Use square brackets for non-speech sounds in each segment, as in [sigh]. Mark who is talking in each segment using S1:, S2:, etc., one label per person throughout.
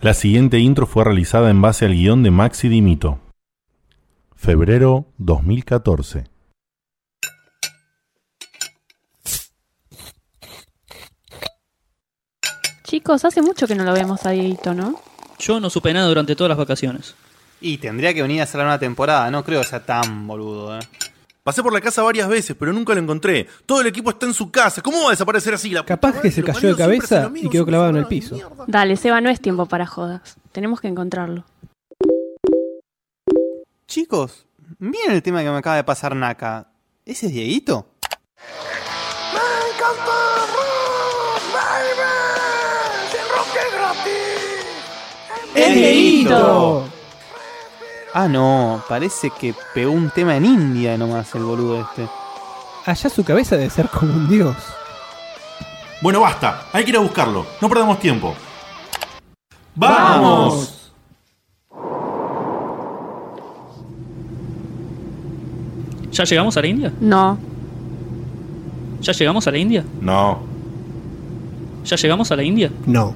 S1: La siguiente intro fue realizada en base al guión de Maxi Dimito. Febrero 2014.
S2: Chicos, hace mucho que no lo vemos a Dieguito, ¿no?
S3: Yo no supe nada durante todas las vacaciones.
S4: Y tendría que venir a hacer una temporada, no creo que sea tan boludo, eh.
S5: Pasé por la casa varias veces, pero nunca lo encontré. Todo el equipo está en su casa. ¿Cómo va a desaparecer así? La
S6: Capaz
S5: puta
S6: que
S5: madre,
S6: se
S5: los
S6: cayó de
S5: maridos siempre
S6: cabeza
S5: son amigos,
S6: y quedó
S5: siempre
S6: clavado
S5: son
S6: en el
S5: una
S6: piso.
S5: mierda.
S2: Dale, Seba, no es tiempo para jodas. Tenemos que encontrarlo.
S4: Chicos, miren el tema que me acaba de pasar Naka. ¿Ese es Dieguito? ¡Es Dieguito! Ah, no, parece que pegó un tema en India nomás el boludo este.
S6: Allá su cabeza debe ser como un dios.
S1: Bueno, basta. Hay que ir a buscarlo. No perdamos tiempo.
S6: ¡Vamos!
S3: ¿Ya llegamos a la India?
S2: No,
S3: ¿Ya llegamos a la India?
S1: No.
S3: ¿Ya llegamos a la India?
S6: No.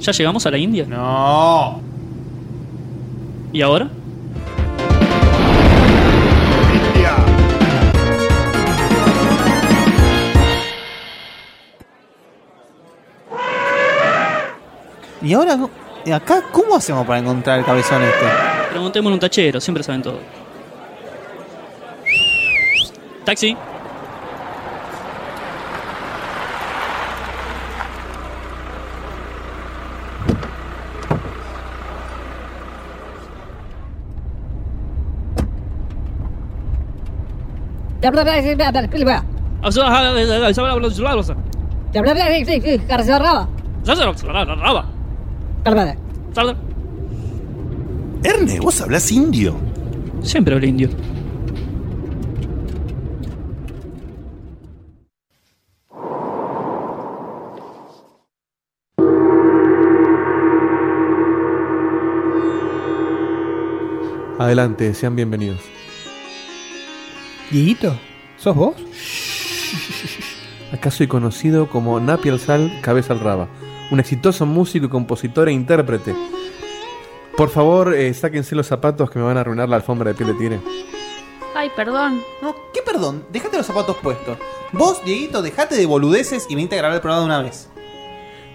S3: ¿Ya llegamos a la India?
S4: No.
S3: ¿Y ahora?
S4: ¿Y ahora ¿y acá cómo hacemos para encontrar el cabezón este?
S3: Preguntémosle a un tachero, siempre saben todo. Taxi.
S5: Erne, ¿vos hablas indio?
S3: Siempre hablo indio.
S7: Adelante, sean bienvenidos.
S6: ¿Dieguito? ¿Sos vos?
S7: Acá soy conocido como Napi al Sal Cabeza al Raba, un exitoso músico, compositor e intérprete. Por favor, eh, sáquense los zapatos que me van a arruinar la alfombra de piel de tigre.
S2: Ay, perdón.
S4: No, ¿qué perdón? Dejate los zapatos puestos. Vos, Dieguito, dejate de boludeces y venite a grabar el programa de una vez.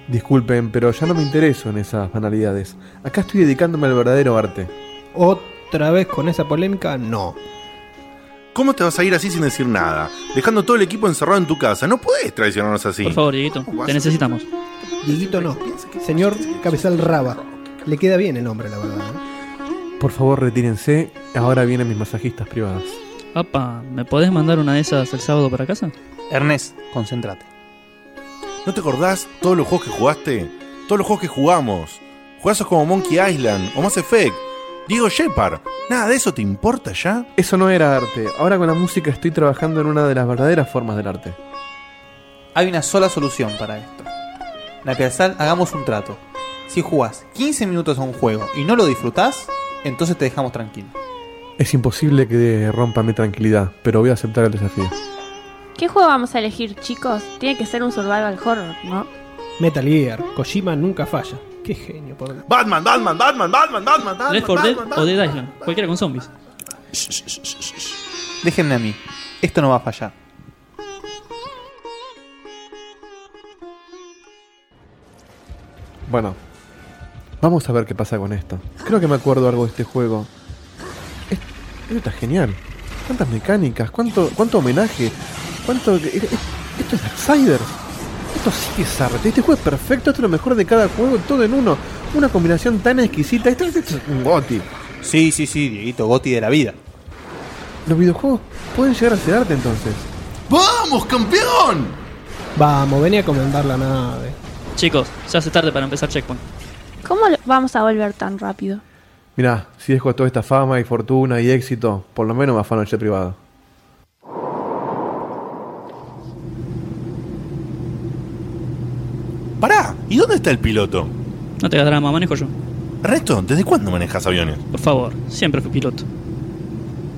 S7: Disculpen, pero ya no me intereso en esas banalidades. Acá estoy dedicándome al verdadero arte.
S6: ¿Otra vez con esa polémica? No.
S1: ¿Cómo te vas a ir así sin decir nada? Dejando todo el equipo encerrado en tu casa. No puedes traicionarnos así.
S3: Por favor, Dieguito, te necesitamos.
S6: Dieguito no. Señor Cabezal Raba. Le queda bien el nombre, la verdad. ¿eh?
S7: Por favor, retírense. Ahora vienen mis masajistas privadas.
S3: Papá, ¿me podés mandar una de esas el sábado para casa?
S4: Ernest, concéntrate.
S1: ¿No te acordás todos los juegos que jugaste? Todos los juegos que jugamos. Juegazos como Monkey Island o Mass Effect. Diego Shepard. ¿Nada de eso te importa ya?
S7: Eso no era arte. Ahora con la música estoy trabajando en una de las verdaderas formas del arte.
S4: Hay una sola solución para esto. Napiazal, hagamos un trato. Si jugás 15 minutos a un juego y no lo disfrutás, entonces te dejamos tranquilo.
S7: Es imposible que rompa mi tranquilidad, pero voy a aceptar el desafío.
S2: ¿Qué juego vamos a elegir, chicos? Tiene que ser un survival horror, ¿no?
S6: Metal Gear. Kojima nunca falla. Qué genio, por Dios.
S5: Batman, Batman, Batman, Batman, Batman, Batman.
S3: Left 4 Dead
S5: Batman,
S3: o
S5: Batman.
S3: Dead Island, cualquiera con zombies.
S4: Déjenme a mí. Esto no va a fallar.
S7: Bueno, vamos a ver qué pasa con esto. Creo que me acuerdo algo de este juego. Es- Esto está genial. ¿Cuántas mecánicas? ¿Cuánto, cuánto homenaje? ¿Cuánto...? e- e- Esto es Darksiders. Esto sí que es arte. Este juego es perfecto. Esto es lo mejor de cada juego, todo en uno. Una combinación tan exquisita. Esto, esto es un goti.
S4: Sí, sí, sí, Dieguito, Goti de la vida.
S7: Los videojuegos pueden llegar a ser arte entonces.
S5: ¡Vamos, campeón!
S6: Vamos, venía a comendar la nave.
S3: Chicos, se hace tarde para empezar Checkpoint.
S2: ¿Cómo lo- vamos a volver tan rápido?
S7: Mirá, si dejo toda esta fama y fortuna y éxito, por lo menos me afano el jet privado.
S1: Pará, ¿y dónde está el piloto?
S3: No te hagas drama, manejo yo.
S1: Resto, ¿desde cuándo manejas aviones?
S3: Por favor, siempre fui piloto.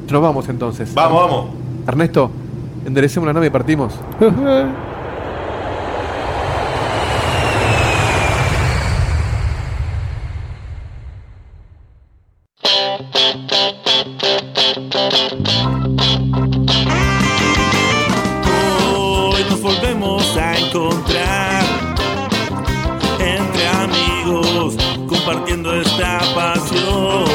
S7: Nos vamos entonces.
S1: vamos.
S7: Ernesto, enderecemos la nave y
S1: [laughs]
S7: partimos.
S8: compartiendo esta pasión.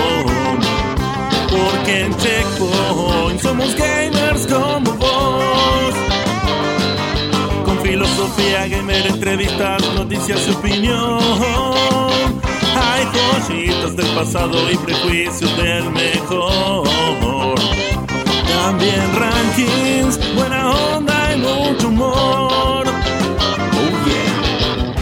S8: Porque en Checkpoint somos gamers como vos. Con filosofía gamer, entrevistas, noticias y opinión. Hay joyitas del pasado y prejuicios del mejor. También rankings, buena onda y mucho humor. Oh yeah.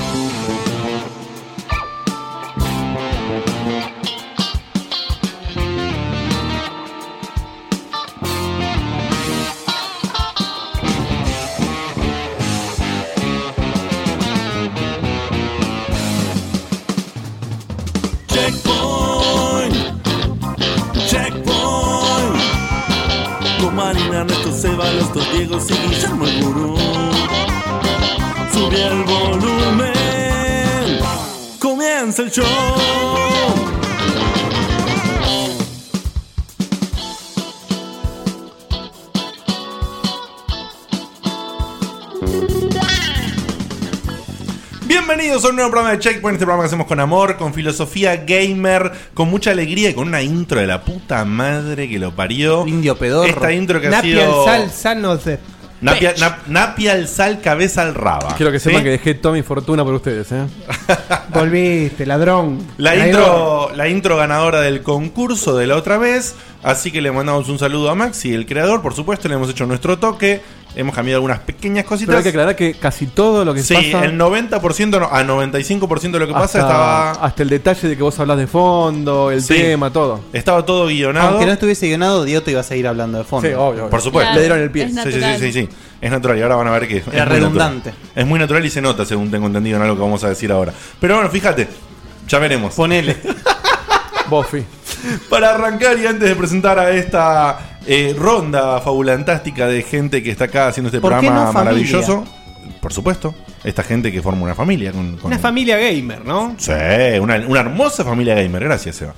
S8: Checkpoint. Checkpoint. Con Marina, Ernesto, Seba, los dos Diego y Guillermo el gurú. Sube el volumen. Comienza el show.
S1: Bienvenidos a un nuevo programa de Checkpoint, este programa que hacemos con amor, con filosofía gamer, con mucha alegría y con una intro de la puta madre que lo parió.
S4: Indio pedorro.
S1: Esta intro que ha
S6: Napial
S1: sido
S6: sal, sanos de-
S1: Napia, nap- napia al sal, cabeza al raba.
S7: Quiero que
S1: ¿Sí?
S7: sepan que dejé toda mi fortuna por ustedes,
S1: [laughs]
S7: ¿eh?
S6: Volviste, ladrón.
S1: La
S6: traidor.
S1: intro, la intro ganadora del concurso de la otra vez. Así que le mandamos un saludo a Maxi, el creador. Por supuesto, le hemos hecho nuestro toque. Hemos cambiado algunas pequeñas cositas.
S7: Pero hay que aclarar que casi todo lo que
S1: sí,
S7: pasa.
S1: el 90% no- a 95% de lo que pasa
S7: hasta,
S1: estaba,
S7: hasta el detalle de que vos hablas de fondo, el
S1: Sí.
S7: tema, todo.
S1: estaba todo guionado.
S4: Aunque no estuviese guionado, Diego te iba a seguir hablando de fondo.
S7: Sí, obvio. obvio.
S1: Por supuesto.
S2: Claro,
S7: Le dieron el pie.
S2: es
S1: Sí, sí,
S2: natural.
S1: sí, sí, sí. Es natural y ahora van a ver que es muy
S4: Era
S1: natural.
S4: redundante.
S1: Es muy natural y se nota, según tengo entendido, en algo que vamos a decir ahora. Pero bueno, fíjate, ya veremos. [laughs]
S4: Ponele.
S7: Buffy.
S1: Para arrancar y antes de presentar a esta eh, ronda fabulantástica de gente que está acá haciendo este
S4: ¿Por qué
S1: programa
S4: no familia?
S1: maravilloso, por supuesto, esta gente que forma una familia. Con, con-
S6: Una familia gamer, ¿no?
S1: Sí, una, una hermosa familia gamer. Gracias, Seba.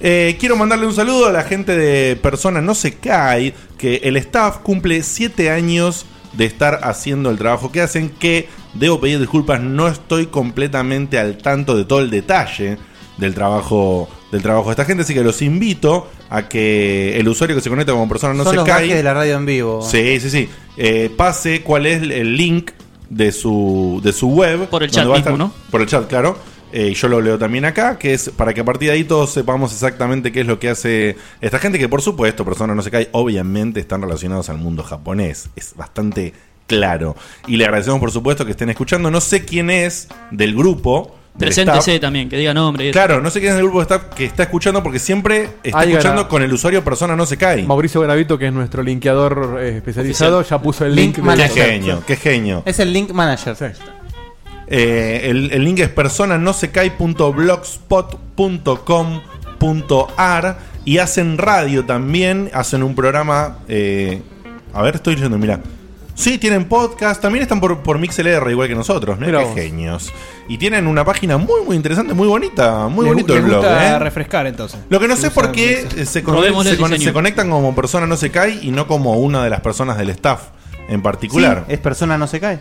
S1: Eh, quiero mandarle un saludo a la gente de Persona No Se Cae, que el staff cumple 7 años de estar haciendo el trabajo que hacen, que debo pedir disculpas, no estoy completamente al tanto de todo el detalle del trabajo del trabajo de esta gente, así que los invito a que el usuario que se conecta como persona no
S4: Son
S1: se
S4: los
S1: cae
S4: gajes de la radio en vivo.
S1: Sí, sí, sí. Eh, pase cuál es el link de su, de su web.
S3: Por el
S1: donde
S3: chat
S1: va a
S3: mismo, ¿no?
S1: Por el chat, claro. Eh, y yo lo leo también acá, que es para que a partir de ahí todos sepamos exactamente qué es lo que hace esta gente, que por supuesto, personas no se cae, obviamente están relacionados al mundo japonés. Es bastante claro. Y le agradecemos, por supuesto, que estén escuchando. No sé quién es del grupo. del
S3: Preséntese
S1: staff.
S3: también, que diga nombre. y eso.
S1: Claro, no sé quién es del grupo de staff que está escuchando porque siempre está
S7: Ahí
S1: escuchando
S7: gana.
S1: con el usuario persona no se cae.
S7: Mauricio Gravito, que es nuestro linkeador eh, especializado, ya puso el link.
S4: Link
S1: Qué
S4: manager.
S1: genio, qué genio.
S4: Es el link manager.
S7: Sí.
S1: Eh, el, el link es personanosecae.blogspot.com.ar y hacen radio también, hacen un programa... eh, a ver, estoy diciendo, mira. Sí, tienen podcast, también están por, por MixLR igual que nosotros, ¿no?
S7: Mirá
S1: Qué
S7: vos.
S1: genios. Y tienen una página muy, muy interesante, muy bonita, muy
S6: Les gu-
S1: bonito el
S6: les
S1: blog.
S6: gusta
S1: ¿eh?
S6: refrescar entonces.
S1: Lo que no sé es por
S6: Usan
S1: qué
S6: eso.
S1: eh, se, con-
S3: Probémosle
S1: se
S3: el
S1: con-
S3: diseño.
S1: se conectan como persona no se cae y no como una de las personas del staff en particular.
S4: Sí, es persona no se cae.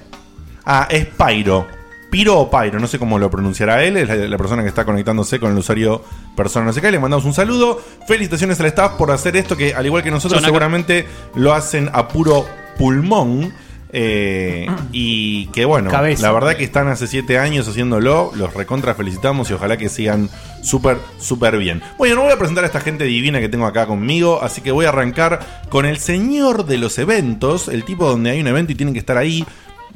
S1: Ah, es Pyro. Piro o Pyro, no sé cómo lo pronunciará él, es la, la persona que está conectándose con el usuario persona no sé qué. Le mandamos un saludo. Felicitaciones al staff por hacer esto que, al igual que nosotros,
S3: Son acá.
S1: seguramente lo hacen a puro pulmón. eh, y que bueno,
S6: Cabeza.
S1: la verdad que están hace 7 años haciéndolo, los recontra felicitamos y ojalá que sigan súper, súper bien. Bueno, no voy a presentar a esta gente divina que tengo acá conmigo, así que voy a arrancar con el señor de los eventos, el tipo donde hay un evento y tienen que estar ahí,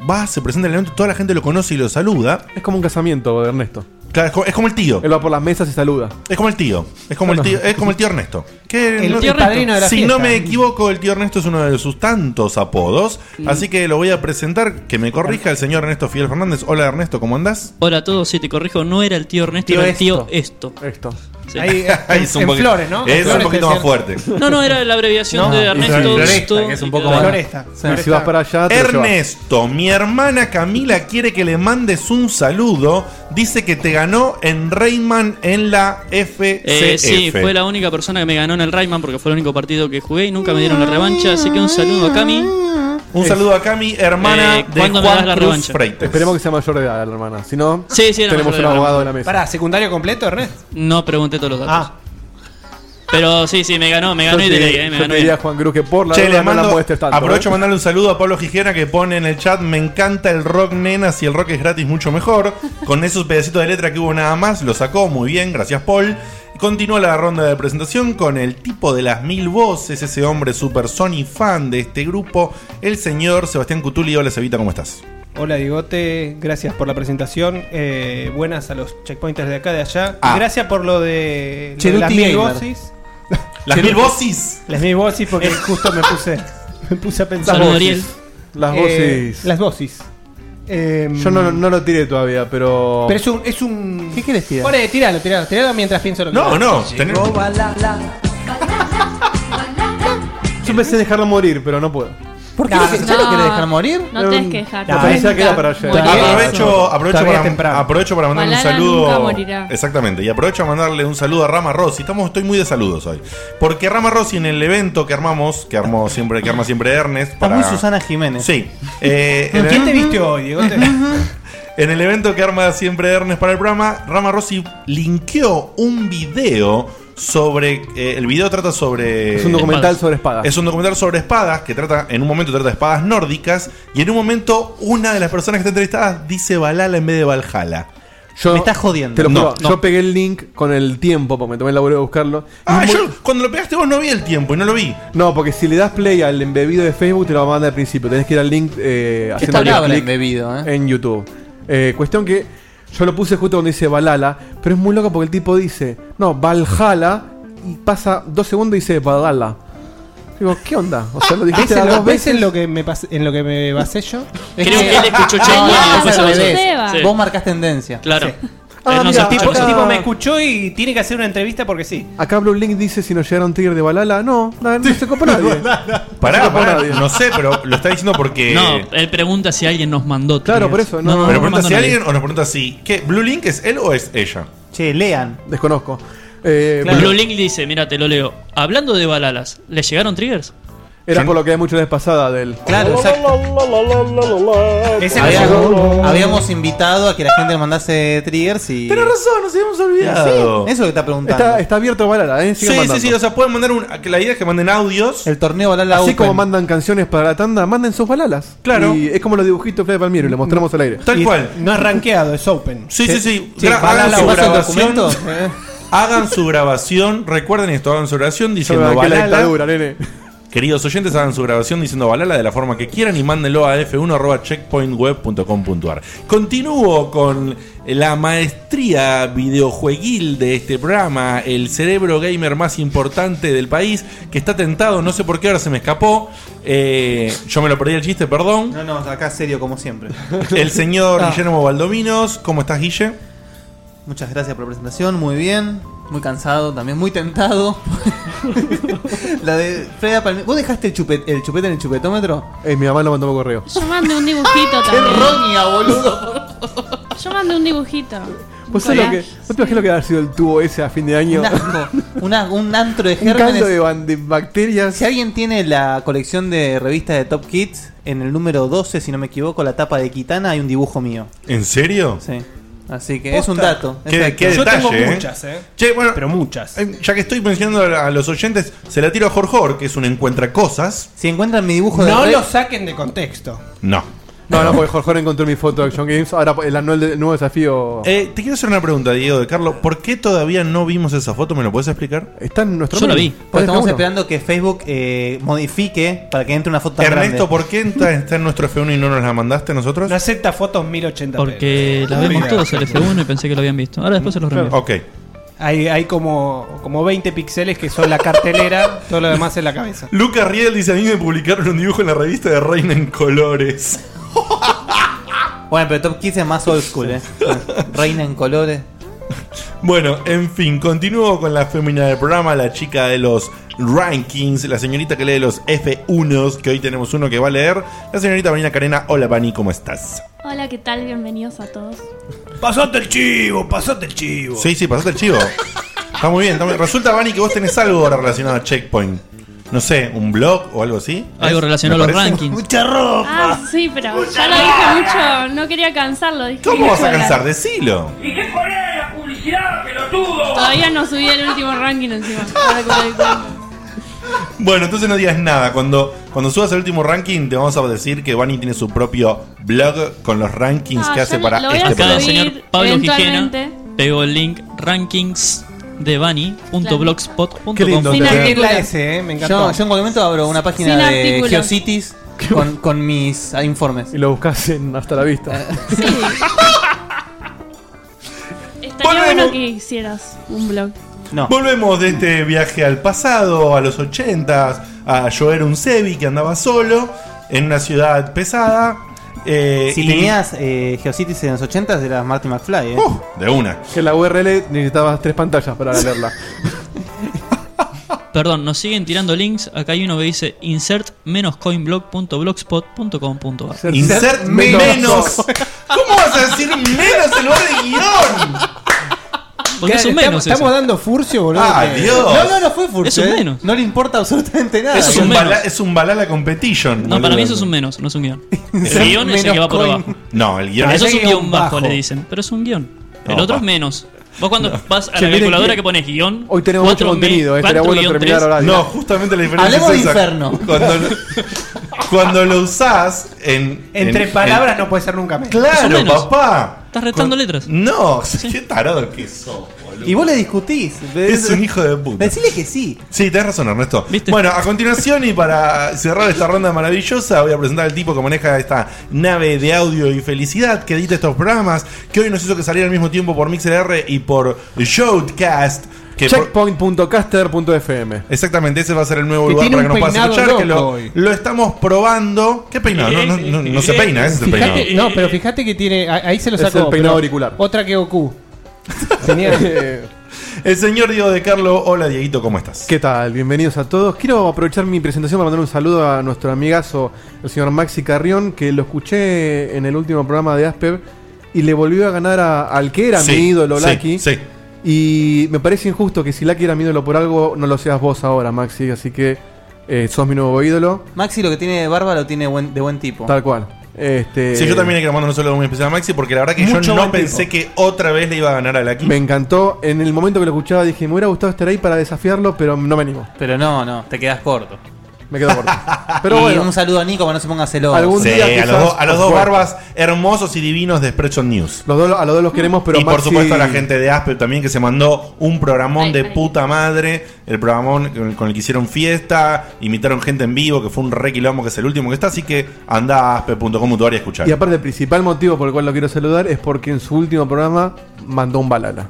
S1: va, se presenta en el evento, toda la gente lo conoce y lo saluda.
S7: Es como un casamiento de Ernesto.
S1: Claro, es co- es como el tío.
S7: Él va por las mesas y saluda.
S1: Es como el tío. Es como el tío, es como el tío Ernesto. Que
S6: El
S1: no-
S6: tío padrino de la
S1: si
S6: fiesta.
S1: no me equivoco, el tío Ernesto es uno de sus tantos apodos.
S6: Mm.
S1: Así que lo voy a presentar. Que me corrija el señor Ernesto Fidel Fernández. Hola Ernesto, ¿cómo andás?
S3: Hola a todos, sí, te corrijo, no era el tío Ernesto,
S4: Tío
S3: era el tío
S4: esto.
S3: esto.
S7: Esto.
S3: Sí.
S1: [laughs]
S6: Ahí,
S7: [laughs]
S1: Ay,
S6: en,
S1: es un
S6: en
S1: poquito-
S6: flores, ¿no? En
S1: Es un
S6: flores Ah,
S1: poquito
S6: te
S1: más
S6: decían-
S1: fuerte.
S3: No, no, era la abreviación
S4: No,
S3: de
S4: y
S3: Ernesto.
S4: floresta,
S3: esto,
S4: que es un
S3: y
S4: poco
S3: claro.
S4: más-
S6: Floresta.
S7: Y si vas para allá, te lo llevas.
S1: Ernesto, mi hermana Camila quiere que le mandes un saludo. Dice que te ganó en Rayman en la FCF.
S3: Eh, sí, fue la única persona que me ganó en el Rayman porque fue el único partido que jugué y nunca me dieron la revancha, así que un saludo a Cami.
S1: Un saludo a Cami, hermana
S3: Eh,
S1: de
S3: ¿cuándo me das
S1: Juan
S3: la
S1: Cruz
S3: revancha?
S1: Freites.
S7: Esperemos que sea mayor de edad la hermana. Si no,
S3: Sí, sí, era
S7: tenemos un
S3: mayor de edad.
S7: abogado en la mesa.
S6: Pará, ¿secundario completo, Ernest?
S3: No pregunté todos los datos.
S6: Ah,
S3: Pero sí, sí, me ganó, me
S7: Yo
S3: ganó y
S7: te-
S3: de ley, eh, me
S7: yo te
S3: ganó.
S7: diría
S3: y-
S7: a Juan Cruz que por la
S1: Che,
S7: duda
S1: le
S7: no la
S1: mando,
S7: molestes tanto. ¿eh?
S1: aprovecho a mandarle un saludo a Pablo Gijena que pone en el chat, me encanta el rock nena, si el rock es gratis mucho mejor. Con esos pedacitos de letra que hubo nada más, lo sacó muy bien, gracias Paul. Continúa la ronda de presentación con el tipo de las mil voces, ese hombre super Sony fan de este grupo, el señor Sebastián Cutuli. Hola Sevita, ¿cómo estás?
S6: hola Digote, gracias por la presentación. eh, buenas a los checkpointers de acá, de allá.
S1: Ah.
S6: Gracias por lo de, lo de
S4: Cheruti
S6: las
S4: Gamer.
S6: mil voces.
S1: Las mil voces.
S6: Las mil voces porque justo me puse, me puse a pensar.
S3: Saludo, Ariel.
S7: Las
S6: Eh,
S7: voces.
S6: las voces. Eh,
S7: Yo no, no lo tiré todavía, pero.
S6: Pero es un. Es un...
S4: ¿Qué quieres tirar?
S6: Pone, tiralo, tiralo, tiralo mientras pienso lo que
S1: No,
S6: pasa.
S1: no, tenés-
S7: Yo pensé dejarlo morir, pero no puedo.
S4: ¿Por qué
S6: No,
S4: lo que- ya lo querés dejar morir?
S2: No tenés que dejar.
S7: Me parecía que era para ayer.
S2: Morir.
S1: Aprovecho, aprovecho,
S6: Todavía es
S1: para,
S6: temprano.
S1: aprovecho para mandarle un
S2: Malala
S1: saludo.
S2: nunca morirá.
S1: Exactamente, y aprovecho a mandarle un saludo a Rama Rossi. Estamos, estoy muy de saludos hoy. Porque Rama Rossi en el evento que armamos, que armó siempre, que arma siempre Ernest.
S4: Estás
S1: para-
S4: muy Susana Jiménez.
S1: Sí. Eh, en,
S6: ¿Quién te
S1: el,
S6: viste hoy,
S1: [laughs]
S6: Diegote?
S1: en el evento que arma siempre Ernest para el programa, Rama Rossi linkeó un video sobre. eh, el video trata sobre.
S7: es un documental
S3: espadas.
S7: sobre espadas.
S1: Es un documental sobre espadas que trata, en un momento trata de espadas nórdicas y en un momento una de las personas que está entrevistada dice Valhalla en vez de Valhalla.
S7: Yo,
S4: Me estás jodiendo.
S7: Te lo
S1: No,
S7: juro,
S1: no.
S7: yo pegué el link con el tiempo, porque me tomé el laburo de buscarlo.
S1: Ah,
S7: Y es
S1: yo
S7: muy-
S1: cuando lo pegaste vos no vi el tiempo y no lo vi.
S7: No, porque si le das play al embebido de Facebook, te lo manda al principio. Tenés que ir al link eh,
S4: ¿Qué
S7: haciendo
S4: está hablando el
S7: clic
S4: embebido, eh?
S7: en YouTube. Eh, cuestión que yo lo puse justo cuando dice Valhalla, pero es muy loco porque el tipo dice, no, Valhalla, y pasa dos segundos y dice Valhalla. Digo, ¿qué onda? O
S1: Ah,
S7: sea, lo
S6: ¿Ves,
S7: dijiste
S6: en lo,
S7: dos
S6: ves
S7: veces.
S6: en lo que me pas- en lo que me basé yo?
S4: Es
S3: Creo que él escuchó
S4: No,
S3: Checkpoint
S4: no,
S2: y
S4: es
S2: después
S4: al
S2: se
S4: revés.
S2: lleva.
S3: Sí.
S4: Vos marcás tendencia.
S3: Claro.
S6: Sí.
S7: Ah,
S3: Eh, no
S7: mira,
S3: sé,
S7: acá-
S3: tipo-
S6: Ese tipo me escuchó y tiene que hacer una entrevista porque sí.
S7: Acá Blue Link dice si nos llegaron trigger de Valhalla. No, no, no se copa nadie.
S1: Pará,
S7: No,
S1: pará,
S7: nadie.
S1: no sé, pero lo está diciendo porque.
S3: No, él pregunta si alguien nos mandó.
S7: Claro,
S3: triggers.
S7: por eso, no.
S3: nos
S1: pero pregunta
S3: mandó
S1: si
S3: nadie.
S1: alguien o nos pregunta si. ¿Qué? ¿Blue Link es él o es ella?
S4: Che, lean.
S7: Desconozco. Eh,
S4: Claro.
S7: Blue-
S3: Blue Link dice, mira, te lo leo. Hablando de balalas, ¿le llegaron triggers?
S7: Era por lo que hay mucho la vez pasada del.
S1: Oh,
S4: Claro, exacto.
S6: Ese no
S4: Habíamos, habíamos invitado a que la gente nos mandase triggers y.
S1: razón, nos habíamos olvidado.
S4: Eso es lo que está preguntando.
S7: Está, está abierto Valhalla, ¿eh?
S1: Sí,
S7: Sigan
S1: sí, sí,
S7: mandando.
S1: o sea, pueden mandar un. que La idea es que manden audios.
S4: El torneo Balala
S7: Así
S4: Open.
S7: como mandan canciones para la tanda, manden sus balalas.
S1: Claro.
S7: Y es como los dibujitos de Flavio Palmiero y lo mostramos al aire.
S1: Tal cual.
S6: No es rankeado, es
S1: [laughs]
S6: open.
S1: Sí, sí, sí.
S4: Sí,
S1: Gra-
S4: Balala
S1: hagan su
S4: Open.
S1: grabación.
S4: ¿Vas al documento? Eh.
S1: Hagan su grabación. Recuerden esto, hagan su grabación
S7: Yo me
S1: diciendo
S7: banqué la
S1: Valhalla.
S7: dictadura, nene.
S1: Queridos oyentes, hagan su grabación diciendo Balala de la forma que quieran y mándenlo a f1.checkpointweb.com.ar. Continúo con la maestría videojueguil de este programa, el cerebro gamer más importante del país, que está tentado, no sé por qué ahora se me escapó. Eh, yo me lo perdí el chiste, perdón.
S4: No, no, acá serio como siempre.
S1: El señor Guillermo Valdominos, ¿cómo estás, Guille?
S4: Muchas gracias por la presentación, muy bien. Muy cansado, también muy tentado. la de Freda Palmieri. ¿Vos dejaste el chupete, el chupete en el chupetómetro?
S7: Eh, mi mamá lo mandó por correo.
S2: Yo mandé un dibujito
S4: ¡Qué
S2: también.
S4: roña, boludo!
S2: Yo mandé un dibujito.
S7: ¿Vos sabés lo que, ¿vos te imaginas lo que ha sido el tubo ese a fin de año?
S4: Un asco. Una- un antro de
S7: Un caldo
S4: gérmenes.
S7: de, ban- de bacterias.
S4: Si alguien tiene la colección de revistas de Top Kids, en el número 12, si no me equivoco, la tapa de Kitana, hay un dibujo mío.
S1: ¿En serio?
S4: Sí. Así que es un dato.
S1: ¿Qué-
S4: Exacto.
S1: qué-
S6: Yo tengo
S1: Detalle, ¿eh?
S6: muchas, eh.
S1: Che, bueno,
S6: Pero muchas.
S1: eh, ya que estoy mencionando a los oyentes, se la tiro a Jorjor, que es un encuentra cosas.
S4: Si encuentran mi dibujo de
S6: No
S4: re-
S6: lo saquen de contexto.
S1: No.
S7: No, no, porque Jorge encontró mi foto de Action Games. Ahora el, anual de- el nuevo desafío
S1: Eh, te quiero hacer una pregunta, Diego de Carlos. ¿Por qué todavía no vimos esa foto? ¿Me lo puedes explicar?
S7: está en nuestro
S3: yo la
S7: mail.
S3: vi.
S7: Podés
S4: Porque Pues estamos
S7: dejar uno.
S4: esperando que Facebook eh, modifique para que entre una foto tan
S1: Ernesto,
S4: grande.
S1: ¿por qué está, está en nuestro F1 y no nos la mandaste a nosotros?
S6: No acepta fotos 1080p.
S3: Porque la vemos
S6: Mira.
S3: todos el F1 y pensé que lo habían visto. Ahora después se los reenvío.
S1: Ok.
S6: Hay, hay como, como 20 píxeles que son la cartelera, todo lo demás es la cabeza.
S1: Lucas Riel dice: A mí me publicaron un dibujo en la revista de Reina en Colores.
S4: [laughs] Bueno, pero Top Kids es más old school, ¿eh? Reina en colores.
S1: Bueno, en fin, continúo con la fémina del programa, la chica de los rankings, la señorita que lee los F1s, que hoy tenemos uno que va a leer, la señorita Vanina Carena. Hola, Vani, ¿cómo estás?
S2: Hola, ¿qué tal? Bienvenidos a todos.
S6: Pasate el chivo, pasate el chivo.
S1: Sí, sí, pasaste el chivo. Está muy bien. está muy- Resulta, Vani, que vos tenés algo ahora relacionado a Checkpoint. no sé, un blog o algo así.
S3: Algo
S1: ¿Es?
S3: relacionado
S1: ¿Me
S3: a los
S1: parece?
S3: rankings.
S1: ¡Mucha ropa!
S2: Ah, sí, pero ya lo dije mucho. No quería cansarlo. Dije,
S1: ¿Cómo vas a cansar?
S2: de
S1: Decilo.
S9: ¿Y qué pones la publicidad, pelotudo?
S2: Todavía no subí el último ranking encima. Ahora que me doy cuenta.
S1: Bueno, entonces no digas nada. Cuando, cuando subas el último ranking, te vamos a decir que Vani tiene su propio blog con los rankings
S2: Ah,
S1: que hace
S2: yo
S1: para
S2: lo voy a
S1: este
S2: subir.
S1: programa.
S3: Acá el señor Pablo Gijena
S2: eventualmente.
S3: pegó el link rankings de
S1: Qué lindo
S3: bunny.blogspot.com.
S6: Sin
S1: tener-
S6: artículo. La S, eh, me
S4: Yo,
S6: encantó.
S4: yo en cualquier momento abro una página
S2: Sin
S4: de
S2: artículo.
S4: Geocities con, con mis ah, informes.
S7: Y lo buscas en hasta la
S4: [laughs]
S7: vista.
S2: Estaría
S1: Volvemos.
S2: bueno que hicieras un blog.
S4: No.
S1: Volvemos de este viaje al pasado, a los 80 a Joer Unsevi que andaba solo en una ciudad pesada. eh,
S4: Si
S1: y-
S4: tenías eh, Geocities en los 80 eras Marty McFly, ¿eh?
S1: Uh, de una.
S7: que la URL necesitabas tres pantallas para
S4: [laughs]
S7: leerla.
S3: Perdón, nos siguen tirando links. Acá hay uno que dice insert-coinblog.blogspot.com.ar.
S1: Insert menos. [laughs] ¿Cómo vas a decir menos en lugar de guión?
S3: Porque es un
S6: Estamos-
S3: menos eso.
S6: Estamos dando furcio, boludo. Eh,
S1: Ah,
S6: que-
S1: Dios.
S4: No, no, no fue Furcio.
S3: Es un
S4: ¿eh?
S3: menos.
S4: No le importa absolutamente nada.
S1: Eso es
S3: Es un
S1: un,
S3: menos.
S1: bala- es un balala competition.
S3: No, para
S1: boludo.
S3: mí eso es un menos, no es un
S7: [laughs]
S3: guión. El
S4: [laughs]
S1: Insert
S3: guión es el que va por
S4: menos
S3: abajo.
S1: No, el guión
S6: Ah,
S1: es.
S3: Eso es un
S6: guión
S3: guión bajo,
S6: bajo.
S3: le dicen. Pero es un guión. El
S1: No,
S3: otro es
S1: pa.
S3: menos. Vos cuando vas a
S7: Che,
S3: la
S7: miren
S3: calculadora
S7: que
S3: que pones guión.
S7: Hoy tenemos mucho
S3: cuatro me-
S7: contenido, eh,
S4: este
S7: estaría
S3: cuatro
S7: bueno
S3: guión
S7: terminar
S3: tres,
S7: ahora.
S1: No, justamente la diferencia
S4: Hablemos
S1: es
S4: de
S1: esa.
S4: Inferno.
S1: [laughs] Cuando, lo- cuando lo usás en.
S6: Entre
S1: en-
S6: palabras no puede ser nunca menos.
S1: en- claro,
S3: menos.
S1: papá.
S3: Estás restando letras.
S1: No, [laughs] qué tarado que sos, boludo.
S4: Y vos le discutís.
S1: Es un hijo de puta.
S4: Decile que sí.
S1: Sí, tenés razón, Ernesto.
S3: ¿Viste?
S1: Bueno, a continuación, y para cerrar esta ronda maravillosa, voy a presentar al tipo que maneja esta nave de audio y felicidad, que edita estos programas, que hoy nos hizo que saliera al mismo tiempo por MixLR y por Shoutcast. Que por-
S7: Checkpoint.caster.fm.
S1: Exactamente, ese va a ser el nuevo
S6: Que
S1: lugar
S6: tiene
S1: para que nos
S6: un
S1: puedas
S6: peinado
S1: escuchar. Que
S6: loco
S1: lo,
S6: hoy.
S1: lo estamos probando. ¿Qué peinado? No, no, no- no se peina, ese es el peinado.
S6: Fijate- no, pero fíjate que tiene. a- Ahí se lo
S7: Es
S6: sacó.
S7: el peinado
S6: pero
S7: auricular.
S6: Otra que
S1: [laughs]
S6: Goku. Tenía-
S7: Eh,
S1: El señor Diego de Carlo, hola Dieguito, ¿cómo estás?
S7: ¿Qué tal? Bienvenidos a todos. Quiero aprovechar mi presentación para mandar un saludo a nuestro amigazo, el señor Maxi Carrión, que lo escuché en el último programa de Asper y le volvió a ganar a- al que era
S1: Sí,
S7: mi ídolo,
S1: sí,
S7: Lucky.
S1: sí.
S7: Y me parece injusto que si Lucky era mi ídolo por algo, no lo seas vos ahora, Maxi. Así que eh, sos mi nuevo ídolo,
S4: Maxi lo que tiene de barba lo tiene buen- de buen tipo.
S7: tal cual. Este,
S1: Sí, yo también le quiero mandar un saludo muy especial a Maxi porque la verdad que
S4: Mucho
S1: yo no
S4: buen
S1: pensé que otra vez le iba a ganar a Lucky.
S7: Me encantó. En el momento que lo escuchaba dije, me hubiera gustado estar ahí para desafiarlo, pero no me animo.
S4: Pero no, no, te quedas corto.
S7: Me quedo corto.
S4: y
S7: Pero bueno,
S4: un saludo a Nico para no se ponga celoso.
S7: Algún-
S1: Sí,
S7: día
S1: a
S7: quizás
S1: los, dos- a los dos
S7: fuerte.
S1: barbas hermosos y divinos de Spreadshot News.
S7: los dos, a los dos los queremos, pero
S1: y por
S7: Maxi-
S1: supuesto a la gente de Aspe también que se mandó un programón
S2: Ay,
S1: de
S2: ay.
S1: puta madre, el programón con, con el que hicieron fiesta, imitaron gente en vivo, que fue un re quilombo, que es el último que está, así que anda a aspe.com.ar y escuchar.
S7: Y aparte, el principal motivo por el cual lo quiero saludar es porque en su último programa mandó un balala.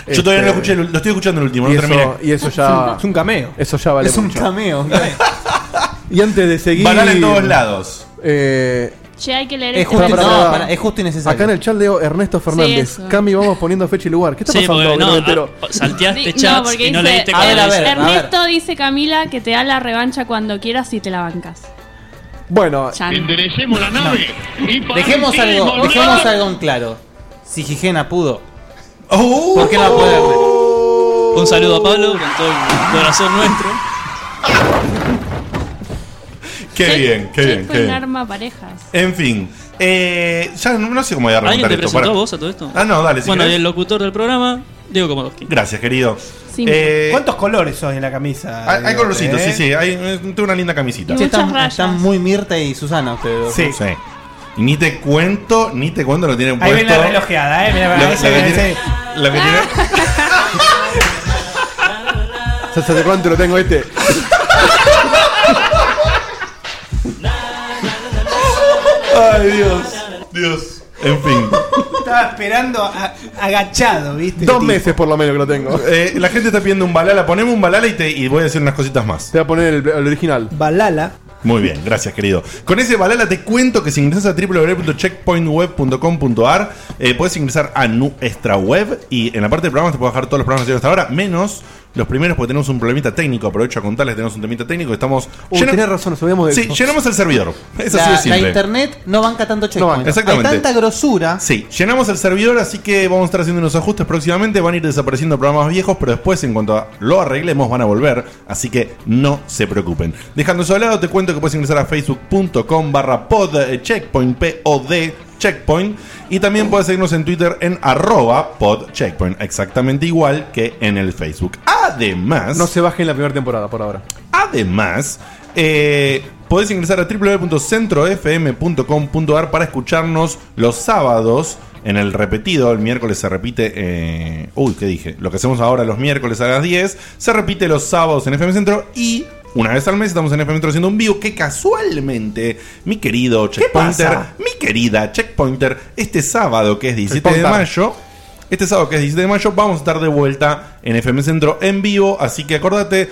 S7: Este,
S1: Yo todavía no lo escuché, lo lo estoy escuchando el último, no
S7: Y
S1: terminé.
S7: eso, y eso ya.
S6: Es un cameo.
S7: Eso ya vale.
S4: es un
S7: mucho.
S4: cameo.
S7: Y antes de seguir.
S1: Banana en todos lados.
S7: eh,
S2: Che, hay que leer
S4: es,
S2: este
S4: justo,
S7: Para, para,
S4: no,
S7: para.
S4: para, es justo y necesario.
S7: acá en el chat leo Ernesto Fernández.
S2: eso.
S7: Cami, vamos poniendo fecha y lugar. ¿Qué está
S3: Sí,
S7: pasando?
S3: porque
S7: Que no
S3: no,
S7: me entero.
S3: ah, salteaste
S2: Sí,
S3: chats y no leíste
S4: a ver,
S3: cada
S4: a ver.
S2: Ernesto dice Camila que te da la revancha cuando quieras y te la bancas.
S7: Bueno,
S2: Chan.
S4: Dejemos algo, dejemos algo en claro. Si Gijena pudo,
S1: Oh,
S4: ¿por qué no va a poder?
S3: Un saludo a Pablo con todo el corazón nuestro.
S1: qué
S2: Che-
S1: bien, qué
S2: Che
S1: bien,
S2: fue
S1: qué
S2: un
S1: bien.
S2: arma parejas.
S1: En fin, eh, ya no, no sé cómo voy a
S3: ¿Alguien
S1: remontar
S3: te
S1: esto.
S3: presentó
S1: pará.
S3: a vos a todo esto?
S1: Ah, no, dale, si
S3: Bueno, y
S1: querés.
S3: el locutor del programa, Diego Komodowski.
S1: Gracias, querido.
S2: Simple.
S1: Eh,
S6: ¿Cuántos colores son en la camisa?
S1: Hay, hay
S6: Diego,
S1: colorcitos,
S6: eh?
S1: sí, sí. Hay, eh, tengo una linda camisita.
S2: Sí.
S4: Che, están,
S2: Muchas
S4: están
S2: rayas.
S4: muy Mirta y Susana ustedes. dos.
S6: Sí.
S1: Sí. Y ni te cuento, ni te cuento lo tienen
S6: Ahí
S1: puesto.
S6: ven la relojeada, eh. Mirá,
S1: Lo-
S6: mirá,
S1: lo que
S6: ese,
S1: tiene-
S6: ese.
S1: lo que tiene-
S7: ya sé de cuánto lo tengo este.
S1: Ay, Dios. Dios. En fin.
S6: [laughs] Estaba esperando a- agachado, ¿viste?
S7: Dos
S6: Tipo.
S7: meses por lo menos que lo tengo. Te
S1: Eh, la gente está pidiendo un balala. Ponemos un balala y, te, y voy a decir unas cositas más.
S7: voy a poner el, el original.
S6: Balala.
S1: Muy bien, gracias, querido. Con ese balala te cuento que si ingresas a www.checkpointweb.com.ar eh, puedes ingresar a nuestra web y en la parte de programas te puedo dejar todos los programas que hicieron hasta ahora, menos los primeros porque tenemos un problemita técnico. Aprovecho a contarles, tenemos un temita técnico. Estamos.
S7: Uy, tenés razón, nos olvidamos de
S1: Sí,
S7: eso.
S1: llenamos el servidor. Es así
S4: la,
S1: de simple.
S4: la internet no banca tanto checkpoint.
S1: Exactamente.
S4: Hay tanta grosura.
S1: Sí, llenamos el servidor, así que vamos a estar haciendo unos ajustes próximamente. Van a ir desapareciendo programas viejos, pero después, en cuanto a- lo arreglemos, van a volver. Así que no se preocupen. Dejando eso de lado, te cuento que puedes ingresar a facebook.com barra pod eh, checkpoint, P-O-D, checkpoint. Y también puedes seguirnos en Twitter en arroba podcheckpoint, exactamente igual que en el Facebook. Además...
S7: No se baje en la primera temporada por ahora.
S1: Además, eh, podés ingresar a www.centrofm.com.ar para escucharnos los sábados en el repetido. El miércoles se repite. eh, uy, ¿qué dije? Lo que hacemos ahora los miércoles a las 10 se repite los sábados en FM Centro y. Una vez al mes estamos en FM Centro haciendo un vivo que casualmente, mi querido Checkpointer,
S5: pasa?
S1: mi querida Checkpointer, este sábado que es 17 de
S5: Checkpointer.
S1: mayo, este sábado que es 17 de mayo vamos a estar de vuelta en FM Centro en vivo, así que acordate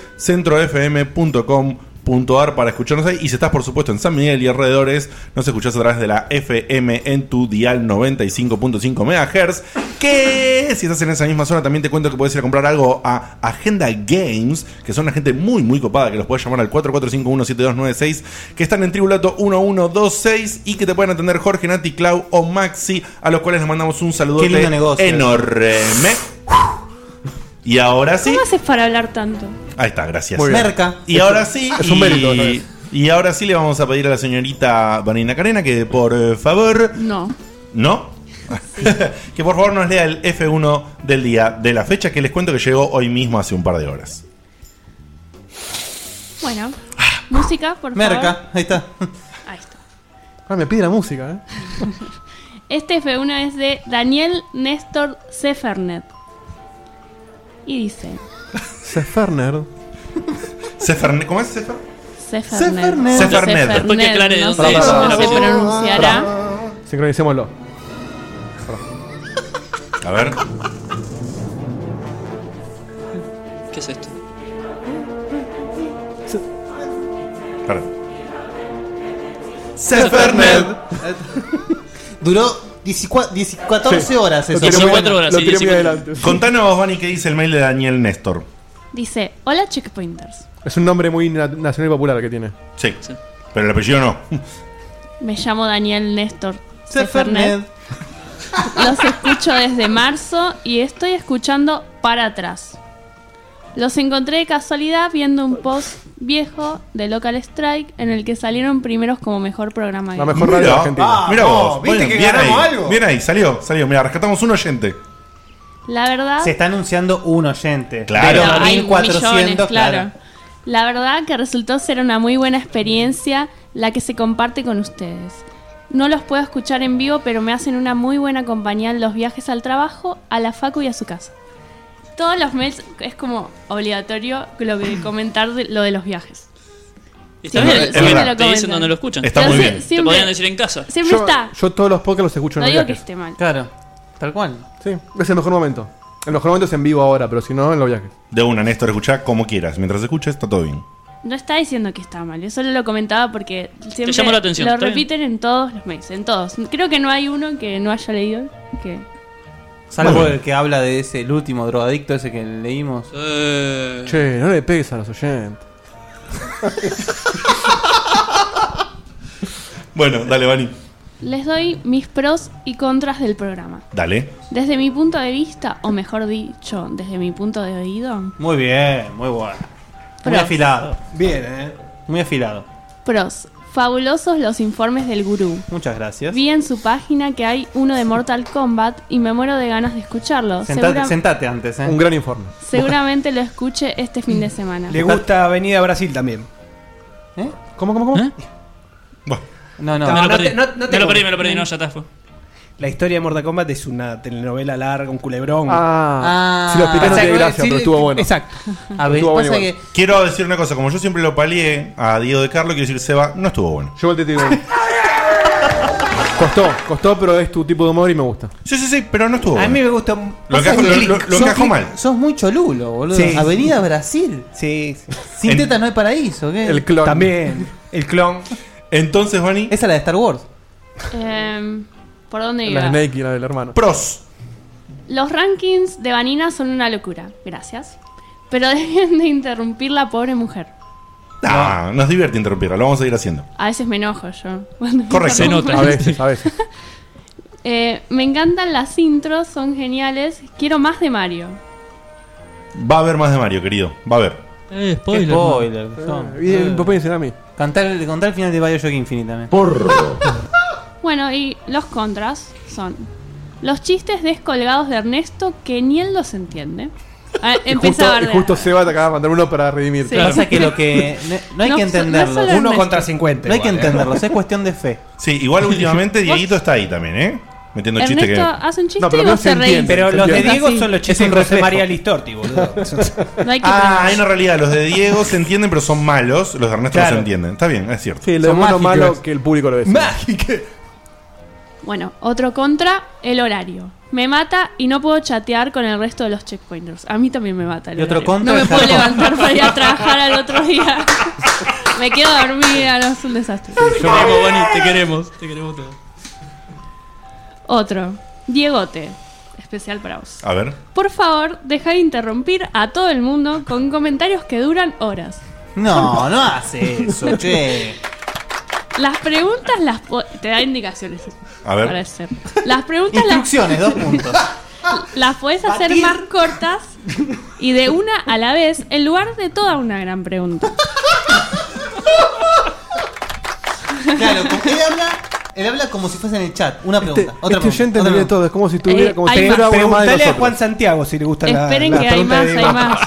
S1: centrofm.com.ar para escucharnos ahí. Y si estás por supuesto en San Miguel y alrededores, nos escuchás a través de la FM en tu dial 95.5 MHz. Que si estás en esa misma zona también te cuento que puedes ir a comprar algo a Agenda Games, que son una gente muy muy copada, que los puedes llamar al 44517296, que están en Tribulato 1126 y que te pueden atender Jorge, Nati, Clau o Maxi, a los cuales les mandamos un saludo
S4: Qué lindo negocio.
S1: enorme. Y ahora sí.
S2: ¿Cómo haces para hablar tanto?
S1: Ahí está, gracias.
S4: Muy bien. Merca.
S1: Y ahora sí.
S7: Es un
S1: y-
S7: mérito, ¿no es?
S1: Y ahora sí le vamos a pedir a la señorita Vanina Carena que por eh, favor.
S2: No.
S1: ¿No? [laughs] que por favor nos lea el F1 del día de la fecha que les cuento que llegó hoy mismo hace un par de horas.
S2: Bueno. Música, por favor.
S4: Merca, ahí está.
S2: Ahí está.
S7: Ah, me pide la música, ¿eh?
S2: Este F1 es de Daniel Néstor Sefernet. Y dice...
S7: Seferner.
S1: Seferne- ¿Cómo es Sefer?
S2: Sefernet.
S4: Sefernet.
S1: Sefernet.
S3: Después que aclare de
S2: no
S3: dónde
S2: sé
S3: es,
S2: cómo
S3: me la
S2: se
S3: pido.
S2: pronunciará.
S7: Sincronicémoslo.
S1: A ver.
S3: ¿Qué es esto?
S1: espera.
S4: Duró 14
S7: Sí.
S4: horas
S7: Lo
S4: eso.
S7: tiré muy
S3: 14
S7: adela-
S3: horas,
S7: Lo
S3: sí,
S7: tiré muy
S3: 14.
S7: adelante.
S1: Contanos, Vani, qué dice el mail de Daniel Néstor.
S2: Dice, hola checkpointers.
S7: Es un nombre muy na- nacional y popular que tiene.
S1: Sí.
S3: Sí.
S1: Pero el apellido no.
S2: Me llamo Daniel Néstor
S4: Sefernet.
S2: Sefernet. Los escucho desde marzo y estoy escuchando para atrás. Los encontré de casualidad viendo un post viejo de Local Strike en el que salieron primeros como mejor programa.
S7: La
S2: gay.
S7: mejor radio de
S1: Mirá.
S7: Argentina.
S1: Ah, Mira vos.
S4: viste que
S1: ahí.
S4: ganamos algo.
S1: Bien ahí, salió, salió. Mira, rescatamos un oyente.
S2: La verdad,
S4: Se está anunciando un oyente.
S1: Claro.
S4: Pero
S2: Ah. Pero hay
S4: 1400,
S2: millones,
S4: claro.
S2: La verdad que resultó ser una muy buena experiencia la que se comparte con ustedes. No los puedo escuchar en vivo, pero me hacen una muy buena compañía en los viajes al trabajo, a la facu y a su casa. Todos los mails es como obligatorio lo
S3: [clears throat]
S2: que comentar de- lo de los viajes. Siempre-
S3: Está bien,
S1: es
S3: porque
S1: verdad.
S3: te dicen
S2: comentan.
S3: dónde lo escuchan.
S1: Está
S2: Pero
S1: muy
S2: sí,
S1: bien.
S3: Te
S2: Siempre,
S3: podían decir en casa.
S2: siempre
S7: Yo,
S2: está.
S7: yo todos los podcasts los escucho en
S2: No
S7: los
S2: digo que
S7: viajes.
S2: esté mal.
S4: Claro. Tal cual.
S7: Sí, es el mejor momento. El mejor momento es en vivo ahora, pero si no, en los viajes.
S1: De una, Néstor, escuchá como quieras. Mientras escuches, está todo bien.
S2: No está diciendo que está mal, yo solo lo comentaba porque siempre
S3: llamó la atención,
S2: lo
S3: está bien.
S2: repiten en todos los mails, en todos. Creo que no hay uno que no haya leído que
S4: Salvo
S1: Muy bien.
S4: el que habla de ese, el último drogadicto ese que leímos.
S3: Eh,
S7: Che, no le pegues a los oyentes.
S1: Bueno, dale, Vani.
S2: les doy mis pros y contras del programa.
S1: Dale.
S2: Desde mi punto de vista, o mejor dicho, desde mi punto de oído,
S4: Muy bien, muy bueno. Muy
S2: Pero-
S4: afilado.
S6: Bien, ¿eh?
S4: Muy afilado.
S2: pros, fabulosos los informes del gurú.
S4: Muchas gracias.
S2: Vi en su página que hay uno de Mortal Kombat y me muero de ganas de escucharlo.
S4: Sentate,
S2: Segura-
S4: sentate antes, ¿eh?
S7: Un gran informe.
S2: seguramente lo escuche este fin de semana.
S6: Le gusta Avenida Brasil también.
S4: ¿Eh?
S7: ¿Cómo, cómo, cómo?
S3: ¿Eh?
S1: Bueno,
S4: No, no.
S6: No,
S3: me
S6: no
S3: lo perdí.
S6: te- no- no te
S3: me lo perdí,
S6: conozco.
S3: me lo perdí. No, ya está. Fue.
S6: La historia de Mortal Kombat es una telenovela larga, un culebrón.
S7: Ah,
S4: Ah.
S7: si lo expliqué no
S4: Pasa
S7: tiene
S4: que-
S7: gracia,
S4: sí,
S7: pero estuvo bueno.
S6: Exacto.
S4: A ver,
S7: Estuvo
S4: pasa
S7: bueno
S4: que
S7: igual.
S1: quiero decir una cosa. Como yo siempre lo palié a Diego de Carlo, quiero decir, Seba, no estuvo bueno.
S7: Yo volteé y te
S1: [laughs]
S7: digo. Costó, costó, pero es tu tipo de humor y me gusta.
S1: Sí, sí, sí, pero no estuvo
S6: A
S1: bueno.
S6: mí me gusta.
S1: Lo
S6: pasa
S1: encajo-
S6: que-
S1: lo- lo- lo
S4: sos
S1: encajó
S4: muy-
S1: mal.
S4: Sos muy cholulo, boludo.
S6: Sí.
S4: Avenida Brasil.
S6: Sí, sí.
S4: Sin
S1: En-
S4: tetas no hay paraíso, ¿qué?
S7: El clon.
S6: También. El clon.
S1: Entonces, Vani,
S4: Esa es la de Star Wars.
S2: Em, ¿Por dónde iba?
S7: La Snake y la del hermano.
S1: pros.
S2: Los rankings de Vanina son una locura. Gracias. Pero [laughs] dejen de interrumpir la pobre mujer.
S1: Ah, nos divierte interrumpirla, lo vamos a seguir haciendo.
S2: A veces me enojo yo. cuando me
S1: Correcto. Se
S2: interrumpen.
S1: nota.
S7: A veces, a veces.
S2: Eh, me encantan las intros, son geniales. Quiero más de Mario.
S1: Va a haber más de Mario, querido. Va a haber.
S3: Eh,
S4: Spoiler. Eh,
S3: spoiler. ¿no?
S1: Eh,
S7: Bien, vos pensás a mí.
S4: Cantar, el- cantar el final de Bioshock Infinite también.
S2: Bueno, y los contras son los chistes descolgados de Ernesto que ni él los entiende.
S7: [laughs]
S2: Ah,
S7: Y
S2: empieza a
S7: justo, y
S2: bardear.
S7: justo Seba te acaba de mandar uno para redimirte.
S2: Sí.
S4: Pasa que
S7: [laughs]
S4: lo que. No, no hay
S2: No, so-
S4: que
S2: no
S4: entenderlo.
S2: solo-
S6: Uno
S2: Ernesto.
S6: contra 50.
S4: No hay que
S6: igual, ¿eh?
S4: entenderlo, es cuestión de fe.
S1: Sí, igual
S2: [laughs]
S1: últimamente Dieguito está ahí también, ¿eh? Metiendo chistes
S2: Ernesto
S1: que.
S2: hace un chiste
S7: No, pero
S2: y
S7: no
S2: vos
S7: se
S2: te reís.
S7: entiende.
S6: Pero los de
S7: Entiendo.
S6: Diego son los chistes
S4: un
S6: de José
S4: reflejo.
S6: María Listorti, boludo.
S7: [laughs]
S2: No hay que
S1: Ah,
S2: aprender.
S1: en realidad los de Diego se entienden, pero son malos. Los de Ernesto no
S6: Claro.
S1: se entienden. Está bien, es cierto.
S7: Sí, lo de
S4: Son
S7: bueno
S4: mágicas.
S7: malo que el público lo ve.
S6: Mágica.
S2: Bueno, otro contra, el horario. Me mata y no puedo chatear con el resto de los checkpointers. A mí también me mata el
S4: [laughs] Y otro
S2: horario.
S4: contra,
S2: No me
S4: el
S2: puedo
S4: Japón.
S2: levantar para ir a trabajar al otro día. [laughs] me quedo dormida, no es un desastre.
S3: Queremos, Bonnie, te queremos. Te queremos todo.
S2: Otro, Diegote. Especial para vos.
S1: A ver.
S2: Por favor, deja de interrumpir a todo el mundo con comentarios que duran horas.
S4: No, no hace
S2: [laughs]
S4: eso, che.
S2: Las preguntas las po- te da indicaciones.
S1: A ver.
S2: para hacer. Las preguntas las,
S4: Instrucciones, dos puntos.
S2: [laughs] las puedes hacer
S4: Batir.
S2: más cortas y de una a la vez en lugar de toda una gran pregunta.
S4: [laughs] Claro, como él habla, él habla como si fuese en el chat. Una pregunta.
S7: Este,
S4: otra
S7: este oyente
S4: pregunta.
S7: entiende
S4: otra pregunta.
S7: todo, es como si tuviera
S2: Eh,
S7: como si
S2: hay
S7: tuviera
S2: más.
S7: uno más de
S6: Preguntale a Juan
S7: nosotros.
S6: Santiago si le gustan las
S2: Esperen
S6: las
S2: que hay
S6: preguntas
S2: más,
S6: de
S2: hay
S6: Diego.
S2: más.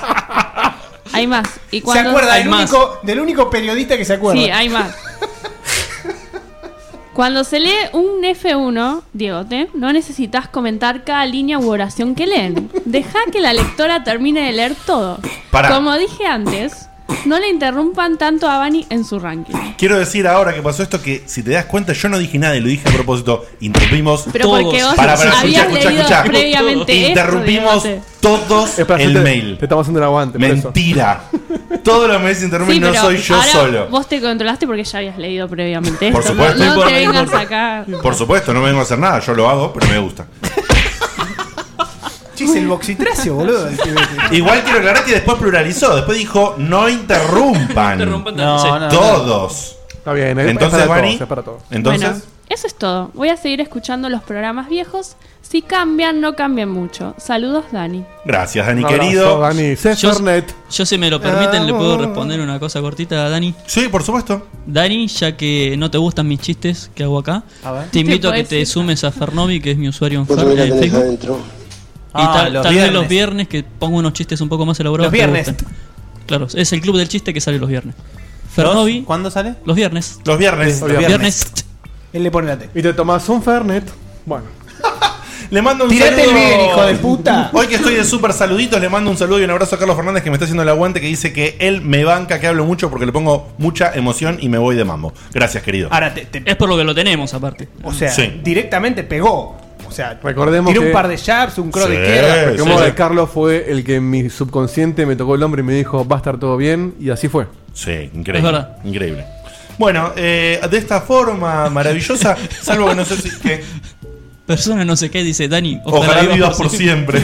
S2: Hay más. Y
S6: Se
S2: cuando-
S6: acuerda
S3: hay
S6: del
S3: más?
S6: único, del único periodista que se acuerda.
S2: Sí, hay más. Cuando se lee un F1, Diegote, no necesitas comentar cada línea u oración que leen. Deja que la lectora termine de leer todo.
S1: Pará.
S2: Como dije antes, no le interrumpan tanto a Bani en su ranking.
S1: Quiero decir ahora que pasó esto que si te das cuenta yo no dije nada y lo dije a propósito. Interrumpimos.
S2: Pero
S3: Todos.
S2: porque vos
S1: Para, para,
S2: habías
S1: escucha, escucha,
S2: leído
S1: escucha.
S2: previamente esto,
S1: Interrumpimos
S2: Diegote.
S1: todos
S7: Es para
S1: el
S7: hacerte-
S1: mail.
S7: Te estamos haciendo un aguante. por eso.
S2: [laughs]
S1: Mentira. Todos los meses interrumpen
S2: Sí,
S1: no
S2: pero
S1: soy yo
S2: ahora
S1: solo.
S2: Vos te controlaste porque ya habías leído previamente
S1: Por
S2: esto.
S1: supuesto.
S2: No,
S1: No
S2: no
S1: importa,
S2: te
S1: no
S2: vengas
S1: importa.
S2: acá.
S1: Por supuesto, no vengo a hacer nada, yo lo hago, pero me gusta.
S6: Chis, el boxitracio, boludo. El pibe este.
S1: Igual quiero aclarar que después pluralizó, después dijo no interrumpan.
S4: No, no.
S1: Todos.
S7: Está bien, es-
S1: Entonces,
S7: es para
S1: Mari-
S7: todos, es para todos.
S1: Entonces,
S2: Bueno, eso es todo. Voy a seguir escuchando los programas viejos. Si cambian, no cambian mucho. Saludos, Dani.
S1: gracias, Dani
S7: Un abrazo,
S1: querido.
S7: Dani, Cefernet.
S3: Yo, si me lo permiten, le puedo responder una cosa cortita a Dani.
S1: Sí, por supuesto.
S3: Dani, ya que no te gustan mis chistes que hago acá,
S4: A ver.
S3: te invito a que
S2: puedes
S3: te
S2: ir?
S3: sumes a Fernovi, que es mi usuario en, Fer- en Facebook. Y
S4: Ah,
S3: tal,
S4: los
S3: tal vez
S4: viernes. [laughs]
S3: los viernes que pongo unos chistes un poco más elaborados.
S4: Los
S3: que te
S4: viernes.
S3: gusten. Claro, es el club del chiste que sale los viernes. Fernovi,
S4: ¿Cuándo sale?
S3: los viernes.
S1: Los viernes.
S4: Los viernes.
S3: Viernes.
S6: Él le pone la T.
S7: Y te tomás un Fernet. Bueno,
S1: Le mando un
S6: Tirate el
S1: saludo.
S6: bien, hijo de puta.
S1: Hoy que estoy de súper saluditos, le mando un saludo y un abrazo a Carlos Fernández que me está haciendo el aguante que dice que él me banca, que hablo mucho porque le pongo mucha emoción y me voy de mambo. Gracias, querido.
S6: [laughs] Ahora, te, te-
S3: Es por lo que lo tenemos, aparte.
S6: o sea,
S1: Sí.
S6: directamente pegó. O sea,
S7: Recordemos
S6: tiró
S7: que-
S6: un par de jabs, un cross
S1: Sí.
S6: de izquierda.
S7: el
S1: Sí,
S7: modo
S1: sí.
S7: de Carlos fue el que en mi subconsciente me tocó el hombre y me dijo, va a estar todo bien. Y así fue.
S1: Sí,
S3: Es
S1: increíble.
S3: verdad.
S1: Increíble. Bueno, eh, de esta
S7: [laughs]
S1: forma maravillosa, salvo que no sé si que-
S3: Persona no sé qué dice Dani.
S1: ojalá vivas por siempre.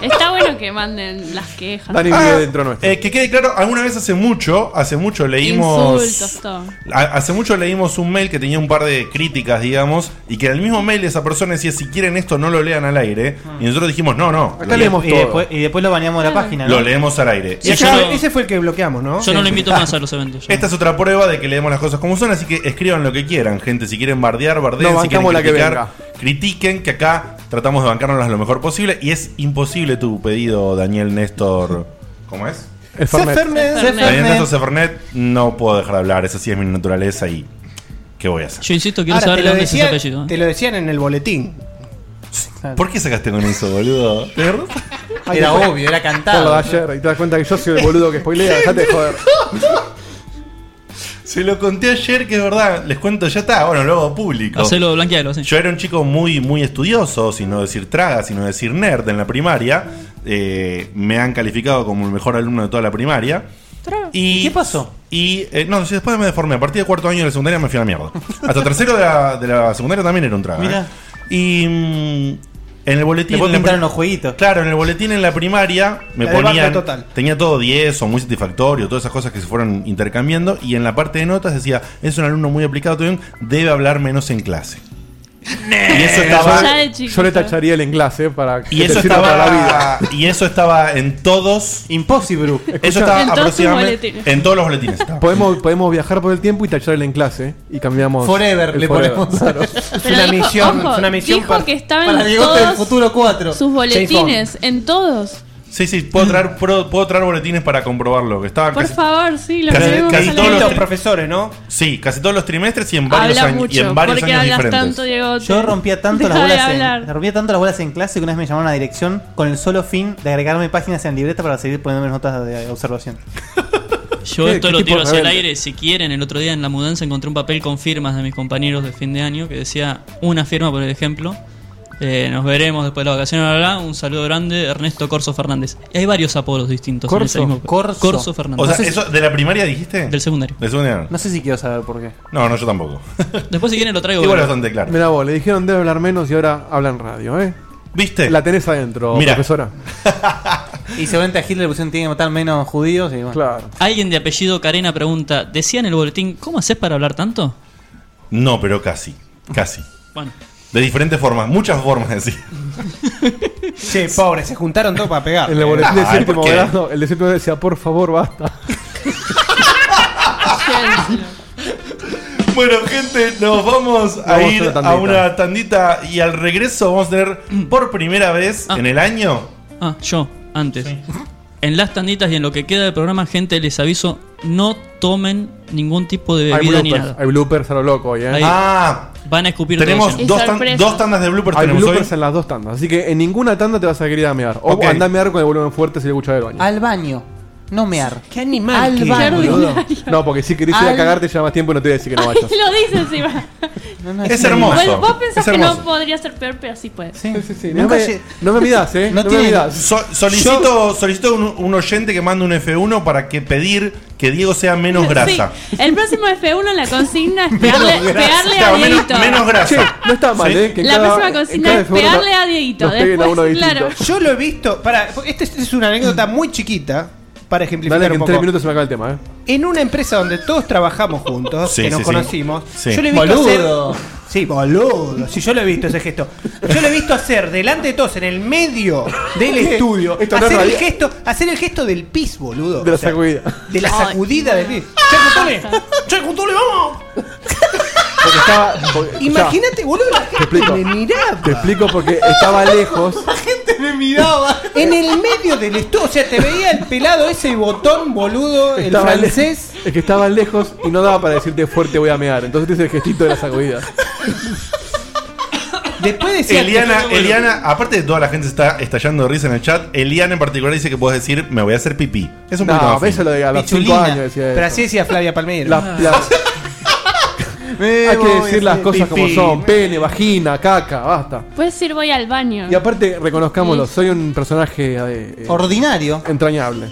S2: Está bueno que manden las
S7: [laughs]
S2: quejas.
S7: Dani
S1: Ah,
S7: vive dentro nuestro.
S1: eh, que quede claro, alguna vez hace mucho, hace mucho leímos.
S2: Insultos, todo.
S1: A- Hace mucho leímos un mail que tenía un par de críticas, digamos, y que en el mismo mail esa persona decía, si quieren esto, no lo lean al aire. Y nosotros dijimos, no, no,
S7: Ah. Acá
S1: lo,
S7: leemos
S4: Y
S7: todo.
S4: después, y después lo baneamos de la página. ¿no?
S1: lo leemos al aire.
S6: Y
S3: Sí,
S6: acá,
S3: yo no-
S6: Ese fue el que bloqueamos, ¿no?
S3: Yo no lo invito más a los eventos. yo.
S1: Esta es otra prueba de que leemos las cosas como son, así que escriban lo que quieran, gente. Si quieren bardear, bardeen,
S7: No,
S1: si quieren
S7: bancamos la que
S1: criticar, critiquen, que acá tratamos de bancárnoslas lo mejor posible. Y es imposible tu pedido, Daniel Néstor. ¿Cómo es?
S7: El Fernet.
S1: Daniel
S4: Fernet.
S1: Néstor Sefernet, no puedo dejar de hablar, esa sí es mi naturaleza y. ¿Qué voy a hacer?
S3: Yo insisto, quiero
S6: Ahora,
S3: saber
S6: te,
S3: de
S6: lo
S3: dónde es ese
S6: decían,
S3: apellido. ¿eh?
S6: te lo decían en el boletín.
S1: ¿Por qué sacaste con eso, boludo? ¿De verdad?
S4: Era obvio, era
S7: Por lo de
S4: cantado.
S7: ayer. Y te das cuenta que yo soy el boludo que spoilea. Dejate de joder.
S1: Se lo conté ayer, que es verdad. Ah, Les cuento, ya está. Bueno, luego público.
S3: Hacelo, blanquealo, sí.
S1: Yo era un chico muy, muy estudioso, sin no decir traga, sin no decir nerd en la primaria. Eh, me han calificado como el mejor alumno de toda la primaria. Y,
S4: ¿Qué pasó?
S1: Y eh, no, sí, después me deformé. A partir de cuarto año de la secundaria ¿eh? me fui a la mierda. Hasta tercero de la, de la secundaria también era un traga.
S4: Mirá.
S1: ¿eh? Y mm, En el boletín.
S4: Después
S1: en la
S4: pintaron
S1: pri-
S4: los jueguitos.
S1: Claro, en el boletín en la primaria me
S6: La debacle
S1: ponían.
S6: total.
S1: Tenía todo 10 o muy satisfactorio, todas esas cosas que se fueron intercambiando. Y en la parte de notas decía: es un alumno muy aplicado, también debe hablar menos en clase. y eso
S10: Eh,
S1: estaba.
S2: Ya de chiquito.
S7: Yo le tacharía el enlace para que
S1: Y eso,
S7: te sirva
S1: estaba,
S7: para la vida.
S1: y eso estaba en todos.
S4: Impossible.
S1: Eso
S7: En
S1: estaba
S2: todos tus
S1: aproximadamente.
S2: boletines.
S1: En todos los boletines. estaba.
S7: Podemos, podemos viajar por el tiempo y tachar el enlace y cambiamos.
S4: Forever
S7: el
S4: le
S7: forever.
S4: ponemos.
S6: Es una
S2: dijo-
S6: misión,
S2: ojo,
S6: es una misión
S2: dijo
S6: para-
S2: que estaba
S4: Para
S2: en
S4: Diego del
S2: todos
S4: futuro 4.
S2: sus boletines, en todos.
S1: Sí, sí, puedo traer, puedo, puedo traer boletines para comprobarlo. que Estaba
S2: Por
S1: casi-
S2: favor, sí, lo
S1: Casi-
S2: tenemos en
S1: casi [laughs]
S2: la
S1: todos los
S6: Distintos
S2: lista.
S1: tri-
S6: profesores, ¿no?
S1: Sí, casi todos los trimestres y en varios
S2: Habla
S1: años, y
S2: mucho.
S1: en varios
S2: ¿Por qué
S1: años
S2: hablas
S1: diferentes.
S2: tanto, Diego?
S4: Yo rompía tanto las
S2: Deja de
S4: bolas en,
S2: hablar.
S4: rompía tanto las bolas en clase que una vez me llamaron a dirección con el solo fin de agregarme páginas en libreta para seguir poniéndome notas de observación.
S3: Yo
S7: ¿Qué-
S3: esto
S7: qué
S3: lo
S7: tipo
S3: tiro hacia el
S7: rebelde?
S3: aire. Si quieren, el otro día en la mudanza encontré un papel con firmas de mis compañeros de fin de año que decía una firma, por ejemplo. eh, nos veremos después de la vacación. Bla, bla, bla. un saludo grande, Ernesto Corso Fernández. Y hay varios apodos distintos. en
S7: Corso,
S3: ese mismo-
S4: Corso.
S3: Corso Fernández.
S1: O sea,
S4: No sé si-
S1: ¿eso de la primaria dijiste?
S3: del secundario.
S1: ¿Del secundario?
S4: No sé si quiero saber por qué.
S1: No, no, yo tampoco.
S3: Después, si quieren, lo traigo.
S1: Igual
S3: pero-
S1: bastante claro.
S7: Mirá vos, le dijeron debe hablar menos y ahora habla en radio, ¿eh?
S1: ¿Viste?
S7: La tenés adentro,
S1: Mirá. [laughs]
S7: profesora.
S4: Y seguramente a Hitler le pusieron tiene que matar menos judíos y bueno.
S7: Claro.
S3: Alguien de apellido Carena pregunta: Decía en el boletín, ¿cómo haces para hablar tanto?
S1: No, pero casi. Casi.
S3: Bueno,
S1: De diferentes formas, muchas formas de decir.
S6: Che, pobre, se juntaron todos para pegar.
S7: En el boletín de
S1: Ay,
S7: séptimo
S1: Ah, ¿por qué?
S7: grado, el de séptimo grado decía, por favor, basta.
S2: Llévenselo.
S1: [laughs] Bueno, gente, nos vamos a
S7: Vamos a
S1: ir
S7: una
S1: a
S7: tandita.
S1: una tandita y al regreso vamos a tener por primera vez
S3: Ah.
S1: en el año.
S3: ah, yo, antes. En las tanditas y en lo que queda del programa, gente, les aviso: no tomen ningún tipo de
S7: Hay
S3: bebida ni
S7: bloopers,
S3: nada.
S7: hay bloopers a lo loco hoy, ¿eh?
S3: Ahí. Sí.
S1: Ah,
S3: Van a escupir todo
S1: tenemos
S3: eso.
S2: Y
S1: dos, tan-
S2: sorpresas.
S1: dos tandas de bloopers
S7: Hay
S1: tenemos hoy.
S7: bloopers en las dos tandas, así que en ninguna tanda te vas a querer a mear. O
S1: Ok.
S7: andá a mear con el volumen fuerte si le escuchas del baño.
S4: Al baño. No mear.
S6: Qué animal.
S4: Al
S6: que-
S4: baño.
S6: boludo.
S4: [laughs]
S7: No, porque si querés ir
S4: Al-
S7: a cagarte ya más tiempo y no te voy a decir que no
S2: Ay,
S6: [laughs]
S7: vayas.
S2: [laughs] lo dice encima.
S4: No, no,
S1: Es
S4: sí.
S1: hermoso.
S2: Bueno, vos
S1: Es
S2: pensás que
S1: hermoso.
S2: no podría ser peor, pero sí puede.
S4: Sí.
S7: Sí, sí, sí. No,
S4: Nunca
S7: me,
S4: lle-
S7: no me midas, ¿eh?
S4: No
S7: No, me
S4: tiene-
S7: midas.
S1: So- solicito solicito un, un oyente que mande un F1 para que pedir que Diego sea menos grasa.
S2: Sí, el próximo F1 la
S1: [laughs]
S2: consigna es pegarle, pegarle
S1: Claro,
S2: a
S1: menos,
S2: Dieguito.
S1: menos grasa.
S7: Che, no está mal,
S1: Sí.
S7: ¿eh? Que
S2: La
S7: cada-
S2: próxima consigna
S7: cada
S2: es
S7: figura
S2: pegarle
S7: no-
S2: a Dieguito,
S7: nos peguen a uno
S2: después,
S7: distinto.
S2: claro.
S6: Yo lo he visto. Para, esta es una anécdota muy chiquita para ejemplificar
S7: Dale, que
S6: un
S7: en
S6: poco.
S7: tres minutos se me acaba el tema, ¿eh?
S6: En una empresa donde todos trabajamos juntos,
S1: Sí,
S6: que nos
S1: sí, sí.
S6: conocimos,
S1: Sí.
S6: yo le he visto
S4: Boludo.
S6: hacer. Sí, boludo. Sí, yo lo he visto ese gesto. Yo lo he visto hacer delante de todos, en el medio
S7: [laughs]
S6: del estudio,
S7: Esto no es
S6: hacer el
S7: radio.
S6: gesto, hacer el gesto del pis, [laughs] boludo.
S7: De la
S6: O sea,
S7: sacudida.
S6: De la
S2: Ay,
S6: sacudida del pis.
S2: [laughs]
S6: ¡Che, Cutuli! ¡Che, Cutuli, vamos!
S7: Porque estaba. porque-
S6: Imagínate, boludo, la
S7: Te
S6: gente
S7: explico.
S6: me miraba.
S7: Te explico porque estaba lejos.
S6: En el medio del estudio, o sea, te veía el pelado ese botón, boludo, el
S7: Estaba le-
S6: francés.
S7: Es que estaba lejos y no daba para decirte fuerte voy a mear. Entonces te hice el gestito de la sacudida.
S6: Después decía.
S1: Eliana, Eliana, aparte de toda la gente está estallando de risa en el chat, Eliana en particular dice que puedes decir me voy a hacer pipí. Es un poquito
S7: No,
S1: más fino.
S7: eso lo de a los cinco
S4: Pichulina.
S7: años decía
S6: Pero
S7: eso.
S6: así decía Flavia Palmeiro.
S7: Las- las- hay que decir las cosas como son: pene, vagina, caca, basta.
S2: Puedes decir voy al baño.
S7: Y aparte, reconozcámoslo, soy un personaje eh, eh,
S4: Ordinario.
S7: entrañable.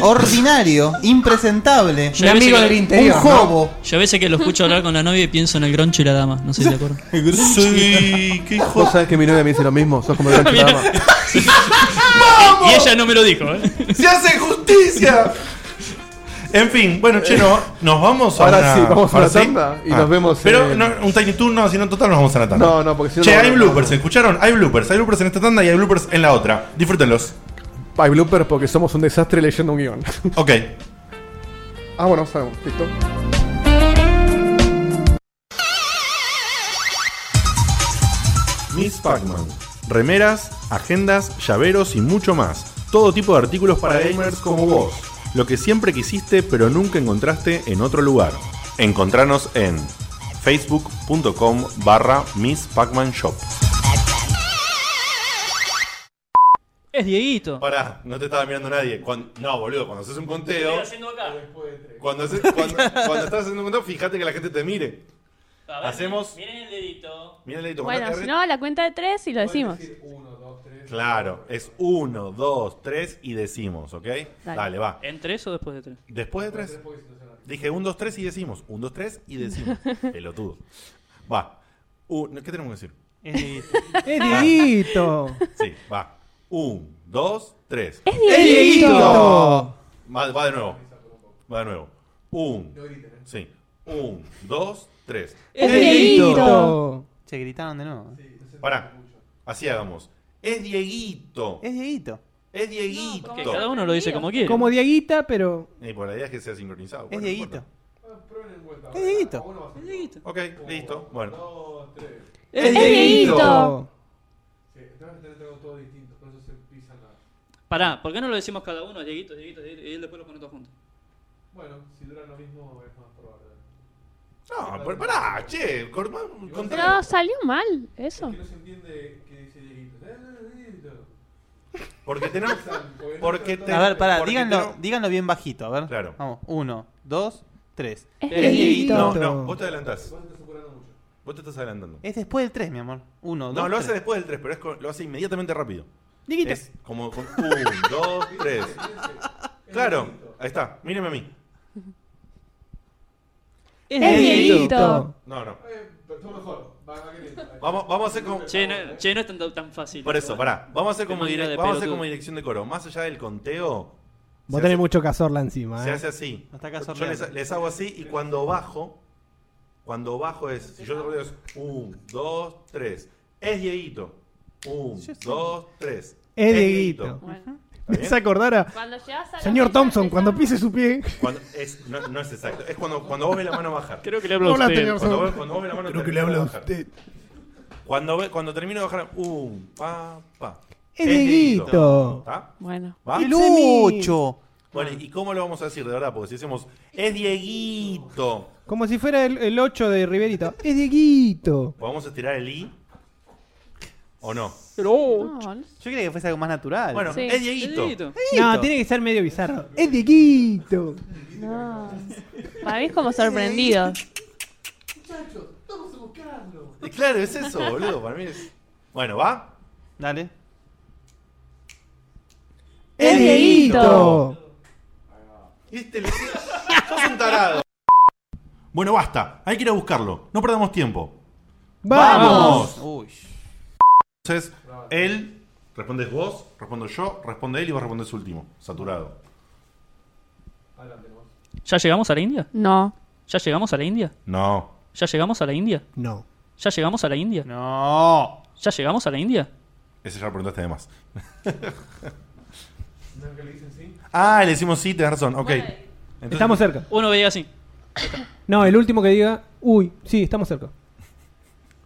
S4: Ordinario.
S6: [laughs]
S4: Impresentable.
S3: Yo hay veces que-
S4: Un
S6: interior, ¿no?
S4: jobo.
S3: Yo a veces que lo escucho hablar con la novia y pienso en el groncho y la dama. No sé si te acuerdas.
S1: [laughs] Sí, qué hijo
S7: Vos sabés que mi novia me dice lo mismo, sos
S1: [laughs]
S7: como el Groucho Dama.
S3: Y ella no me lo dijo. ¿eh?
S1: ¡Se hace justicia! En fin, bueno, che, no, nos vamos a
S7: Ahora
S1: una-
S7: sí, vamos a
S1: ahora Ah.
S7: la tanda y nos vemos
S1: Pero
S7: en-
S1: no, un tiny toon no, sino en total nos vamos a la tanda.
S7: No, no, porque si no,
S1: Che,
S7: no,
S1: hay
S7: no,
S1: bloopers,
S7: no.
S1: ¿escucharon? Hay bloopers, hay bloopers en esta tanda y hay bloopers en la otra. Disfrútenlos.
S7: Hay bloopers porque somos un desastre leyendo un guión.
S1: Ok.
S7: Ah, bueno, sabemos, listo.
S1: Miss Pac-Man. Remeras, agendas, llaveros y mucho más. Todo tipo de artículos para gamers como vos. Lo que siempre quisiste pero nunca encontraste en otro lugar. Encontranos en facebook.com barra Miss Pac-Man Shop.
S3: Es Dieguito.
S1: Pará, no te estaba mirando nadie. Cuan- no, boludo, cuando haces un conteo. Cuando, haces- cuando- cuando estás haciendo un conteo, fíjate que la gente te mire. Hacemos.
S3: Miren el dedito.
S1: Mira el dedito,
S2: bueno,
S1: mandá
S2: si no, a la cuenta de tres y lo decimos.
S1: R. Claro, es uno, dos, tres y decimos, ¿ok? Dale, va.
S3: ¿En tres o después de tres?
S1: Después de tres. Dije un,
S2: [laughs]
S1: dos, tres y decimos. Un, dos, tres y decimos. Pelotudo. Va. Un- ¿Qué tenemos que decir?
S4: Es Dieguito.
S6: [laughs] ¡Es Dieguito!
S1: Sí, va. Un, dos, tres.
S2: ¡Es Dieguito!
S1: Va, va de nuevo. Va de nuevo. Un. Sí. Un, dos, tres.
S2: ¿eh? ¡Es Dieguito!
S4: Se gritaron de nuevo.
S1: Pará. Así hagamos. Es Dieguito.
S4: Es Dieguito.
S1: Es Dieguito.
S3: Que cada uno lo dice como quiere.
S6: Como Dieguita, pero.
S1: Y por la idea es que sea sincronizado.
S4: Es
S1: Bueno, no
S4: Dieguito. Es Dieguito.
S1: importa. Ok, listo. Bueno.
S2: ¡Es Dieguito!
S3: Pará, ¿por qué no lo decimos cada uno? Dieguito, Dieguito, Dieguito, y él después lo pone todos juntos.
S1: No, pero pará, che. cor- contra-
S2: Pero salió mal eso.
S1: Porque tenemos. Porque te-
S4: A ver, pará,
S1: porque
S4: díganlo,
S1: tenemos-
S4: díganlo bien bajito. A ver.
S1: Claro.
S4: Vamos. Uno, dos, tres.
S2: Es
S3: Es
S2: Dieguito.
S1: No, no, vos te adelantás. Vos te estás adelantando.
S4: Este Es después del tres, mi amor. Uno, dos.
S1: No, lo hace
S4: tres.
S1: después del 3, pero es con- lo hace inmediatamente rápido.
S4: Dieguito.
S1: Es como con 1, 2, 3. Claro, ahí está. Míreme a mí.
S2: ¡Es Dieguito!
S1: No, no.
S2: Eh,
S1: Vamos, vamos a hacer como.
S3: Che, no, che, no es tan, tan fácil. eh.
S1: Por eso, pará. Vamos a hacer como,
S3: Tengo
S1: direc-
S3: cara de
S1: vamos a hacer
S3: pelotudo.
S1: como dirección de coro. Más allá del conteo,
S6: Vos
S1: Se
S6: tenés
S1: hace-
S6: mucho cazorla encima,
S1: se
S6: ¿eh?
S1: hace así.
S4: No está acá
S1: Yo
S4: sorteando.
S1: les, les hago así y cuando bajo, cuando bajo es. Si yo sorteo es 1, 2, 3. Es Dieguito. 1, 2, 3.
S6: Es Dieguito.
S2: Bueno.
S6: Me hace acordar a.
S2: Cuando llegas a la
S6: Señor
S2: meta,
S6: Thompson,
S2: empezamos.
S6: cuando pise su pie.
S1: Cuando- es, no, no es exacto. Es cuando, cuando vos ves la mano bajar.
S3: Creo que le hablo a
S7: Hola,
S3: usted.
S7: señor.
S1: Cuando vos, cuando vos ves la mano
S7: Creo que
S1: termino
S7: le
S1: de
S7: habla a
S1: bajar.
S7: usted.
S1: Cuando, ve- cuando termino de bajar, un, pa, pa.
S6: Es Dieguito.
S1: ¿Está?
S2: Bueno.
S1: ¿Va?
S4: El
S6: It's a me.
S4: 8.
S1: Bueno, ¿y cómo lo vamos a decir de verdad? Porque si decimos, es Dieguito,
S6: Como si fuera el, el 8 de Riverito. Es Dieguito.
S1: ¿podemos estirar el i? ¿O no?
S2: No, no sé.
S4: Yo creía que fuese algo más natural.
S1: Bueno,
S2: Sí.
S1: es Dieguito.
S6: No, tiene que ser medio bizarro. Es Dieguito.
S2: No. Para mí es como sorprendido.
S1: Y [laughs] Claro, es eso, boludo. Para mí es. Bueno, ¿va?
S4: Dale.
S2: ¡Es Dieguito!
S1: Este le- Sos un tarado. Bueno, basta. Hay que ir a buscarlo. No perdamos tiempo.
S6: ¡Vamos!
S4: Uy.
S1: Entonces, él, respondes vos, respondo yo, responde él y vos respondes último, saturado.
S3: ¿Ya llegamos a la India?
S2: No.
S3: ¿Ya llegamos a la India?
S1: No.
S3: ¿Ya llegamos a la India?
S6: No.
S3: ¿Ya llegamos a la India?
S4: No.
S3: ¿Ya llegamos a la India?
S1: Ese ya lo preguntaste de más. Ah, le decimos sí, tenés razón. Ok. Entonces-
S6: Estamos cerca.
S3: Uno veía así.
S6: No, el último que diga. Uy, sí, estamos cerca.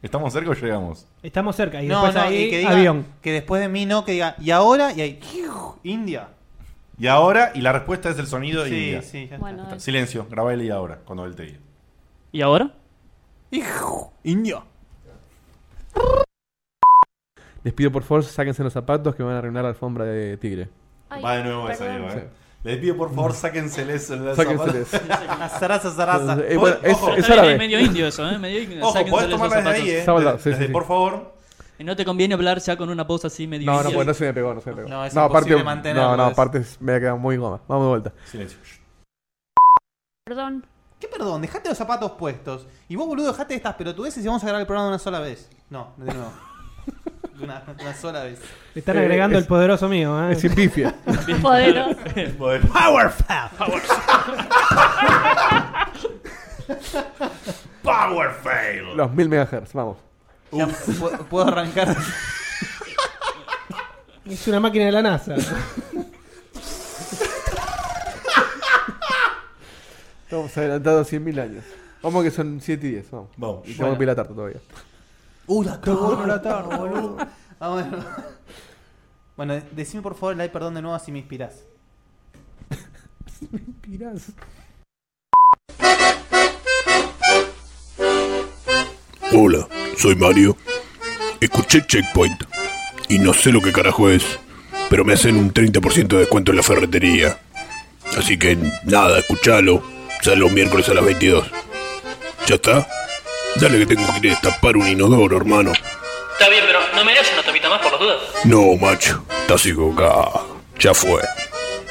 S1: ¿Estamos cerca o llegamos?
S6: Estamos cerca. Y
S4: No,
S6: después
S4: no,
S6: ahí,
S4: y que diga
S6: avión.
S4: que después de mí no, que diga, y ahora, y ahí, India.
S1: Y ahora, y la respuesta es el sonido
S4: Sí,
S1: y. India.
S4: sí, ya está.
S2: Bueno, dale.
S1: Silencio, grabá el y ahora, cuando él te diga.
S3: ¿Y ahora?
S4: Iu, India.
S7: Les pido por favor, sáquense los zapatos que van a arruinar la alfombra de tigre.
S2: Ay,
S1: Va de nuevo esa,
S2: perdón.
S1: Diego, eh. Les pido por favor, sáquense eso en la
S7: Sáquenseles.
S4: [laughs] Zaraza, zaraza.
S7: Eh, bueno, es,
S1: Ojo.
S7: es
S3: Está bien,
S7: árabe.
S3: medio indio eso, ¿eh? Medio indio.
S1: Ojo,
S3: Sáquense
S1: podés
S3: esos
S1: tomarla desde ahí,
S3: zapatos.
S1: eh.
S7: Sábado,
S1: Desde-
S7: sí, sí,
S1: desde
S7: sí.
S1: por favor.
S3: Y no te conviene hablar ya con una voz así medio
S7: No, no,
S3: india.
S7: pues no se me pegó, no se me pegó.
S4: No, es
S7: aparte,
S4: imposible mantenerlo,
S7: no, no,
S4: es-
S7: aparte es- me ha quedado muy goma. Vamos de vuelta.
S1: Silencio.
S2: Perdón.
S4: ¿Qué perdón? Dejate los zapatos puestos. Y vos, boludo, dejate estas pelotudeces y vamos a grabar el programa de una sola vez. No, de
S6: [laughs]
S4: nuevo. De una, de una sola vez.
S6: Le están
S7: Eh,
S6: agregando
S7: es-
S6: el poderoso mío, ¿eh?
S7: Es impifia.
S6: [laughs]
S2: Poderoso.
S1: Bueno,
S4: Power Fab.
S1: [laughs] Power fail.
S7: los 1000 megahertz, vamos.
S4: Ya pu- puedo
S6: [laughs]
S4: arrancar.
S6: Es una máquina de la NASA.
S7: Estamos adelantados 100.000 años. Vamos que son 7 y 10, vamos.
S1: Vamos.
S7: Y tengo que pila tarta todavía.
S4: Uh, la tarde, boludo. Vamos de nuevo. Bueno, de- decime por favor el ay perdón de nuevo así me inspirás.
S7: Mentiras.
S9: Hola, soy Mario. Escuché Checkpoint. Y no sé lo que carajo es. Pero me hacen un 30% de descuento en la ferretería. Así que nada, escuchalo. Sale los miércoles a las 22. ¿Ya está? Dale que tengo que ir a destapar un inodoro, hermano.
S3: Está bien, pero no merece una tapita más por las dudas.
S9: No, macho. Estás equivocado. Ya fue.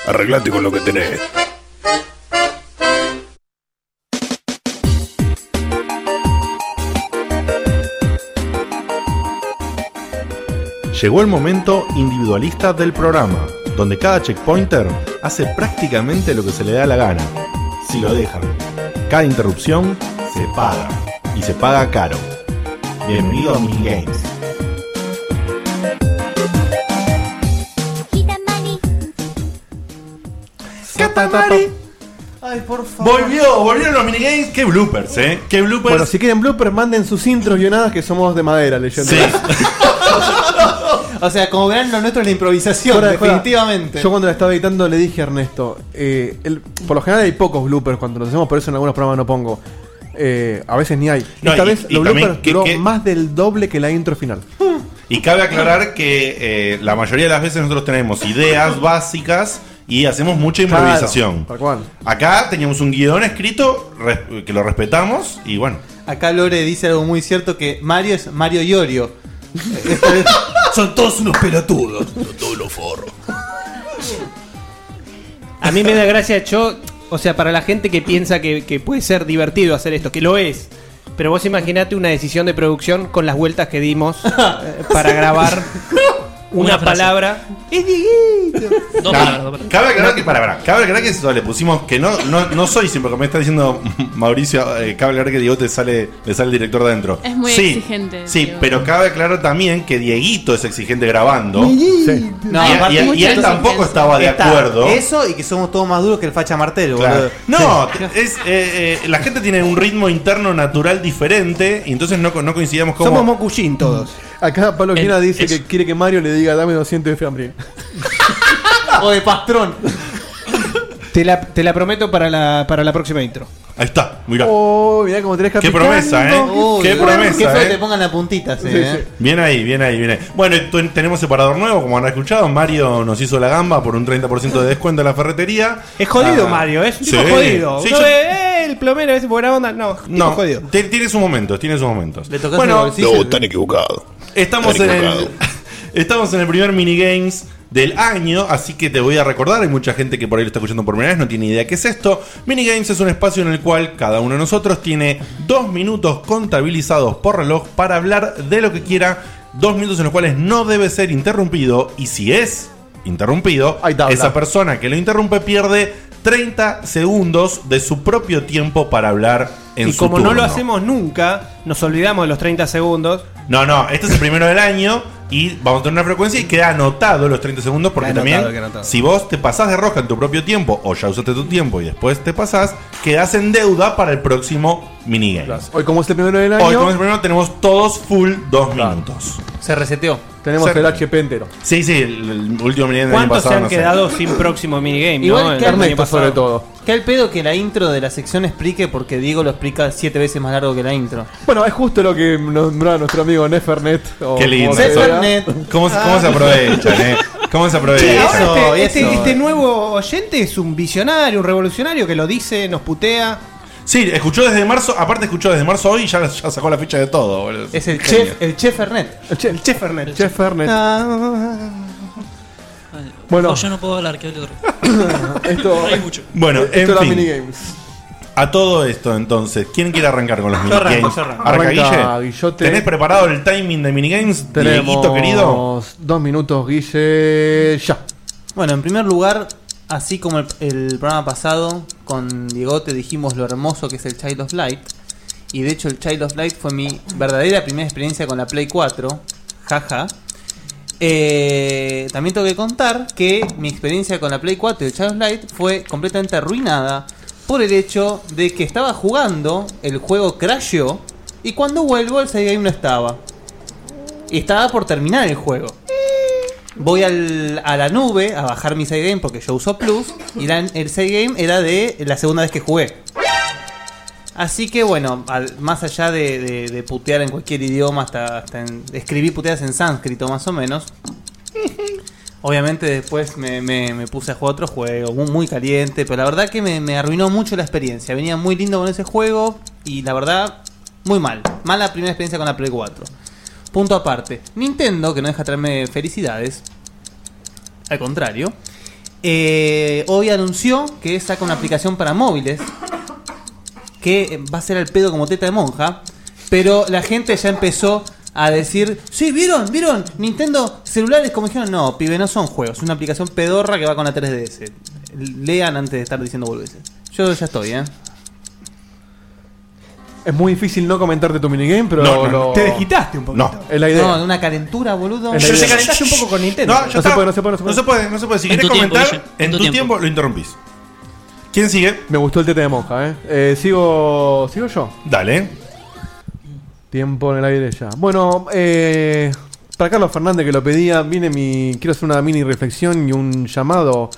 S9: Arreglate con lo que tenés.
S1: Llegó el momento individualista del programa, donde cada checkpointer hace prácticamente lo que se le da la gana, si lo dejan. Cada interrupción se paga, y se paga caro. Bienvenido a Minigames. Catamari.
S6: Ay, por favor.
S1: Volvió, volvieron los minigames. Qué bloopers, eh. Qué bloopers.
S7: Bueno, si quieren bloopers, manden sus intros guionadas que somos de madera, leyendo.
S1: [laughs]
S4: O sea, como verán, lo nuestro es la improvisación,
S7: Fuera de joda,
S4: definitivamente.
S7: Yo cuando la estaba editando le dije a Ernesto, eh, el- por lo general hay pocos bloopers cuando los hacemos, por eso en algunos programas no pongo. Eh, a veces ni hay.
S1: No,
S7: Esta
S1: y-
S7: vez
S1: y
S7: los
S1: también, Mm.
S7: bloopers
S1: ¿qué-
S7: duró
S1: qué?
S7: más del doble que la intro final.
S1: Y cabe aclarar que eh, la mayoría de las veces nosotros tenemos ideas básicas y hacemos mucha improvisación.
S7: Claro, tal cual.
S1: Acá teníamos un guión escrito res- que lo respetamos y bueno.
S4: Acá Lore dice algo muy cierto que Mario es Mario
S1: [laughs]
S4: Iorio. Esto es-
S5: Son todos unos pelotudos.
S9: Todos los forros.
S6: A mí me da gracia, yo, o sea, para la gente que piensa que, que puede ser divertido hacer esto, que lo es. Pero vos imaginate una decisión de producción con las vueltas
S7: [laughs]
S6: que dimos eh, para grabar una,
S3: Una frase.
S6: palabra. Es
S1: [laughs]
S3: Dos
S1: Nada,
S3: palabras, dos palabras.
S1: cabe aclarar que, para, para, cabe aclarar que eso le pusimos que no, no, no soy siempre, como me está diciendo [laughs] Mauricio, eh, cabe aclarar que Diego te sale, le sale el director de adentro.
S2: Es muy
S1: sí,
S2: exigente,
S1: Sí,
S2: Diego.
S1: pero cabe aclarar también que Dieguito es exigente grabando. Y,
S7: Sí.
S4: No,
S1: y-
S4: aparte-
S1: y él
S2: mucha
S1: tampoco
S2: exigencia.
S1: estaba de
S4: está
S1: acuerdo.
S4: Eso y que somos todos más duros que el facha Martelo,
S1: Claro.
S4: boludo.
S1: No, te- es, eh, eh, la gente tiene un ritmo interno natural diferente y entonces no, co- no coincidíamos como...
S6: Somos Mokuyin todos.
S7: Acá Pablo
S3: El-
S7: Quina dice
S3: es-
S7: que quiere que Mario le diga dame 200 de
S1: [laughs]
S7: fiambre.
S4: O de Pastrón.
S6: Te la, te la prometo para la, para la próxima intro.
S1: Ahí está, mirá.
S7: Oh, mirá cómo tenés
S1: Qué promesa,
S7: capitando.
S1: ¿eh?
S4: Uy,
S1: Qué promesa,
S4: Qué feo que
S1: eh.
S4: te pongan la puntita, sí,
S7: Sí,
S4: eh.
S7: sí.
S1: Bien ahí, bien ahí, bien ahí. Bueno, y tu- tenemos separador nuevo, como han escuchado. Mario nos hizo la gamba por un 30% de descuento en la ferretería.
S6: Es jodido,
S1: Ah,
S6: Mario, es un tipo
S1: sí.
S6: jodido.
S1: Sí,
S6: Uno
S1: yo-
S6: ve, "Eh, el plomero es buena onda. No, tipo
S1: no,
S6: jodido.
S1: te- tiene sus momentos, tiene sus momentos.
S4: Le tocas el
S1: Bueno,
S4: bolsillo.
S9: No, están equivocados.
S1: estamos en
S9: Están
S1: el,
S9: equivocados.
S1: estamos en el primer minigames del año, así que te voy a recordar, hay mucha gente que por ahí lo está escuchando por primera vez, no tiene idea qué es esto. Minigames es un espacio en el cual cada uno de nosotros tiene dos minutos contabilizados por reloj para hablar de lo que quiera, dos minutos en los cuales no debe ser interrumpido, y si es interrumpido,
S7: Ahí está,
S1: esa
S7: habla.
S1: persona que lo interrumpe pierde 30 segundos de su propio tiempo para hablar en
S6: Y
S1: su
S6: como no lo
S1: turno.
S6: hacemos nunca, nos olvidamos de los 30 segundos.
S1: No, no, este es el primero del año y vamos a tener una frecuencia y queda anotado los 30 segundos porque
S6: Queda
S1: también
S6: anotado, queda anotado.
S1: si vos te pasás de roja en tu propio tiempo o ya usaste tu tiempo y después te pasás, quedás en deuda para el próximo minigame.
S7: Hoy como es el primero del
S1: Hoy
S7: año,
S1: como es el primero tenemos todos full dos minutos.
S4: Se reseteó.
S7: tenemos
S1: Ser-
S7: el HP entero.
S1: Sí, sí, el, el último minigame del año
S6: ¿Cuántos
S1: pasado
S6: se han
S1: no sé.
S6: quedado sin próximo minigame?
S4: Igual
S6: no?
S4: que
S6: El año
S7: Ernesto
S6: pasado.
S7: sobre todo.
S4: Que al pedo que la intro de la sección explique porque Diego lo explica siete veces más largo que la intro.
S7: Bueno, es justo lo que nombraba nuestro amigo Nefernet. o
S1: Qué lindo
S7: como se
S1: eso.
S7: diga.
S4: Nefernet.
S1: ¿Cómo, se- cómo
S7: [laughs]
S1: se aprovechan, eh? ¿Cómo se
S6: Sí,
S1: aprovechan?
S6: ahora
S4: Eso,
S6: este, este-
S4: eso.
S6: este nuevo oyente es un visionario, un revolucionario que lo dice, nos putea.
S1: Sí, escuchó desde marzo, aparte escuchó desde marzo hoy y ya, ya sacó la ficha de todo. boludo.
S4: Es el
S1: Genio.
S4: chef, el chef Ernet.
S7: El chef,
S6: Chef Fernet.
S7: chef Ernet. Bueno.
S3: Bueno. yo no puedo hablar, que hable otro.
S7: [coughs] Esto,
S3: Hay mucho.
S1: Bueno,
S7: esto
S1: en
S7: era
S1: fin.
S7: minigames.
S1: A todo esto, entonces, ¿quién quiere arrancar con los
S6: arranco,
S1: minigames?
S6: yo arranco.
S1: Arranca,
S7: Arranca,
S1: Guille.
S7: Guillote.
S1: ¿Tenés preparado el timing de minigames, Dieguito
S7: Tenemos
S1: querido?
S7: dos minutos, Guille. Ya.
S4: Bueno, en primer lugar, así como el, el programa pasado, con Diego te dijimos lo hermoso que es el Child of Light. Y de hecho el Child of Light fue mi verdadera primera experiencia con la Play 4. Jaja. Eh, también tengo que contar que mi experiencia con la Play 4 y el Child of Light fue completamente arruinada por el hecho de que estaba jugando, el juego crasheó y cuando vuelvo el Sega Game no estaba. Y estaba por terminar el juego. Voy al- a la nube a bajar mi side game porque yo uso Plus. Y la- el side game era de la segunda vez que jugué. Así que bueno, al- más allá de, de- de putear en cualquier idioma, hasta, hasta en- escribí puteadas en sánscrito más o menos. Obviamente después me, me- me puse a jugar otro juego mu- muy, caliente, pero la verdad que me, me arruinó mucho la experiencia. Venía muy lindo con ese juego y la verdad, muy mal. Mala primera experiencia con la Play 4. Punto aparte. Nintendo, que no deja traerme felicidades, al contrario, eh, hoy anunció que saca una aplicación para móviles que va a ser al pedo como teta de monja, pero la gente ya empezó a decir, sí, vieron, vieron, Nintendo Celulares, como dijeron, no, pibe, no son juegos. Es una aplicación pedorra que va con la 3DS. Lean antes de estar diciendo boludeces. Yo ya estoy, ¿eh?
S7: Es muy difícil no comentarte tu minigame, pero
S1: No, no,
S7: lo-
S1: no.
S6: Te desquitaste un poquito.
S7: No, es la idea.
S4: No, de una calentura, boludo.
S7: Es la
S1: Pero
S7: idea.
S1: se calentaste
S6: un poco con Nintendo.
S1: No, ya
S7: No se
S1: está.
S7: puede, no se puede, no se puede.
S1: no se puede. Si
S3: En
S1: quieres
S3: tu tiempo,
S1: comentar,
S3: Guille, en
S1: en
S3: tu
S1: tu
S3: tiempo.
S1: tiempo lo interrumpís. ¿Quién sigue?
S7: Me gustó el tete de monja, ¿eh? Eh, sigo, sigo yo.
S1: Dale.
S7: Tiempo en el aire ya. Bueno, eh, para Carlos Fernández que lo pedía, viene mi. Quiero hacer una mini reflexión y un llamado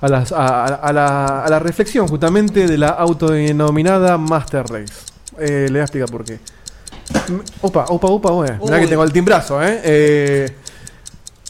S7: a, las- a- a- a la, a la reflexión justamente de la autodenominada Master Race. Eh, le voy a explicar por qué. Mm, Opa, opa, opa, opa. Mirá que
S4: Uy.
S7: tengo el timbrazo, ¿eh? Eh,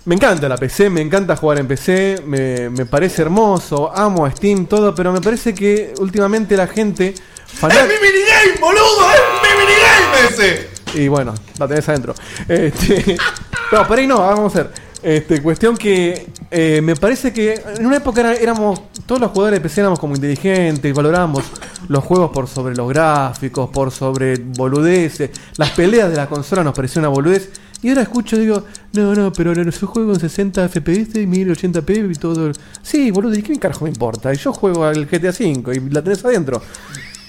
S7: Me encanta la PC, me encanta jugar en PC, me, me parece hermoso, amo a Steam, todo, pero me parece que últimamente la gente...
S1: ¡Es
S7: fanática
S1: mi minigame, boludo! ¡Es mi minigame ese!
S7: y bueno, la tenés adentro. Este, [laughs] no, por ahí no, vamos a hacer. Este, cuestión que eh, me parece que en una época era- éramos, todos los jugadores de PC éramos como inteligentes, valorábamos los juegos por sobre los gráficos, por sobre boludeces, las peleas de la consola nos parecían una boludez. Y ahora escucho y digo, no, no, pero ahora yo juego en 60 FPS y 1080p y todo. Sí, boludo, ¿y qué carajo me importa? Y yo juego al GTA V y la tenés adentro.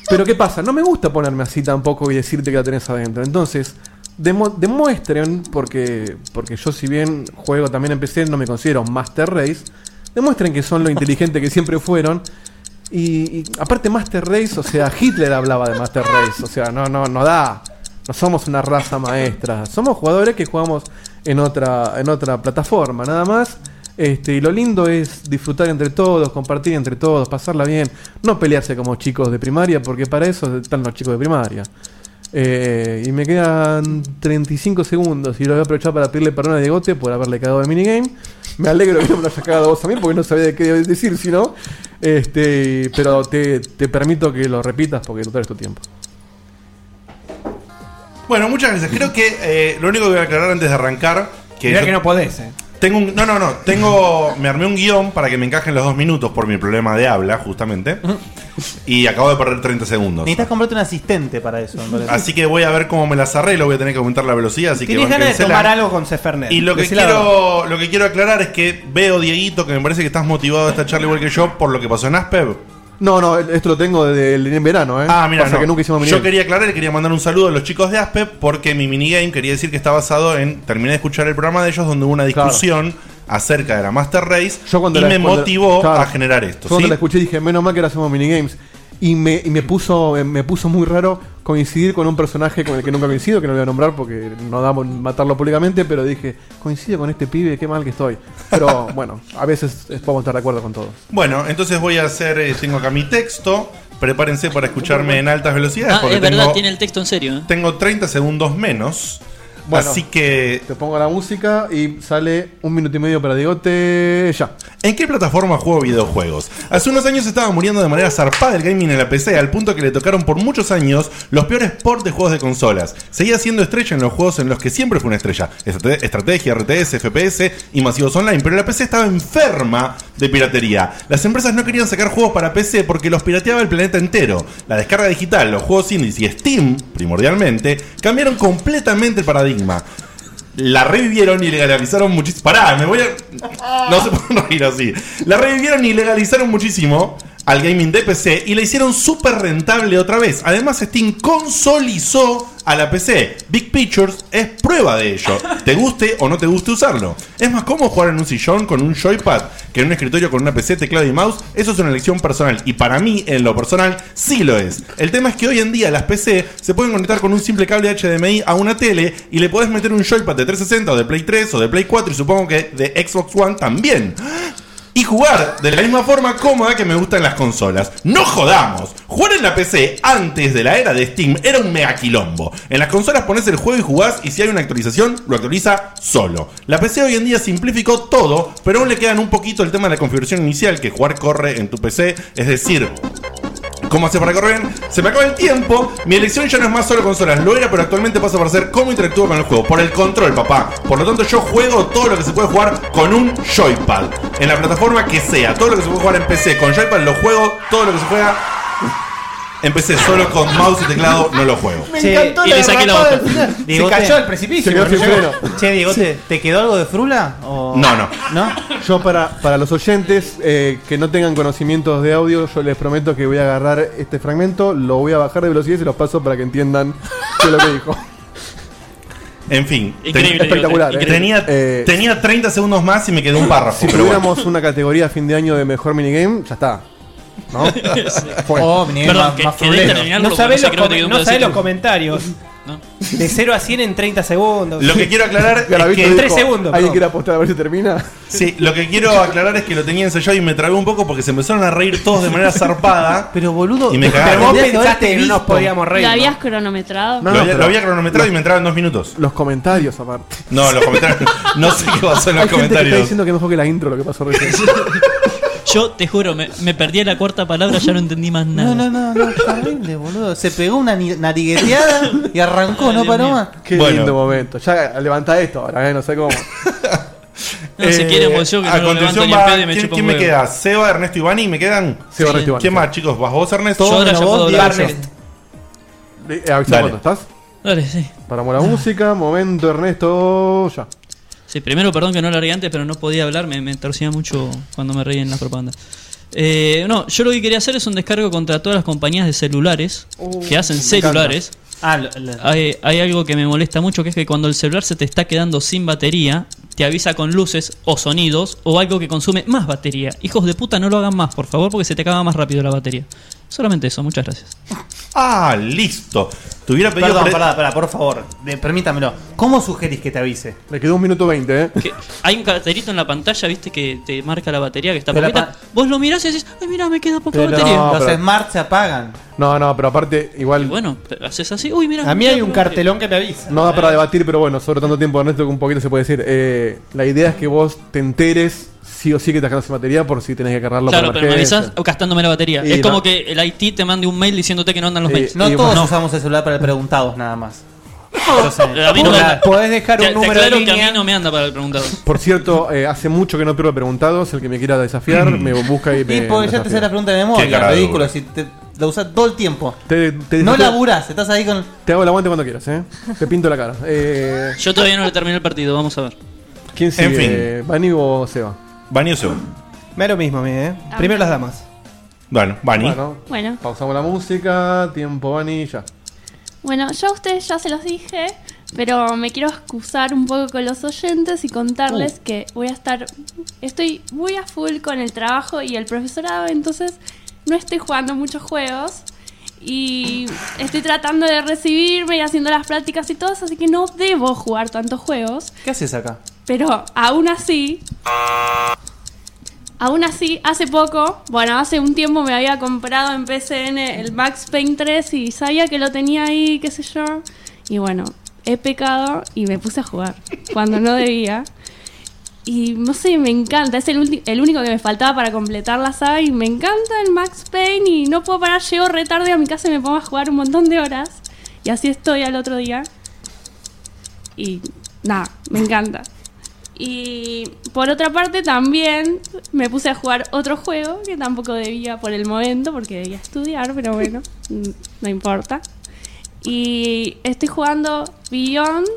S7: Pero ¿qué pasa? No me gusta ponerme así tampoco y decirte que la tenés adentro. Entonces, demo- demuestren, porque, porque yo si bien juego también en PC, no me considero un Master Race, demuestren que son lo inteligente que siempre fueron. Y, y aparte Master Race, o sea, Hitler hablaba de Master Race, o sea, no, no, no da. No somos una raza maestra, somos jugadores que jugamos en otra, en otra plataforma, nada más. Este, y lo lindo es disfrutar entre todos, compartir entre todos, pasarla bien, no pelearse como chicos de primaria, porque para eso están los chicos de primaria. Eh, y me quedan 35 segundos y lo voy a aprovechar para pedirle perdón a Diegote por haberle cagado el minigame. Me alegro que no me lo hayas cagado vos a mí porque no sabía de qué decir, si no. Este, pero te, te permito que lo repitas porque total es tu tiempo.
S1: Bueno, muchas gracias. Creo que eh, lo único que voy a aclarar antes de arrancar. Que
S6: Mirá
S1: yo
S6: que no podés, eh.
S1: Tengo un. No, no, no. Tengo. Me armé un guión para que me encajen los dos minutos por mi problema de habla, justamente. Y acabo de perder 30 segundos.
S4: Necesitas comprarte un asistente para eso, me parece.
S1: Así que voy a ver cómo me las arreglo. Voy a tener que aumentar la velocidad. Así que
S6: Tienes ganas de
S1: bánquensela.
S6: tomar algo con Cefernet.
S1: Y lo que,
S6: Decí la verdad.
S1: quiero, lo que quiero aclarar es que veo, Dieguito, que me parece que estás motivado a esta charla igual que yo por lo que pasó en Aspev.
S7: No, no, esto lo tengo desde el en verano, ¿eh?
S1: Ah, mira,
S7: Pasa
S1: no.
S7: que nunca hicimos
S1: yo
S7: minigame.
S1: quería aclarar y quería mandar un saludo a los chicos de Aspe porque mi minigame quería decir que está basado en terminé de escuchar el programa de ellos donde hubo una
S7: Claro.
S1: discusión acerca de la Master Race
S7: Yo cuando
S1: y
S7: la-
S1: me
S7: cuando-
S1: motivó
S7: claro.
S1: a generar esto.
S7: Yo cuando
S1: ¿sí?
S7: la escuché dije, menos mal que ahora hacemos minigames. Y me, y me puso eh, me puso muy raro coincidir con un personaje con el que nunca coincido, que no lo voy a nombrar porque no damos matarlo públicamente, pero dije, coincido con este pibe, qué mal que estoy.
S1: [laughs]
S7: Pero bueno, a veces eh, podemos estar de acuerdo con todos.
S1: Bueno, entonces voy a hacer, eh, tengo acá mi texto, prepárense para escucharme en altas velocidades
S3: Ah,
S1: porque
S3: es verdad,
S1: tengo,
S3: tiene el texto en serio. ¿eh?
S1: tengo 30 segundos menos.
S7: Bueno.
S1: Así que,
S7: Te pongo la música y sale un minuto y medio para Digote ya.
S1: ¿En qué plataforma juego videojuegos? Hace unos años estaba muriendo de manera zarpada el gaming en la PC, al punto que le tocaron por muchos años los peores ports de juegos de consolas. Seguía siendo estrella en los juegos en los que siempre fue una estrella: Estrate- estrategia, RTS, FPS y masivos online, pero la PC estaba enferma de piratería. Las empresas no querían sacar juegos para PC porque los pirateaba el planeta entero. La descarga digital, los juegos indies y Steam, primordialmente, cambiaron completamente el paradigma. La revivieron y legalizaron muchísimo. Pará, me voy a. [laughs] No se pueden reír así. La revivieron y legalizaron muchísimo al gaming de PC y la hicieron súper rentable otra vez. Además, Steam consolizó a la PC. Big Pictures es prueba de ello. Te guste o no te guste usarlo. Es más cómodo jugar en un sillón con un joypad que en un escritorio con una PC, teclado y mouse. Eso es una elección personal. Y para mí, en lo personal, sí lo es. El tema es que hoy en día las PC se pueden conectar con un simple cable HDMI a una tele y le podés meter un joypad de 360 o de Play 3 o de Play 4 y supongo que de Xbox One también. Y jugar de la misma forma cómoda que me gustan las consolas. ¡No jodamos! Jugar en la PC antes de la era de Steam era un mega quilombo. En las consolas pones el juego y jugás y si hay una actualización, lo actualiza solo. La PC hoy en día simplificó todo, pero aún le quedan un poquito el tema de la configuración inicial, que jugar corre en tu PC, es decir, ¿Cómo hace para correr? Se me acaba el tiempo. Mi elección ya no es más solo consolas. Lo era, pero actualmente pasa por ser cómo interactúo con el juego. Por el control, papá. Por lo tanto, yo juego todo lo que se puede jugar con un joypad. En la plataforma que sea. Todo lo que se puede jugar en PC con joypad, lo juego. Todo lo que se juega Empecé solo con mouse y teclado, no lo juego.
S4: Me encantó
S3: y
S4: la
S3: le saqué la hoja.
S4: derrapada del final. Se
S1: Diegote.
S4: cayó al precipicio.
S1: Se quedó
S4: cuando
S1: sin
S4: llegó.
S1: freno.
S4: Che, Diego, ¿te, te quedó algo de frula? O...
S1: No, no.
S7: Yo para, para los oyentes eh, que no tengan conocimientos de audio, yo les prometo que voy a agarrar este fragmento, lo voy a bajar de velocidad y se los paso para que entiendan qué es lo que dijo.
S1: En fin,
S7: Increíble, Espectacular, Diego, eh.
S1: Tenía,
S7: Eh,
S1: tenía 30 segundos más y me quedó un párrafo.
S7: Si
S1: pero bueno.
S7: tuviéramos una categoría a fin de año de mejor minigame, ya está.
S1: [laughs]
S7: [laughs] ¿No? Fue.
S4: Oh, minigame Perdón, más- que- más que fulero. diste terminarlo
S6: No
S4: porque
S6: sabés
S4: no sé,
S6: los,
S4: creo que
S6: com-
S4: te quedó un
S6: no sabés
S4: pedacito. [laughs]
S6: los comentarios. De 0 a 100 en 30 segundos.
S1: Lo que
S6: [laughs]
S1: quiero aclarar
S6: Garavito
S1: es que
S6: dijo, "Alguien quiere
S7: apostar a ver si termina?
S1: Sí, lo que quiero aclarar es que lo tenía ensayado y me trabé un poco porque se empezaron a reír todos de manera zarpada.
S4: Pero boludo,
S1: y me
S6: pero vos
S1: cagaron.
S6: pensaste que no nos podíamos
S2: ¿Lo habías cronometrado?
S1: lo, había, lo había cronometrado y me entraron dos minutos.
S7: Los comentarios, aparte.
S1: No, los comentarios. No sé qué pasó en
S7: Hay gente que
S1: los
S7: está
S1: comentarios.
S7: diciendo que es mejor que la intro lo que pasó recién.
S6: [laughs]
S3: Yo te juro, me, me perdí en la cuarta palabra, ya no entendí más nada.
S4: No, no, no, no, terrible, boludo. Se pegó una ni- narigueteada y arrancó,
S3: Ay,
S4: ¿no,
S3: Dios
S4: Paloma?
S7: Qué
S1: Bueno.
S7: lindo momento. Ya levanta esto ahora, eh, no sé cómo.
S3: No, si quiere, pues yo que
S1: Eh, a
S3: no lo levanto
S1: continuación
S3: ni en
S1: va-
S3: pedo y me
S1: ¿quién,
S3: chupa
S1: quién
S3: un
S1: me
S3: huevo.
S1: queda? ¿Seba, Ernesto y Ivani? ¿Me quedan?
S7: Seba, Ernesto y Ivani,
S1: ¿Quién
S7: sí.
S1: más, chicos? ¿Vas vos, Ernesto?
S3: Yo ahora ya puedo hablar.
S7: Eh, avisa
S1: Dale.
S7: cuando estás.
S3: Dale, sí. Ah.
S7: Paramos la música, momento Ernesto, ya.
S3: Sí, primero, perdón que no lo largué antes, pero no podía hablar, me, me torcía mucho cuando me reí en las propagandas. Eh, no, yo lo que quería hacer es un descargo contra todas las compañías de celulares
S7: Uh,
S6: Uh.
S3: que hacen celulares.
S4: Ah, lo- lo-
S3: Hay, hay algo que me molesta mucho, que es que cuando el celular se te está quedando sin batería, te avisa con luces o sonidos o algo que consume más batería. Hijos de puta, no lo hagan más, por favor, porque se te acaba más rápido la batería. Solamente eso, muchas gracias.
S1: Ah, listo. Te hubiera pedido.
S4: Perdón,
S1: pre-
S4: pará, pará, por favor. de- permítamelo. ¿Cómo sugerís que te avise?
S7: Me quedó un minuto veinte, eh.
S3: Que hay un carterito en la pantalla, viste, que te marca la batería que está
S4: Pero
S3: poquita.
S4: pa-
S3: Vos lo mirás y decís, ay, mira, me queda poca
S7: Pero-
S3: batería.
S7: No,
S4: Los
S7: pero-
S4: Smart se apagan.
S7: No, no, pero aparte, igual
S3: Y bueno, haces así, uy, mira.
S6: A mí hay un cartelón que me avisa.
S7: no da para debatir, pero bueno, sobre tanto tiempo Ernesto que un poquito se puede decir. Eh, la idea es que vos te enteres sí o sí que te quedas sin batería por si tenés que cargarlo
S3: Claro,
S7: por
S3: pero me
S7: emergencia.
S3: avisás gastándome la batería.
S7: Y
S3: es como
S7: no.
S3: que el IT te mande un mail diciéndote que no andan los
S7: Y-
S3: mails.
S4: No
S7: Sí,
S4: todos
S7: bueno.
S3: [laughs]
S4: usamos el celular para preguntados nada más. Entonces,
S3: A mí no me
S4: hola,
S3: anda.
S6: Podés dejar
S3: Te,
S6: un
S3: te
S6: número de
S3: aclaro que a
S6: línea.
S3: mí no me anda para el preguntado.
S7: Por cierto, eh, hace mucho que no pierdo preguntados. El que me quiera desafiar,
S4: Mm.
S7: me busca y me.
S4: Y porque ya te haces la pregunta de
S1: Mm. Qué
S4: memoria,
S1: cara de
S4: ridículo,
S1: duro.
S4: si te, la usás todo el tiempo.
S7: Te, te
S4: No
S7: desafío-
S4: laburás, estás ahí con.
S7: Te hago el aguante cuando quieras, eh. Te pinto la cara. Eh,
S3: Yo todavía no le terminé el partido, vamos a ver.
S7: ¿Quién sigue?
S1: fin.
S7: ¿Bani o Seba?
S1: Bani o Seba.
S6: Me da lo mismo a mí,
S1: [laughs]
S6: ¿eh? Primero las damas.
S1: Bueno, Bani.
S7: Bueno,
S2: Bueno,
S7: pausamos la música. Tiempo, Bani, ya.
S2: bueno, yo a ustedes ya se los dije, pero me quiero excusar un poco con los oyentes y contarles que voy a estar, estoy muy a full con el trabajo y el profesorado, entonces no estoy jugando muchos juegos y estoy tratando de recibirme y haciendo las prácticas y todo, así que no debo jugar tantos juegos.
S4: ¿Qué haces acá?
S2: Pero aún así. Aún así, hace poco, bueno, hace un tiempo me había comprado en PCN el Max Payne 3 y sabía que lo tenía ahí, qué sé yo. Y bueno, he pecado y me puse a jugar cuando no debía. Y no sé, me encanta, es el, ulti- el único que me faltaba para completar la saga y me encanta el Max Payne y no puedo parar, llego re tarde a mi casa y me pongo a jugar un montón de horas. Y así estoy al otro día. Y nada, me encanta. Y por otra parte también me puse a jugar otro juego que tampoco debía por el momento porque debía estudiar, pero bueno, [laughs] mm, no importa. Y estoy jugando Beyond,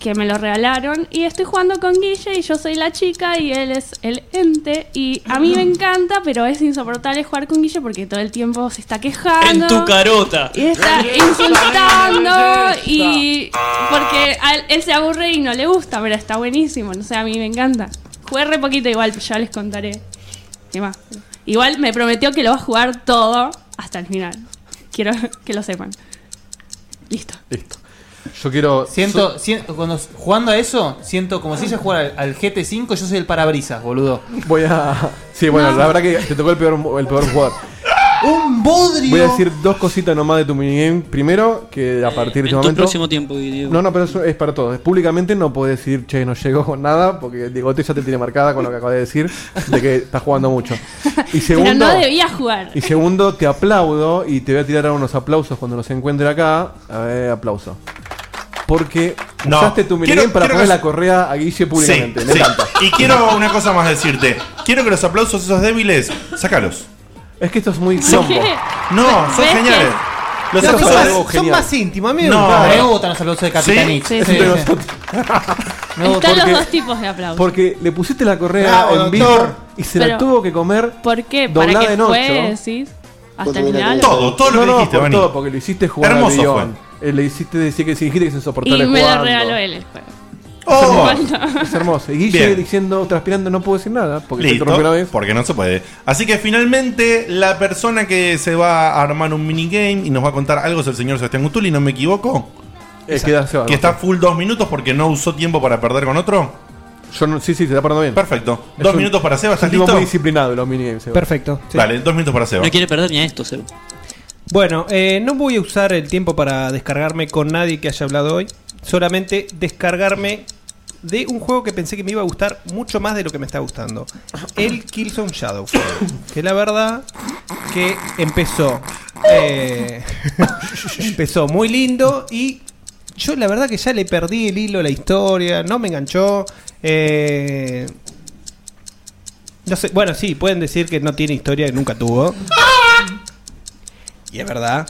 S2: que me lo regalaron, y estoy jugando con Guille y yo soy la chica y él es el ente. Y a
S3: [laughs]
S2: mí me encanta, pero es insoportable jugar con Guille porque todo el tiempo se está quejando.
S3: En tu carota.
S2: Y está insultando y porque a él, él se aburre y no le gusta, pero está buenísimo, no sé, a mí me encanta. Jugué re poquito igual, ya les contaré. ¿Qué más? Igual me prometió que lo va a jugar todo hasta el final. Quiero [laughs] que lo sepan. Listo.
S7: Listo. Yo quiero.
S4: Siento, sien- cuando jugando a eso, siento como si ella jugara al, al GT5, yo soy el parabrisas, boludo.
S7: Voy a. [laughs] Sí, bueno, la verdad que te tocó el peor, el peor jugador.
S4: ¡Un bodrio!
S7: Voy a decir dos cositas nomás de tu minigame. Primero, que a partir de
S3: en
S7: este
S3: tu
S7: momento.
S3: próximo tiempo, Diego.
S7: No, no, pero eso es para todos. Públicamente no puedes decir, che, no llegó con nada, porque Diego ya te tiene marcada con lo que acabas de decir, de que estás jugando mucho. Y
S2: [laughs] Pero
S7: segundo,
S2: no debía jugar.
S7: y segundo, te aplaudo y te voy a tirar ahora unos aplausos cuando nos encuentre acá. A ver, aplauso. Porque
S1: No.
S7: usaste tu minigame
S1: Quiero-
S7: para
S1: quiero
S7: poner
S1: que-
S7: la correa a Guille
S1: Sí,
S7: públicamente. Me
S1: sí.
S7: encanta.
S1: Y quiero una cosa más decirte. Quiero que los aplausos esos débiles, sácalos.
S7: Es que esto es muy
S2: Sí.
S7: plombo.
S1: No, son
S2: ¿Ves
S1: geniales. Los
S7: No, son
S1: episodios-
S7: más- son más
S6: íntimos, a
S1: mí me gusta.
S4: me gustan los saludos de Capitanich.
S2: Sí,
S4: Sí,
S2: sí,
S4: sí.
S7: sí.
S4: Me gusta
S2: Están
S4: porque-
S2: los dos tipos de aplausos. ¿Por,
S7: Porque le pusiste la correa
S4: Bravo,
S7: en vivo
S4: doctor.
S7: y se la
S2: Pero-
S7: tuvo que comer
S2: qué? ¿Para
S7: Doblada
S2: qué
S7: en
S2: fue?
S7: ocho.
S2: Decís, hasta el final.
S1: Todo, todo lo que
S7: no,
S1: dijiste,
S7: por
S1: Vani.
S7: todo, porque lo hiciste jugar
S1: Hermoso
S7: al guión. Eh, Le hiciste decir que si dijiste que se soportaba
S2: Y me lo
S7: jugando.
S2: regaló él el juego.
S1: Oh,
S7: Es hermoso. Y Guille
S1: Bien.
S7: diciendo, transpirando, no puedo decir nada. Porque se
S1: Listo,
S7: interrumpió una vez.
S1: porque no se puede. Así que finalmente la persona que se va a armar un minigame y nos va a contar algo es el señor Sebastián Gutuli, no me equivoco.
S7: Eh, queda- se va,
S1: Que está full dos minutos porque no usó tiempo para perder con otro.
S7: Yo no- sí, sí, se está parando bien.
S1: Perfecto.
S7: Es
S1: dos
S7: un-
S1: minutos para Seba,
S7: Es un
S1: ¿estás
S7: tipo
S1: listo?
S7: muy disciplinado los minigames. Seba.
S6: Perfecto. sí.
S1: Dale, dos minutos para Seba.
S3: No quiere perder ni a esto, Seba.
S6: Bueno, eh, no voy a usar el tiempo para descargarme con nadie que haya hablado hoy. Solamente descargarme de un juego que pensé que me iba a gustar mucho más de lo que me está gustando. El Killzone Shadow. que la verdad que empezó... eh, [laughs] empezó muy lindo y yo la verdad que ya le perdí el hilo a la historia, no me enganchó. eh, no sé, bueno, sí, pueden decir que no tiene historia, que nunca tuvo. Y es verdad.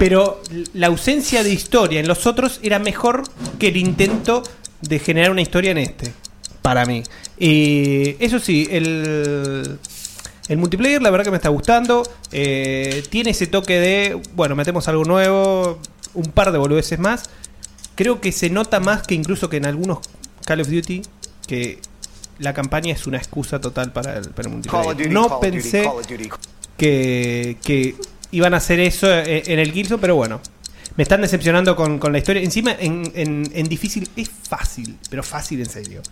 S6: Pero la ausencia de historia en los otros era mejor que el intento de generar una historia en este. Para mí. Y eso sí, el, el multiplayer la verdad que me está gustando. Eh, tiene ese toque de, bueno, metemos algo nuevo, un par de boludeces más. Creo que se nota más que incluso que en algunos Call of Duty, que la campaña es una excusa total para el, para el multiplayer. no pensé que, que iban a hacer eso eh, en el Killzone, pero bueno. Me están decepcionando con, con la historia. Encima, en, en- en difícil es fácil, pero fácil en serio.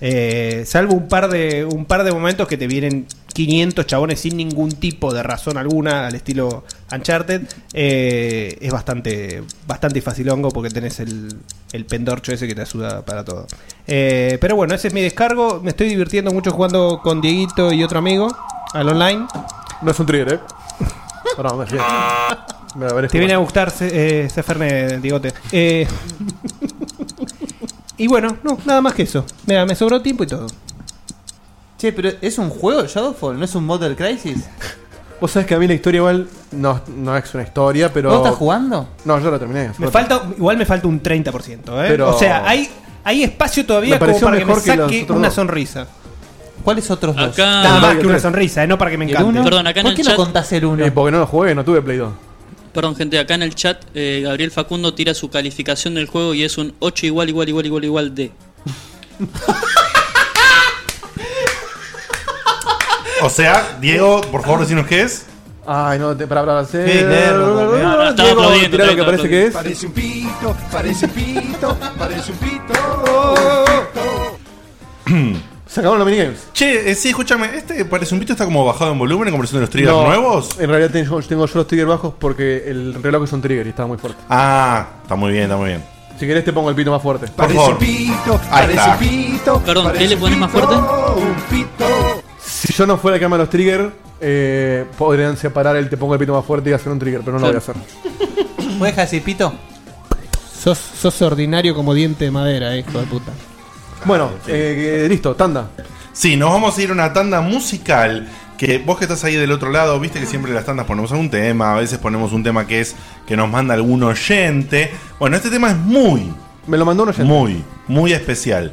S6: Eh, salvo un par, de, un par de momentos que te vienen 500 chabones sin ningún tipo de razón alguna, al estilo Uncharted, eh, es bastante, bastante facilongo porque tenés el, el pendorcho ese que te ayuda para todo. Eh, pero bueno, ese es mi descargo. Me estoy divirtiendo mucho jugando con Dieguito y otro amigo al online.
S7: No es un trigger, eh. Perdón,
S6: [laughs]
S7: es bien. Me la veré
S6: Te
S7: jugar.
S6: viene a gustar se- eh, Ceferne, Digote. Eh, y bueno, no, nada más que eso. Mira, me sobró tiempo y todo.
S4: Che, pero ¿es un juego el Shadowfall? ¿No es un Model Crisis?
S7: Vos sabés que a mí la historia igual no, no es una historia, pero.
S4: ¿Vos estás jugando?
S7: No, yo la terminé.
S6: Me falta, igual me falta un 30%, ¿eh?
S7: Pero-
S6: o sea, hay, hay espacio
S7: Me
S6: todavía como
S7: pareció
S6: para que me
S7: mejor que los
S6: saque
S7: otros
S6: una
S7: dos.
S6: sonrisa.
S4: ¿Cuáles otros dos?
S3: Acá.
S6: Nada más
S7: el
S6: que una
S7: tres.
S6: sonrisa, ¿eh? No para que me
S4: ¿Y el uno?
S6: encante.
S3: Perdón, acá en
S4: ¿Por
S3: el
S4: qué
S3: chat-
S4: no contás el uno?
S7: Eh, porque no lo jugué, no tuve
S1: [clears throat]
S7: Play 2.
S3: Perdón, gente, acá en el chat eh, Gabriel Facundo tira su calificación del juego y es un 8 igual, igual, igual, igual, igual de.
S1: O sea, Diego, por favor, decinos qué es.
S7: Ay, no, te, para, para, para.
S4: Sí, nerdo, también. No,
S3: no, estaba
S7: Diego,
S3: aplaudiendo,
S7: tirá lo
S3: estaba
S7: que parece que es.
S8: Parece un pito, parece un pito, parece un pito.
S1: Oh.
S7: Se acabaron los minigames.
S1: Che, eh, sí, escúchame, este parece un pito está como bajado en volumen en comparación de los triggers nuevos.
S7: En realidad tengo, tengo yo los trigger bajos porque el reloj es un trigger y estaba muy fuerte.
S1: Ah, está muy bien, está muy bien.
S7: Si querés te pongo el pito más fuerte.
S1: Por favor.
S8: pito,
S1: Ahí está.
S8: pito.
S3: Perdón, ¿qué le pones más fuerte?
S8: Un pito.
S7: Si yo no fuera que ama los trigger, eh, podrían separar el te pongo el pito más fuerte y hacer un trigger, pero no lo voy a hacer.
S4: ¿Puedes dejar así, Pito?
S6: Sos, sos ordinario como diente de madera, eh, hijo de puta.
S7: Bueno, eh, eh, listo, tanda.
S1: Sí, nos vamos a ir a una tanda musical. Que vos que estás ahí del otro lado, viste que siempre en las tandas ponemos algún tema, a veces ponemos un tema que es que nos manda algún oyente. Bueno, este tema es muy,
S7: Me lo mandó un oyente.
S1: muy, muy especial.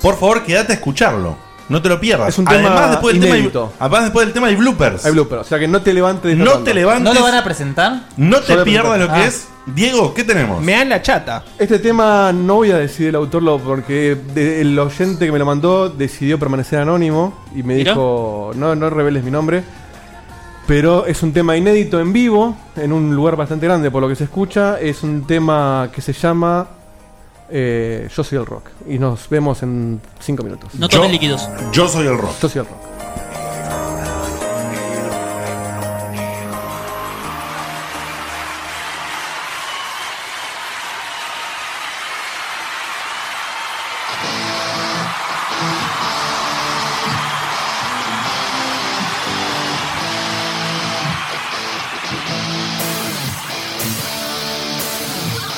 S1: Por favor, quédate a escucharlo. No te lo pierdas.
S7: Es un tema
S1: además, después del
S7: inédito.
S1: tema hay, además, después del tema hay bloopers.
S7: Hay blooper, o sea que no te levantes de esta
S1: no
S7: tanda.
S1: te levantes,
S4: ¿No lo van a presentar?
S1: no
S7: Yo
S1: te
S7: le
S1: pierdas
S7: pregunto.
S1: lo que
S4: Ah.
S1: es. Diego, ¿qué tenemos?
S6: Me dan la chata.
S7: Este tema no voy a decir el autorlo porque de- el oyente que me lo mandó decidió permanecer anónimo y me
S3: Mirá.
S7: dijo, no, no reveles mi nombre. Pero es un tema inédito en vivo, en un lugar bastante grande por lo que se escucha. Es un tema que se llama eh, Yo soy el rock. Y nos vemos en 5 minutos.
S3: No tomes líquidos.
S1: Yo soy el rock.
S7: Yo soy el rock.
S8: Yo soy el rock.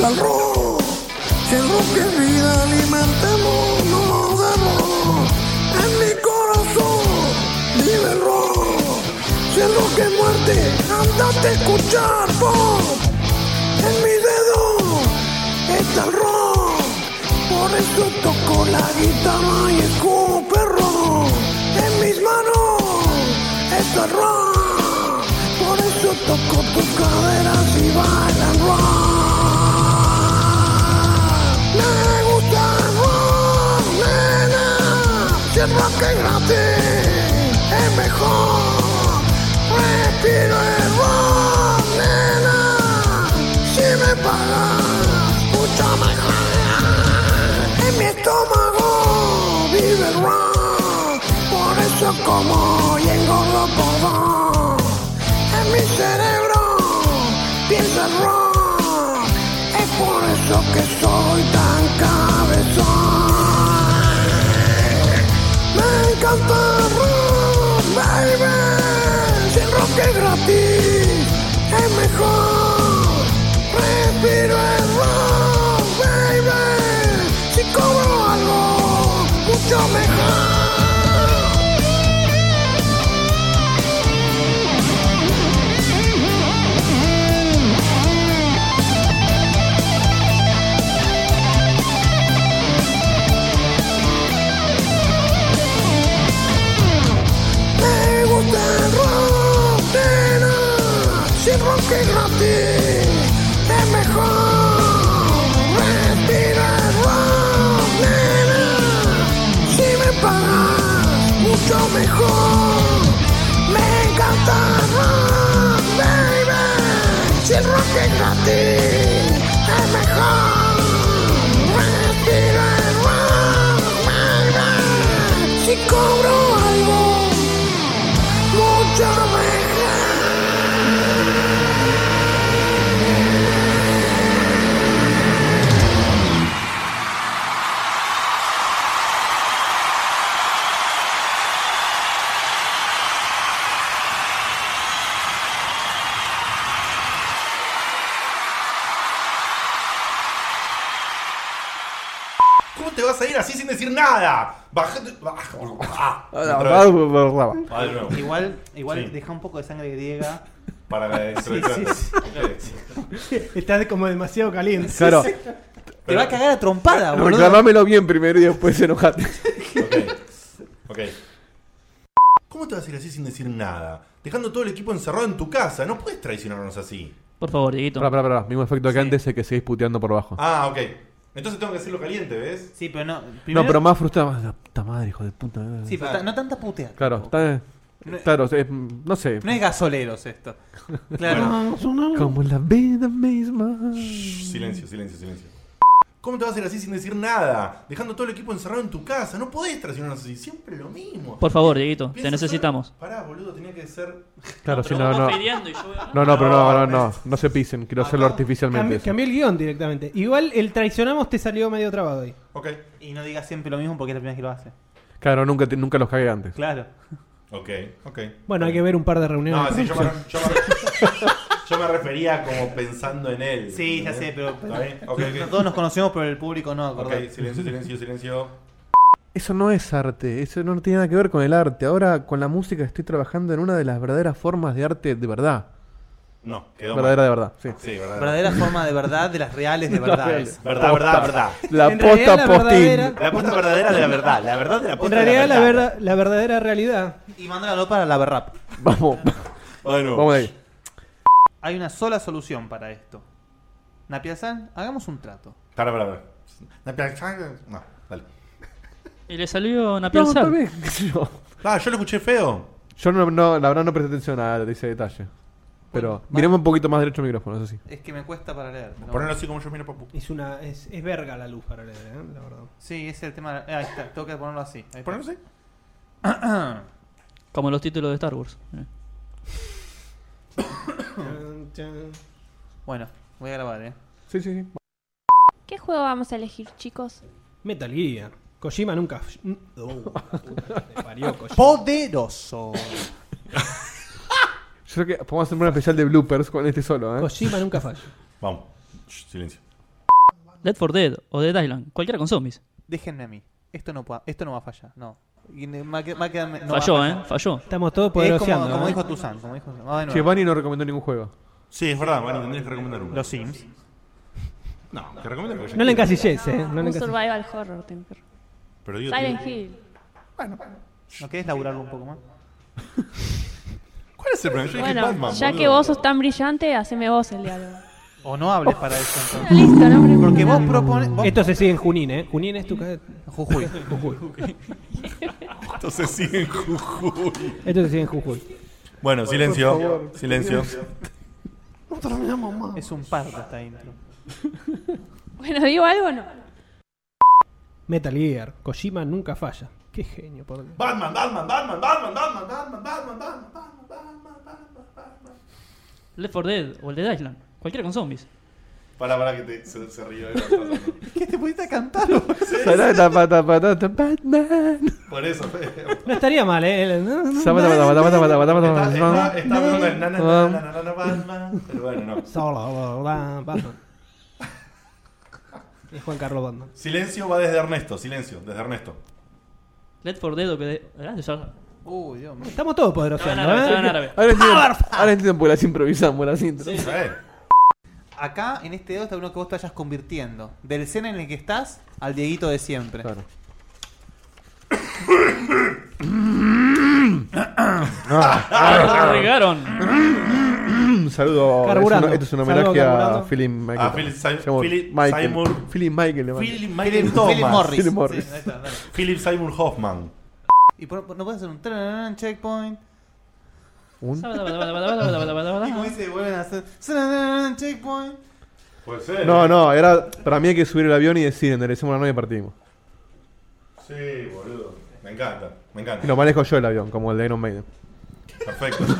S10: Cerro, cerro que vida alimentemos, no nos damos. En mi corazón vive el rock. Cerro que muerte, andate a escuchar pop. En mi dedo está el rock. Por eso toco la guitarra y escupe rock. En mis manos está el rock. Por eso toco tus caderas y baila el rock. Me gusta el rock, nena. Si el rock es gratis, es mejor. Respiro el rock, nena. Si me pagas, mucho mejor. En mi estómago vive el rock. Por eso como y engordo por dos. En mi cerebro piensa el rock. Es por eso que soy tan cabezón. Me encanta el rock, baby. Sin rock es gratis, es mejor. Respiro el rock, baby. Si cobro algo, mucho mejor. Me gusta el rock, nena. Si el rock es gratis, es mejor. Respira el rock, nena. Si me pagas, mucho mejor. Me encanta el rock, baby. Si el rock es gratis, es mejor. Respira el rock, baby. Si cobro algo. Mucho
S1: ¿Cómo te vas a ir así sin decir nada? Bajate. baja- ah, otra vez. Va de nuevo.
S4: Igual, igual
S1: Sí.
S4: deja un poco de sangre griega.
S1: Para la introducción.
S11: Estás como demasiado
S4: [laughs]
S11: caliente.
S6: [laughs]
S7: Claro.
S4: Te va a cagar a trompada, boludo.
S7: Reclamámelo bien primero y después [laughs] enojate.
S1: Ok. ¿Cómo te vas a ir así sin decir nada? Dejando todo el equipo encerrado en tu casa. No puedes traicionarnos así.
S3: Por favor, Dieguito.
S7: Pará, pará, pará. Mismo efecto que antes, el que seguís puteando por abajo.
S1: [laughs] Ah, ok. Entonces tengo que decirlo caliente, ¿ves?
S4: Sí, pero no.
S7: No, pero más frustrado. más, La puta madre, hijo de puta.
S4: Sí, pero ta- no tanta puteada.
S7: Claro, está.
S4: No es-
S7: Claro, es- no sé.
S4: No es gasoleros esto. Claro.
S7: Como la vida misma.
S1: Silencio, silencio, silencio. ¿Cómo te vas a ir así sin decir nada? Dejando todo el equipo encerrado en tu casa. No podés traicionarnos así. Siempre lo mismo.
S3: Por favor, Dieguito, te
S1: Piensa
S3: necesitamos.
S1: solo- Pará, boludo, tenía que ser.
S7: Claro, sí,
S3: pero
S7: no,
S3: vos
S7: no.
S3: estás peleando y yo voy a-
S7: No, no, pero no, no,
S4: Ah,
S7: no. No se pisen, quiero hacerlo artificialmente.
S11: Cambié,
S7: eso.
S11: cambié el guión directamente. Igual el traicionamos te salió medio trabado ahí.
S1: Ok.
S4: Y no digas siempre lo mismo porque es la primera vez que lo hace.
S7: Claro, nunca, te- nunca los cagué antes.
S4: Claro.
S1: Ok, ok.
S11: Bueno, hay que ver un par de reuniones.
S1: No, sí, yo me, yo me- yo me refería como pensando en él.
S4: Sí, ya sé, pero.
S1: ¿Está bien? Ok, ok.
S4: Todos nos conocemos, pero el público no,
S1: Ok,
S4: acordate.
S1: silencio, silencio, silencio.
S7: Eso no es arte, eso no tiene nada que ver con el arte. Ahora con la música estoy trabajando en una de las verdaderas formas de arte de verdad.
S1: No, quedó mal.
S7: verdadera de verdad, sí.
S1: Sí, verdadera.
S4: Verdadera forma de verdad de las
S1: [laughs]
S4: reales de verdades.
S1: Verdad, verdad, verdad.
S7: La
S11: En realidad,
S7: posta
S11: la
S7: postín.
S11: verdadera-
S1: La apuesta verdadera de la verdad. La verdad de la
S11: En
S1: apuesta
S11: realidad
S1: de
S11: la,
S1: la verdad.
S11: verda- la verdadera realidad.
S4: Y mándalo para la berrap.
S1: [laughs]
S7: Vamos,
S1: Bueno,
S7: vamos ahí.
S4: Hay una sola solución para esto. Napiazán, hagamos un trato.
S1: Para, para, para. La piazza- No, dale.
S3: Y Eh, le salió una piel
S7: No,
S3: sal.
S7: está bien, qué sé yo.
S1: Ah, yo lo escuché feo.
S7: Yo no, no- la verdad no presté atención a ese detalle. Pero miremos un poquito más derecho el micrófono, eso sí.
S4: Es que me cuesta para leer. ¿no?
S1: Ponerlo así como yo miro papu.
S11: Es una es, es verga la luz para leer, ¿eh? la verdad.
S4: Sí, ese es el tema. eh, ahí está, tengo que ponerlo así. ahí está.
S1: Ponerlo así.
S3: Como los títulos de Star Wars. Eh.
S11: Chan, chan.
S4: Bueno, voy a grabar, eh.
S7: Sí, sí, sí.
S2: [laughs] ¿Qué juego vamos a elegir, chicos?
S11: Metal Gear. Kojima nunca. Oh, puta que te parió, Kojima.
S4: Poderoso.
S7: [laughs] Yo creo que podemos hacer una especial de bloopers con este solo, ¿eh?
S11: Kojima nunca falla.
S1: Vamos. Shh, silencio.
S3: Dead for Dead o Dead Island, cualquiera con zombies.
S4: Déjenme a mí. Esto no, pueda- esto no va a fallar. No. Y ne- ma- que- ma- que- no va a
S3: falló,
S4: fallar.
S3: ¿eh? Falló.
S6: Estamos todos
S4: Es como,
S6: poderoseando,
S4: como
S6: ¿eh?
S4: dijo Tuzán. Como dijo Tuzán. Va de nuevo.
S7: Che, Vani no recomendó ningún juego.
S1: Sí, es verdad, Vani, tendrías que recomendar uno.
S4: Los Sims.
S1: No, te recomiendo porque ya
S6: No le
S1: quiero.
S6: encasilles, eh. No
S2: un
S6: le encasilles.
S2: survival horror, tengo que-
S1: Pero digo,
S2: Silent Hill.
S4: ¿No querés laburarlo un poco más?
S1: ¿Cuál es el problema? Yo dije
S2: Bueno,
S1: Batman,
S2: ya
S1: boludo.
S2: que vos sos tan brillante, haceme vos el diálogo.
S4: O no hables para eso
S2: [laughs]
S4: entonces.
S2: Listo, no me
S4: Porque vos propones. vos-
S6: Esto se sigue en Junín, ¿eh? Junín es tu ca-
S4: Jujuy.
S6: [laughs]
S4: [laughs]
S6: Jujuy.
S1: Entonces sí, en Jujuy.
S6: Esto se sigue en Jujuy.
S1: Bueno,
S7: por
S1: silencio.
S7: favor.
S1: Silencio.
S4: Es un parto esta intro.
S2: Bueno, digo algo o no.
S6: Metal Gear, Kojima nunca falla. Qué genio, por Dios.
S1: Batman, Batman, Batman, Batman, Batman, Batman, Batman, Batman, Batman,
S3: Dead for Dead o el Dead Island, cualquiera con zombies.
S1: Para, para que te, se, eh. se ríe.
S4: ¿Qué te pudiste cantar?
S7: Patata, patata, patata, Batman.
S1: Por eso, Fede.
S6: No estaría mal, ¿eh? No, no, no.
S7: Zapata, patata, patata, patata, patata,
S1: Está,
S7: patata.
S1: está hablando de na, na, na, na, na, na, na, Batman. Pero bueno, no.
S6: Solo, la,
S1: [laughs]
S6: Batman. Es Juan Carlos Batman.
S1: Silencio va desde Ernesto, silencio, desde Ernesto.
S3: Dead for Dead o que. de- Ah, ya-
S4: Uy, Dios mío.
S6: Estamos todos
S3: No,
S6: poderoseando,
S3: no, no,
S6: ¿eh?
S3: no, no, no.
S7: Ahora entiendo, ahora entiendo por qué las improvisamos las intros.
S1: ¿Sabes?
S4: Acá, en este dedo, está uno que vos te vayas convirtiendo. Del escena en el que estás al Dieguito de siempre.
S7: Claro.
S3: [laughs]
S1: Ah,
S3: Lo regaron.
S4: [laughs]
S7: Un [coughs] saludo.
S6: Carburando.
S7: Es un- Esto es un
S6: Saludo
S7: homenaje a
S6: carburando.
S7: Philip Michael.
S1: A Ah, Philip Sim-
S7: Llamo
S1: Philip
S7: Michael.
S1: Seymour-
S7: Philip Michael. le mando.
S1: Philip
S4: Philip,
S1: Michael
S4: Philip
S1: Thomas.
S4: Morris.
S7: Philip Morris.
S4: Sí, ahí está, dale.
S1: Philip Seymour Hoffman.
S4: Y por- no puedes hacer un tararán, checkpoint.
S7: Un-
S4: Y como dice, vuelven a hacer tararán, checkpoint.
S1: Puede ser.
S7: No, no, era para mí hay que subir el avión y decir, enderecemos la nave y partimos.
S1: Sí, boludo. Me encanta, me
S7: Y
S1: encanta.
S7: lo manejo yo el avión, como el de Iron Maiden.
S1: Perfecto. [laughs]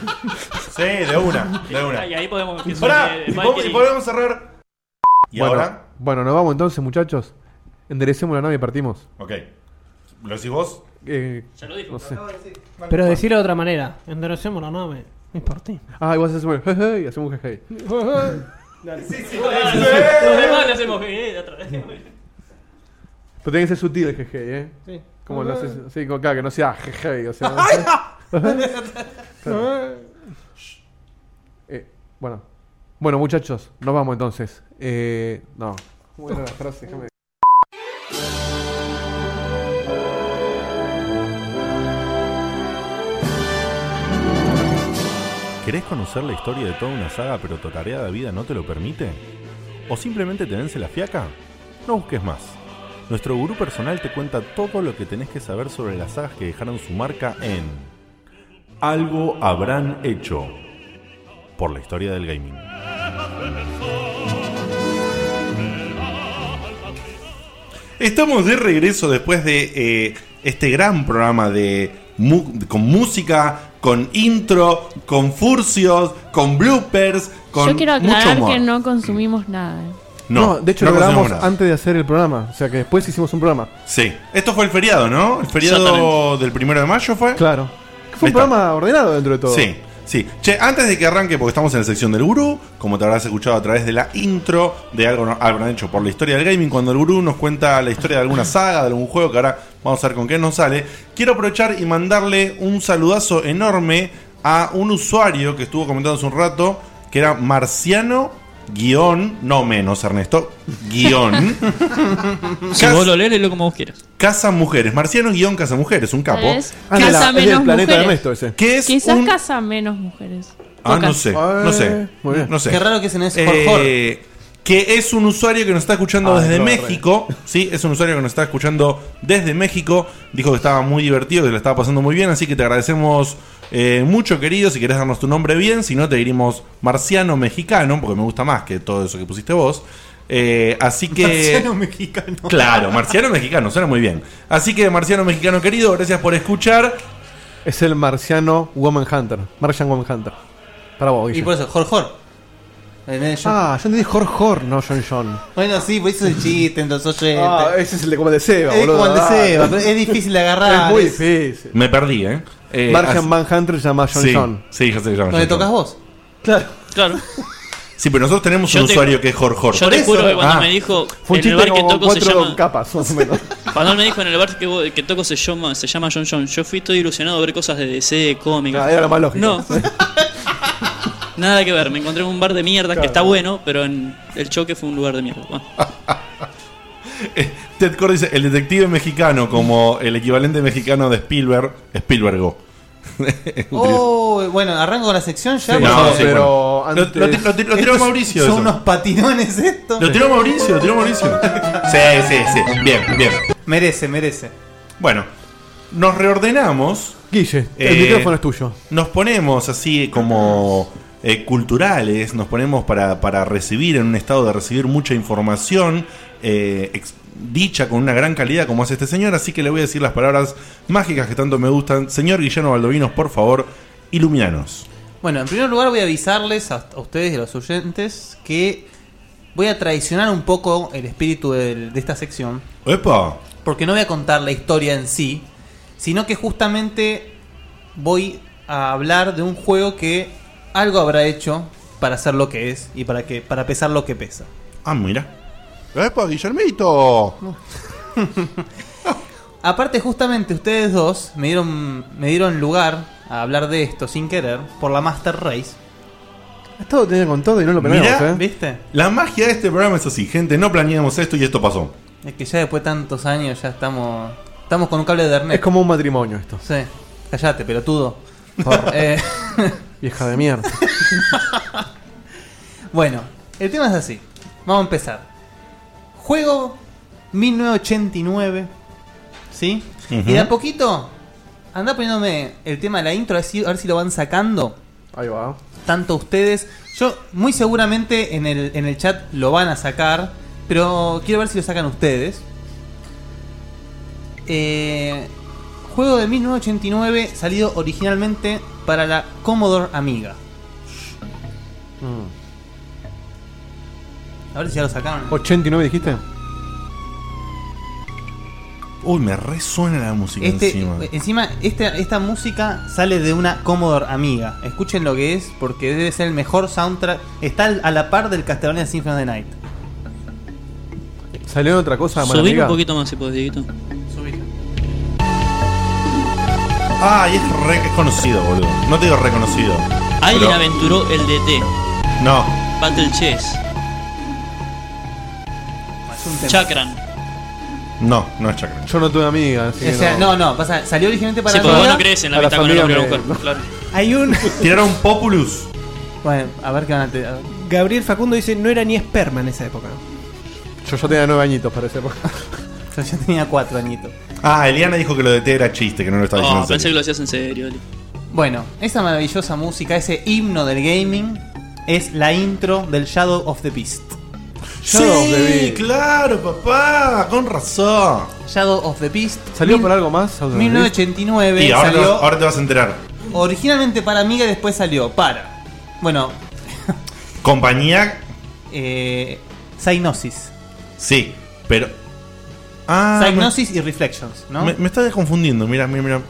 S1: Sí, de una, de una.
S3: Y ahí podemos. que suene
S1: Pará, y, podemos-
S3: Michael
S1: y
S3: y-
S1: podemos cerrar. ¿Y
S7: bueno,
S1: ahora?
S7: bueno, nos vamos entonces, muchachos. Enderecemos la nave y partimos.
S1: Ok. ¿Lo decís vos?
S7: Eh,
S3: Ya lo dijo.
S7: no sé.
S6: Pero decirlo de otra manera. Enderecemos la nave. Es por ti.
S7: Ah, igual haces un jeje y hacemos un jeje.
S3: Ah, Los demás le hacemos. eh, otra vez.
S7: Pero tiene que ser sutil el jeje, ¿eh?
S6: Sí.
S7: Como lo haces, sí, como, claro, que no sea jeje, o sea.
S4: [laughs]
S7: no sé. Eh, bueno. [laughs] Bueno, muchachos, nos vamos entonces. Eh, no. Bueno, la frase, déjame.
S1: ¿Querés conocer la historia de toda una saga pero tu tarea de vida no te lo permite? ¿O simplemente te vence la fiaca? No busques más. Nuestro gurú personal te cuenta todo lo que tenés que saber sobre las sagas que dejaron su marca en Algo habrán hecho por la historia del gaming. Estamos de regreso después de eh, este gran programa de mu- con música, con intro, con furcios, con bloopers, con
S2: Yo quiero
S1: mucho
S2: aclarar
S1: humor.
S2: que no consumimos nada. ¿eh?
S7: No, de hecho lo
S1: consumimos
S7: grabamos
S1: nada.
S7: antes de hacer el programa. O sea que después hicimos un programa.
S1: Sí. Esto fue el feriado, ¿no? El feriado del primero de mayo fue.
S7: Claro. Fue
S1: Ahí
S7: un
S1: está.
S7: programa ordenado dentro de todo.
S1: Sí, sí. Che, antes de que arranque, porque estamos en la sección del gurú, como te habrás escuchado a través de la intro de algo no- habrán hecho por la historia del gaming, cuando el gurú nos cuenta la historia
S7: [laughs]
S1: de alguna saga, de algún juego, que ahora vamos a ver con qué nos sale, quiero aprovechar y mandarle un saludazo enorme a un usuario que estuvo comentando hace un rato, que era Marciano. Guión, no menos Ernesto,
S7: [laughs]
S1: guión,
S3: Si vos lo lees, léelo como vos quieras.
S1: Casa Mujeres, Marciano guión Casa Mujeres, un capo.
S2: ¿Sabes?
S7: Ah, de
S2: Casa
S7: la- es
S2: menos
S7: del planeta de
S2: mujeres.
S7: Ernesto ese.
S1: Que es
S2: Quizás
S1: un-
S2: casa menos mujeres.
S1: Ah, no
S2: Pocas.
S1: sé,
S7: Ah,
S1: no sé.
S7: muy bien.
S1: No sé.
S4: Qué raro que se no es horror.
S1: Eh, que es un usuario que nos está escuchando
S7: Ah,
S1: desde
S7: no, re.
S1: México. Sí, es un usuario que nos está escuchando desde México. Dijo que estaba muy divertido, que la estaba pasando muy bien. Así que te agradecemos eh, mucho, querido. Si querés darnos tu nombre bien, si no, te diríamos marciano mexicano, porque me gusta más que todo eso que pusiste vos. Eh, así que.
S4: [laughs] Marciano mexicano.
S1: Claro, marciano mexicano, suena muy bien. Así que, marciano mexicano querido, gracias por escuchar.
S7: Es el marciano Woman Hunter. Martian Woman Hunter. Para vos,
S4: Y
S7: Guille.
S4: por eso, Jorjor. En vez de yo.
S7: Ah, yo entendí Jor Jor, no John John.
S4: Bueno, sí, pues eso es el chiste, entonces oyente.
S7: Ah, ese es el de como el de Seba,
S4: es
S7: boludo.
S4: como el de
S7: Ah,
S4: Seba, pero es difícil de agarrar.
S7: Es muy
S4: es-
S7: difícil.
S1: Me perdí, ¿eh? Eh,
S7: Martian
S1: así-
S7: Van Hunter se llama John
S1: Sí,
S7: John.
S1: sí, ya sé que se llama
S4: Donde
S1: John John.
S4: tocas vos.
S7: Claro.
S3: Claro.
S1: Sí, pero nosotros tenemos
S3: Yo
S1: un
S3: te-
S1: usuario que es Jorjor.
S3: Yo te juro que cuando
S1: Ah.
S3: me dijo en el bar que toco se llama.
S7: capas, más o
S3: [laughs]
S7: menos.
S3: Cuando él me dijo en el bar que, vo- que toco se llama, se llama John John, yo fui todo ilusionado a ver cosas de DC, cómics.
S7: Ah, era lo más lógico.
S3: No. Nada que ver, me encontré en un bar de mierda que está bueno, pero en el choque fue un lugar de mierda.
S7: [laughs]
S3: Bueno.
S7: Eh,
S1: Ted Core dice, el detective mexicano, como el equivalente mexicano de Spielberg, Spielbergo. [laughs]
S4: Oh, bueno, arranco con la sección ya.
S1: Sí,
S4: porque-
S1: no, sí, bueno. Lo- lo- lo- lo tiró
S4: Estos
S1: Mauricio
S4: Son
S1: eso.
S4: unos patinones esto.
S1: Lo tiró Mauricio, lo tiró Mauricio. Sí, sí, sí. Bien, bien.
S4: Merece, merece.
S1: Bueno, nos reordenamos.
S7: Guille, el micrófono es tuyo.
S1: eh, Nos ponemos así como eh, culturales, nos ponemos para, para recibir, en un estado de recibir mucha información, eh, ex- dicha con una gran calidad como hace este señor, así que le voy a decir las palabras mágicas que tanto me gustan. Señor Guillermo Baldovinos, por favor, iluminanos.
S4: Bueno, en primer lugar voy a avisarles a, a ustedes y a los oyentes que voy a traicionar un poco el espíritu del- de esta sección.
S1: ¡Epa!
S4: Porque no voy a contar la historia en sí, sino que justamente voy a hablar de un juego que algo habrá hecho para ser lo que es y para que para pesar lo que pesa.
S1: Ah, mira.
S4: ¡Epa, Guillermito! Aparte, justamente ustedes dos me dieron, me dieron lugar a hablar de esto sin querer por la Master Race.
S7: Esto tenía con todo y no lo planeamos,
S1: Mirá,
S7: ¿eh?
S4: ¿Viste?
S1: La magia de este programa es así, gente, no planeamos esto y esto pasó.
S4: Es que ya después de tantos años ya estamos estamos con un cable de Ethernet.
S7: Es como un matrimonio esto.
S4: Sí. Callate, pelotudo.
S7: Por-
S4: Eh,
S7: [laughs] Vieja de mierda.
S4: [laughs] bueno, el tema es así. Vamos a empezar. Juego 1989. ¿Sí?
S10: Ujú.
S4: Y de a poquito, anda poniéndome el tema de la intro, a ver si, a ver si lo van sacando.
S7: Ahí va.
S4: Tanto ustedes. Yo, muy seguramente en el, en el chat lo van a sacar. Pero quiero ver si lo sacan ustedes. Eh, juego de 1989, salido originalmente para la Commodore Amiga. A ver si ya lo sacaron.
S7: 89 dijiste.
S1: Uy, me resuena la música
S4: Este,
S1: encima.
S4: eh, encima, esta, esta música sale de una Commodore Amiga. Escuchen lo que es, porque debe ser el mejor soundtrack. Está al- a la par del Castlevania Symphony of the Night.
S7: ¿Salió otra cosa, mala
S3: Subir
S7: amiga?
S3: un poquito más si podés, Dieguito.
S1: Ah, y es reconocido, boludo. No te digo reconocido.
S3: Alguien
S1: Pero-
S3: aventuró el DT,
S1: No.
S3: Battle Chess, Chakran.
S1: No, no es chakra.
S7: Yo no tuve amiga, así
S4: O
S7: que
S4: sea,
S7: no.
S4: no, no, pasa, salió originalmente para
S3: Sí, porque vos
S4: Amiga.
S3: no crees en la
S7: A la
S3: bitácora, no
S7: familia
S3: creo
S7: me-
S3: claro.
S6: Hay un.
S1: [laughs] Tiraron Populus.
S4: Bueno, a ver qué van a tener.
S6: Gabriel Facundo dice: no era ni esperma en esa época.
S7: Yo ya tenía 9 añitos para esa época.
S4: [laughs] Yo ya tenía 4 añitos.
S1: Ah, Eliana dijo que lo de T era chiste, que no lo estaba
S3: Oh,
S1: diciendo. en
S3: pensé
S1: serio.
S3: que lo hacías en serio, Eli.
S4: Bueno, esa maravillosa música, ese himno del gaming, es la intro del Shadow of the Beast.
S1: Shadow of the Beast. claro, papá, con razón.
S4: Shadow of the Beast.
S7: ¿Salió
S4: mil-
S7: por algo más? Shadow of the Beast?
S4: 1989
S1: Y ahora, te
S4: salió
S1: vas- ahora te vas a enterar.
S4: originalmente para Amiga y después salió para. Bueno,
S1: Compañía,
S4: [laughs] eh, Synosis.
S1: sí, pero. Ah,
S4: Psygnosis y Reflections, ¿no?
S1: Me, me estás confundiendo, mira, mira, mira.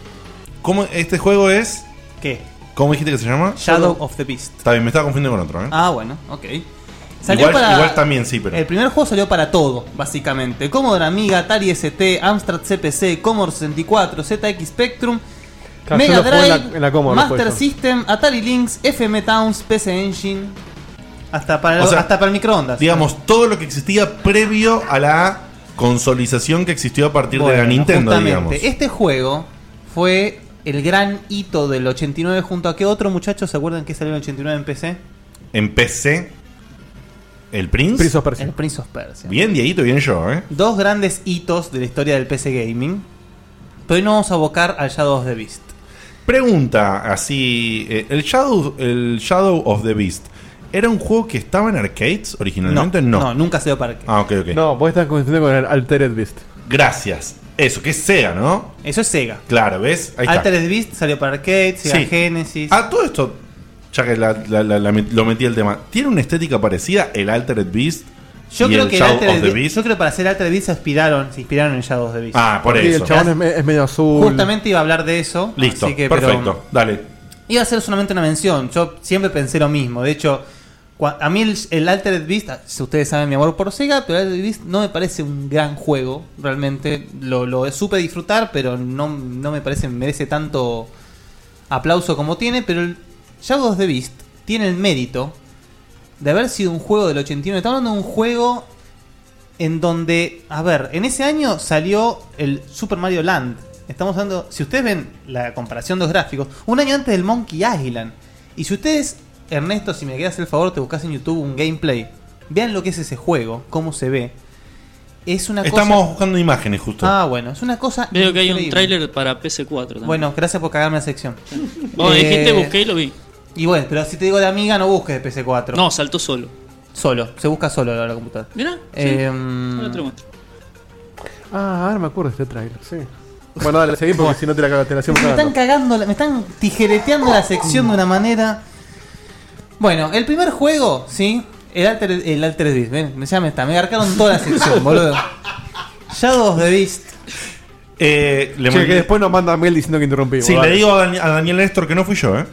S1: ¿Cómo este juego es?
S4: ¿Qué?
S1: ¿Cómo dijiste que se llama?
S4: Shadow of the Beast.
S1: Está bien, me estaba confundiendo con otro, ¿eh?
S4: Ah, bueno, ok.
S1: Igual- igual también sí, pero-
S4: El primer juego salió para todo, básicamente. Commodore Amiga, Atari ST, Amstrad CPC, Commodore 64, ZX Spectrum,
S7: Claro, yo
S4: Mega
S7: lo jugué en
S4: Drive,
S7: la- en la Commodore,
S4: Master
S7: después yo.
S4: System, Atari Lynx, FM Towns, PC Engine. Hasta para,
S1: O sea,
S4: hasta para el microondas.
S1: Digamos, todo lo que existía previo a la consolización que existió a partir de la
S4: Bueno,
S1: Nintendo,
S4: justamente,
S1: digamos.
S4: Este juego fue el gran hito del 89 junto a qué otro muchacho se acuerdan que salió en el 89 en PC?
S1: En PC, el Prince.
S4: El Prince of Persia.
S1: Bien, Dieguito, bien yo, ¿eh?
S4: Dos grandes hitos de la historia del PC gaming. Pero hoy no vamos a abocar al Shadow of the Beast.
S1: Pregunta, así. eh, el, Shadow, el Shadow of the Beast, ¿era un juego que estaba en arcades originalmente? No.
S4: no, nunca salió para arcades.
S1: Ah, ok, ok.
S7: No, vos estás confundiendo con el Altered Beast.
S1: Gracias. Eso, que es Sega, ¿no?
S4: Eso es Sega.
S1: Claro, ¿ves? Ahí está.
S4: Altered Beast salió para arcade, Sega
S1: Sí.
S4: Genesis.
S1: Ah, todo esto, ya que la- la- la- la met- lo metí el tema, ¿tiene una estética parecida el Altered Beast?
S4: yo
S1: y
S4: creo
S1: el
S4: que el
S1: Shadow
S4: Altered
S1: of the
S4: Be-
S1: Beast.
S4: yo creo que para hacer Altered Beast se inspiraron, se inspiraron en Shadow of the Beast.
S1: Ah, por
S7: Sí,
S1: eso.
S7: el chabón es, me- es medio azul.
S4: Justamente iba a hablar de eso.
S1: Listo,
S4: así que, pero-
S1: perfecto. Dale.
S4: Iba a ser solamente una mención, yo siempre pensé lo mismo. De hecho, cua- a mí el, el Altered Beast, ah, si ustedes saben mi amor por Sega, pero el Altered Beast no me parece un gran juego, realmente. Lo, lo supe disfrutar, pero no, no me parece, merece tanto aplauso como tiene. Pero el Shadow of the Beast tiene el mérito de haber sido un juego del 81. Estamos hablando de un juego en donde, a ver, en ese año salió el Super Mario Land. Estamos hablando, si ustedes ven la comparación de los gráficos, un año antes del Monkey Island. Y si ustedes, Ernesto, si me quedas el favor, te buscas en YouTube un gameplay, vean lo que es ese juego, cómo se ve. Es una
S1: Estamos
S4: cosa.
S1: buscando imágenes justo.
S4: Ah, bueno, es una cosa.
S3: Veo que hay un
S4: increíble.
S3: tráiler para PC4 también.
S4: Bueno, gracias por cagarme la sección.
S3: Vos dijiste, busqué
S4: y lo vi. Y bueno, pero si te digo de amiga, no busques de PC4.
S3: No, saltó solo.
S4: Solo, se busca solo la la computadora.
S3: Mirá, sí.
S4: Eh,
S3: Ahora te lo muestro.
S7: Ah, ahora me acuerdo de este trailer, sí. Bueno, dale, seguí porque si no te la cagaste, la hacemos
S4: Me están
S7: cagando.
S4: cagando, la- me están tijereteando la sección de una manera. Bueno, el primer juego, ¿sí? El Alter, el Altered Beast, ven, ya me está, me garcaron toda la
S3: [laughs]
S4: sección, boludo. Shadow of the Beast.
S1: Eh, le
S7: Che,
S1: mandé-
S7: que después nos manda mail diciendo que interrumpimos.
S1: Sí,
S7: dale.
S1: le digo a, Dan- a Daniel Néstor que no fui yo, ¿eh?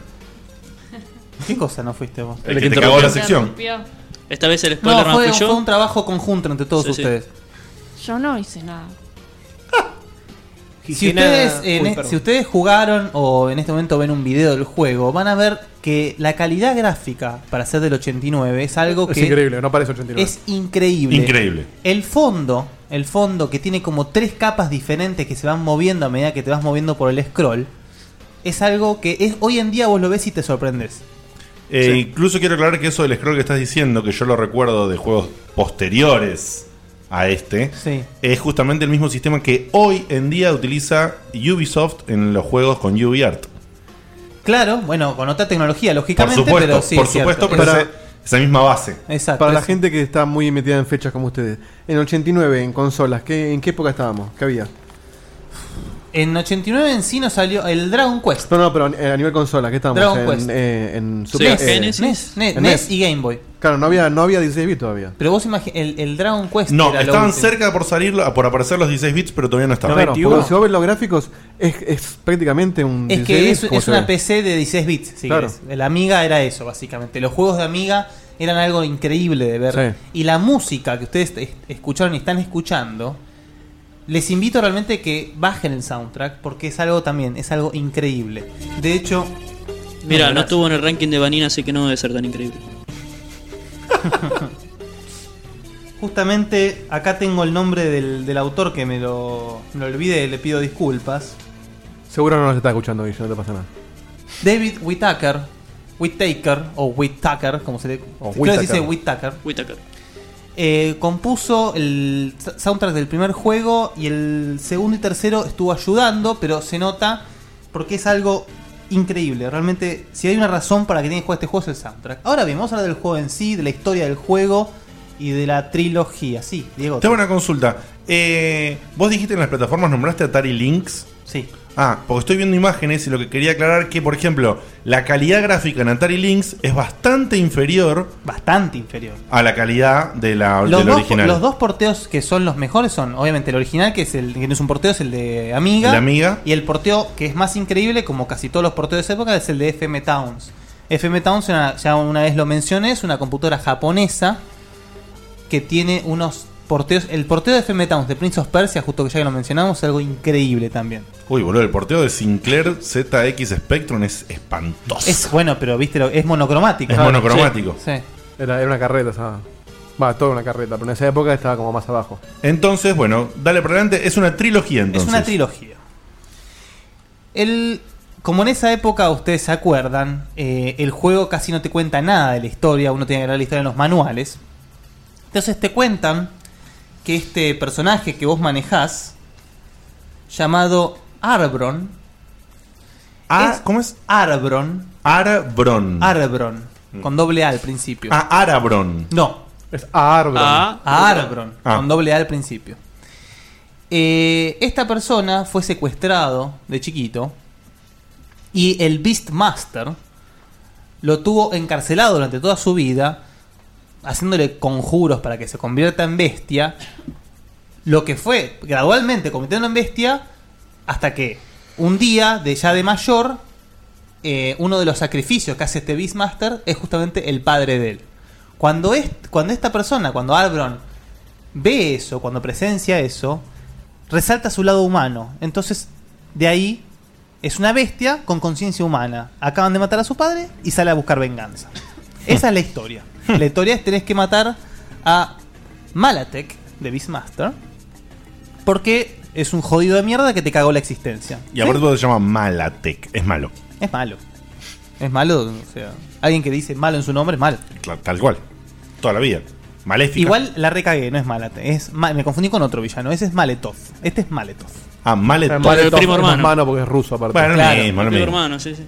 S4: ¿Qué cosa no fuiste vos?
S1: El, que te cagó la sección.
S3: Esta vez el
S4: No,
S3: spoiler no,
S4: fue,
S3: fui
S4: fue
S3: yo.
S4: un trabajo conjunto entre todos
S3: Sí, sí.
S4: ustedes.
S2: Yo no hice nada.
S4: Si
S6: Jijena-
S4: ustedes, en
S6: Uy,
S4: e-
S6: perdón.
S4: si ustedes jugaron o en este momento ven un video del juego, van a ver que la calidad gráfica para ser del 89 es algo
S7: Es
S4: que
S7: increíble, no parece 89.
S4: Es increíble.
S7: Increíble.
S4: El fondo, el fondo que tiene como tres capas diferentes que se van moviendo a medida que te vas moviendo por el scroll, es algo que es hoy en día vos lo ves y te sorprendes.
S1: Eh, Incluso quiero aclarar que eso del scroll que estás diciendo, que yo lo recuerdo de juegos posteriores a este, es justamente el mismo sistema que hoy en día utiliza Ubisoft en los juegos con UbiArt.
S4: Claro, bueno, con otra tecnología,
S1: Por
S4: lógicamente,
S1: supuesto,
S4: pero sí.
S1: por
S4: es cierto.
S1: supuesto, pero
S4: Para-
S1: ese- esa misma base.
S4: Exacto.
S7: Para la
S4: es-
S7: gente que está muy metida en fechas como ustedes. En 89, en consolas, ¿qué, ¿en qué época estábamos? ¿Qué había?
S4: En 89 en sí nos salió el Dragon Quest.
S7: No, no, pero a nivel consola, ¿qué estábamos?
S4: Dragon
S7: en,
S4: Quest. E
S7: eh, en
S4: NES, NES, NES,
S7: en E
S4: NES y Game Boy.
S7: Claro, no había, no había 16 bits todavía.
S4: Pero vos imaginas, el, el Dragon Quest.
S1: No,
S4: era lo
S1: estaban
S4: último.
S1: cerca por salir, por aparecer los 16 bits, pero todavía no estaban.
S7: Claro, porque si vos ves los gráficos, es, es prácticamente un
S4: Es
S7: 16
S4: que es,
S7: bits, como
S4: es
S7: se
S4: una
S7: ve.
S4: PC de 16 bits, si
S7: Claro.
S4: querés. La Amiga era eso, básicamente. Los juegos de Amiga eran algo increíble de ver. Y la música que ustedes es- escucharon y están escuchando, les invito realmente que bajen el soundtrack porque es algo también, es algo increíble. De hecho...
S3: Mira, no
S4: gracias.
S3: estuvo en el ranking de Vanina, así que no debe ser tan increíble.
S4: [laughs] Justamente acá tengo el nombre del, del autor que me lo, me lo olvidé, le pido disculpas.
S7: Seguro no nos está escuchando, Guillo, no te pasa nada.
S4: David Whittaker, Whittaker o Whittaker, como se le creo que se
S7: Whittaker.
S4: dice Whittaker. Eh, compuso el sa- soundtrack del primer juego y el segundo y tercero estuvo ayudando, pero se nota porque es algo increíble. Realmente, si hay una razón para que tiene que jugar este juego es el soundtrack. Ahora bien, vamos a hablar del juego en sí, de la historia del juego y de la trilogía. Sí, Diego.
S1: Tengo una consulta. Eh, Vos dijiste en las plataformas, nombraste Atari Lynx.
S4: Sí.
S1: Ah, porque estoy viendo imágenes y lo que quería aclarar que, por ejemplo, la calidad gráfica en Atari Lynx es bastante inferior.
S4: Bastante inferior.
S1: A la calidad de la,
S4: Los
S1: del
S4: dos,
S1: original.
S4: los dos porteos que son los mejores son, obviamente, el original, que es el que no es un porteo, es el de Amiga.
S1: El de Amiga.
S4: Y el porteo que es más increíble, como casi todos los porteos de esa época, es el de FM Towns. FM Towns, una- ya una vez lo mencioné, es una computadora japonesa que tiene unos porteos. El porteo de FM Towns de Prince of Persia, justo que ya que lo mencionamos, es algo increíble también.
S1: Uy, boludo, el porteo de Sinclair ZX Spectrum es espantoso.
S4: Es bueno, pero viste, lo- es monocromático.
S1: Es monocromático.
S4: Sí. Sí.
S7: Era, era una carreta, esa. Va, toda una carreta, pero en esa época estaba como más abajo.
S1: Entonces, bueno, dale para adelante. Es una trilogía
S4: Es
S1: entonces.
S4: una trilogía. El, como en esa época ustedes se acuerdan, eh, el juego casi no te cuenta nada de la historia, uno tiene que leer la historia en los manuales. Entonces te cuentan que este personaje que vos manejás, llamado Arbron.
S1: Ah, ¿Cómo es?
S4: Arbron.
S1: Arbron.
S4: Arbron. Con doble A al principio.
S1: Ah, Arabron.
S4: No.
S7: Es Arbron.
S4: A, Arbron.
S1: Ah.
S4: Con doble A al principio. Eh, esta persona fue secuestrado de chiquito. Y el Beastmaster lo tuvo encarcelado durante toda su vida. Haciéndole conjuros para que se convierta en bestia. Lo que fue gradualmente convirtiendo en bestia. Hasta que un día, de ya de mayor, eh, uno de los sacrificios que hace este Beastmaster es justamente el padre de él. Cuando, es, cuando esta persona, cuando Albron ve eso, cuando presencia eso, resalta su lado humano. Entonces, de ahí es una bestia con conciencia humana. Acaban de matar a su padre y sale a buscar venganza. Esa es la historia. La historia es tenés que matar a Malatek de Beastmaster porque es un jodido de mierda que te cagó la existencia.
S1: Y aparte todo se llama Malatec. Es malo.
S4: Es malo. Es malo, o sea, alguien que dice malo en su nombre es malo.
S1: Cla- Tal cual. Toda la vida. Maléfica.
S4: Igual la recagué, no es Malatec, es Ma- me confundí con otro villano, ese es Maletov. Este es Maletov.
S1: Ah, Maletov.
S4: Pero el primo
S7: es
S4: hermano.
S7: más malo porque es ruso aparte.
S1: Bueno, lo mismo, lo
S7: primo
S1: mismo.
S3: Hermano, sí, sí.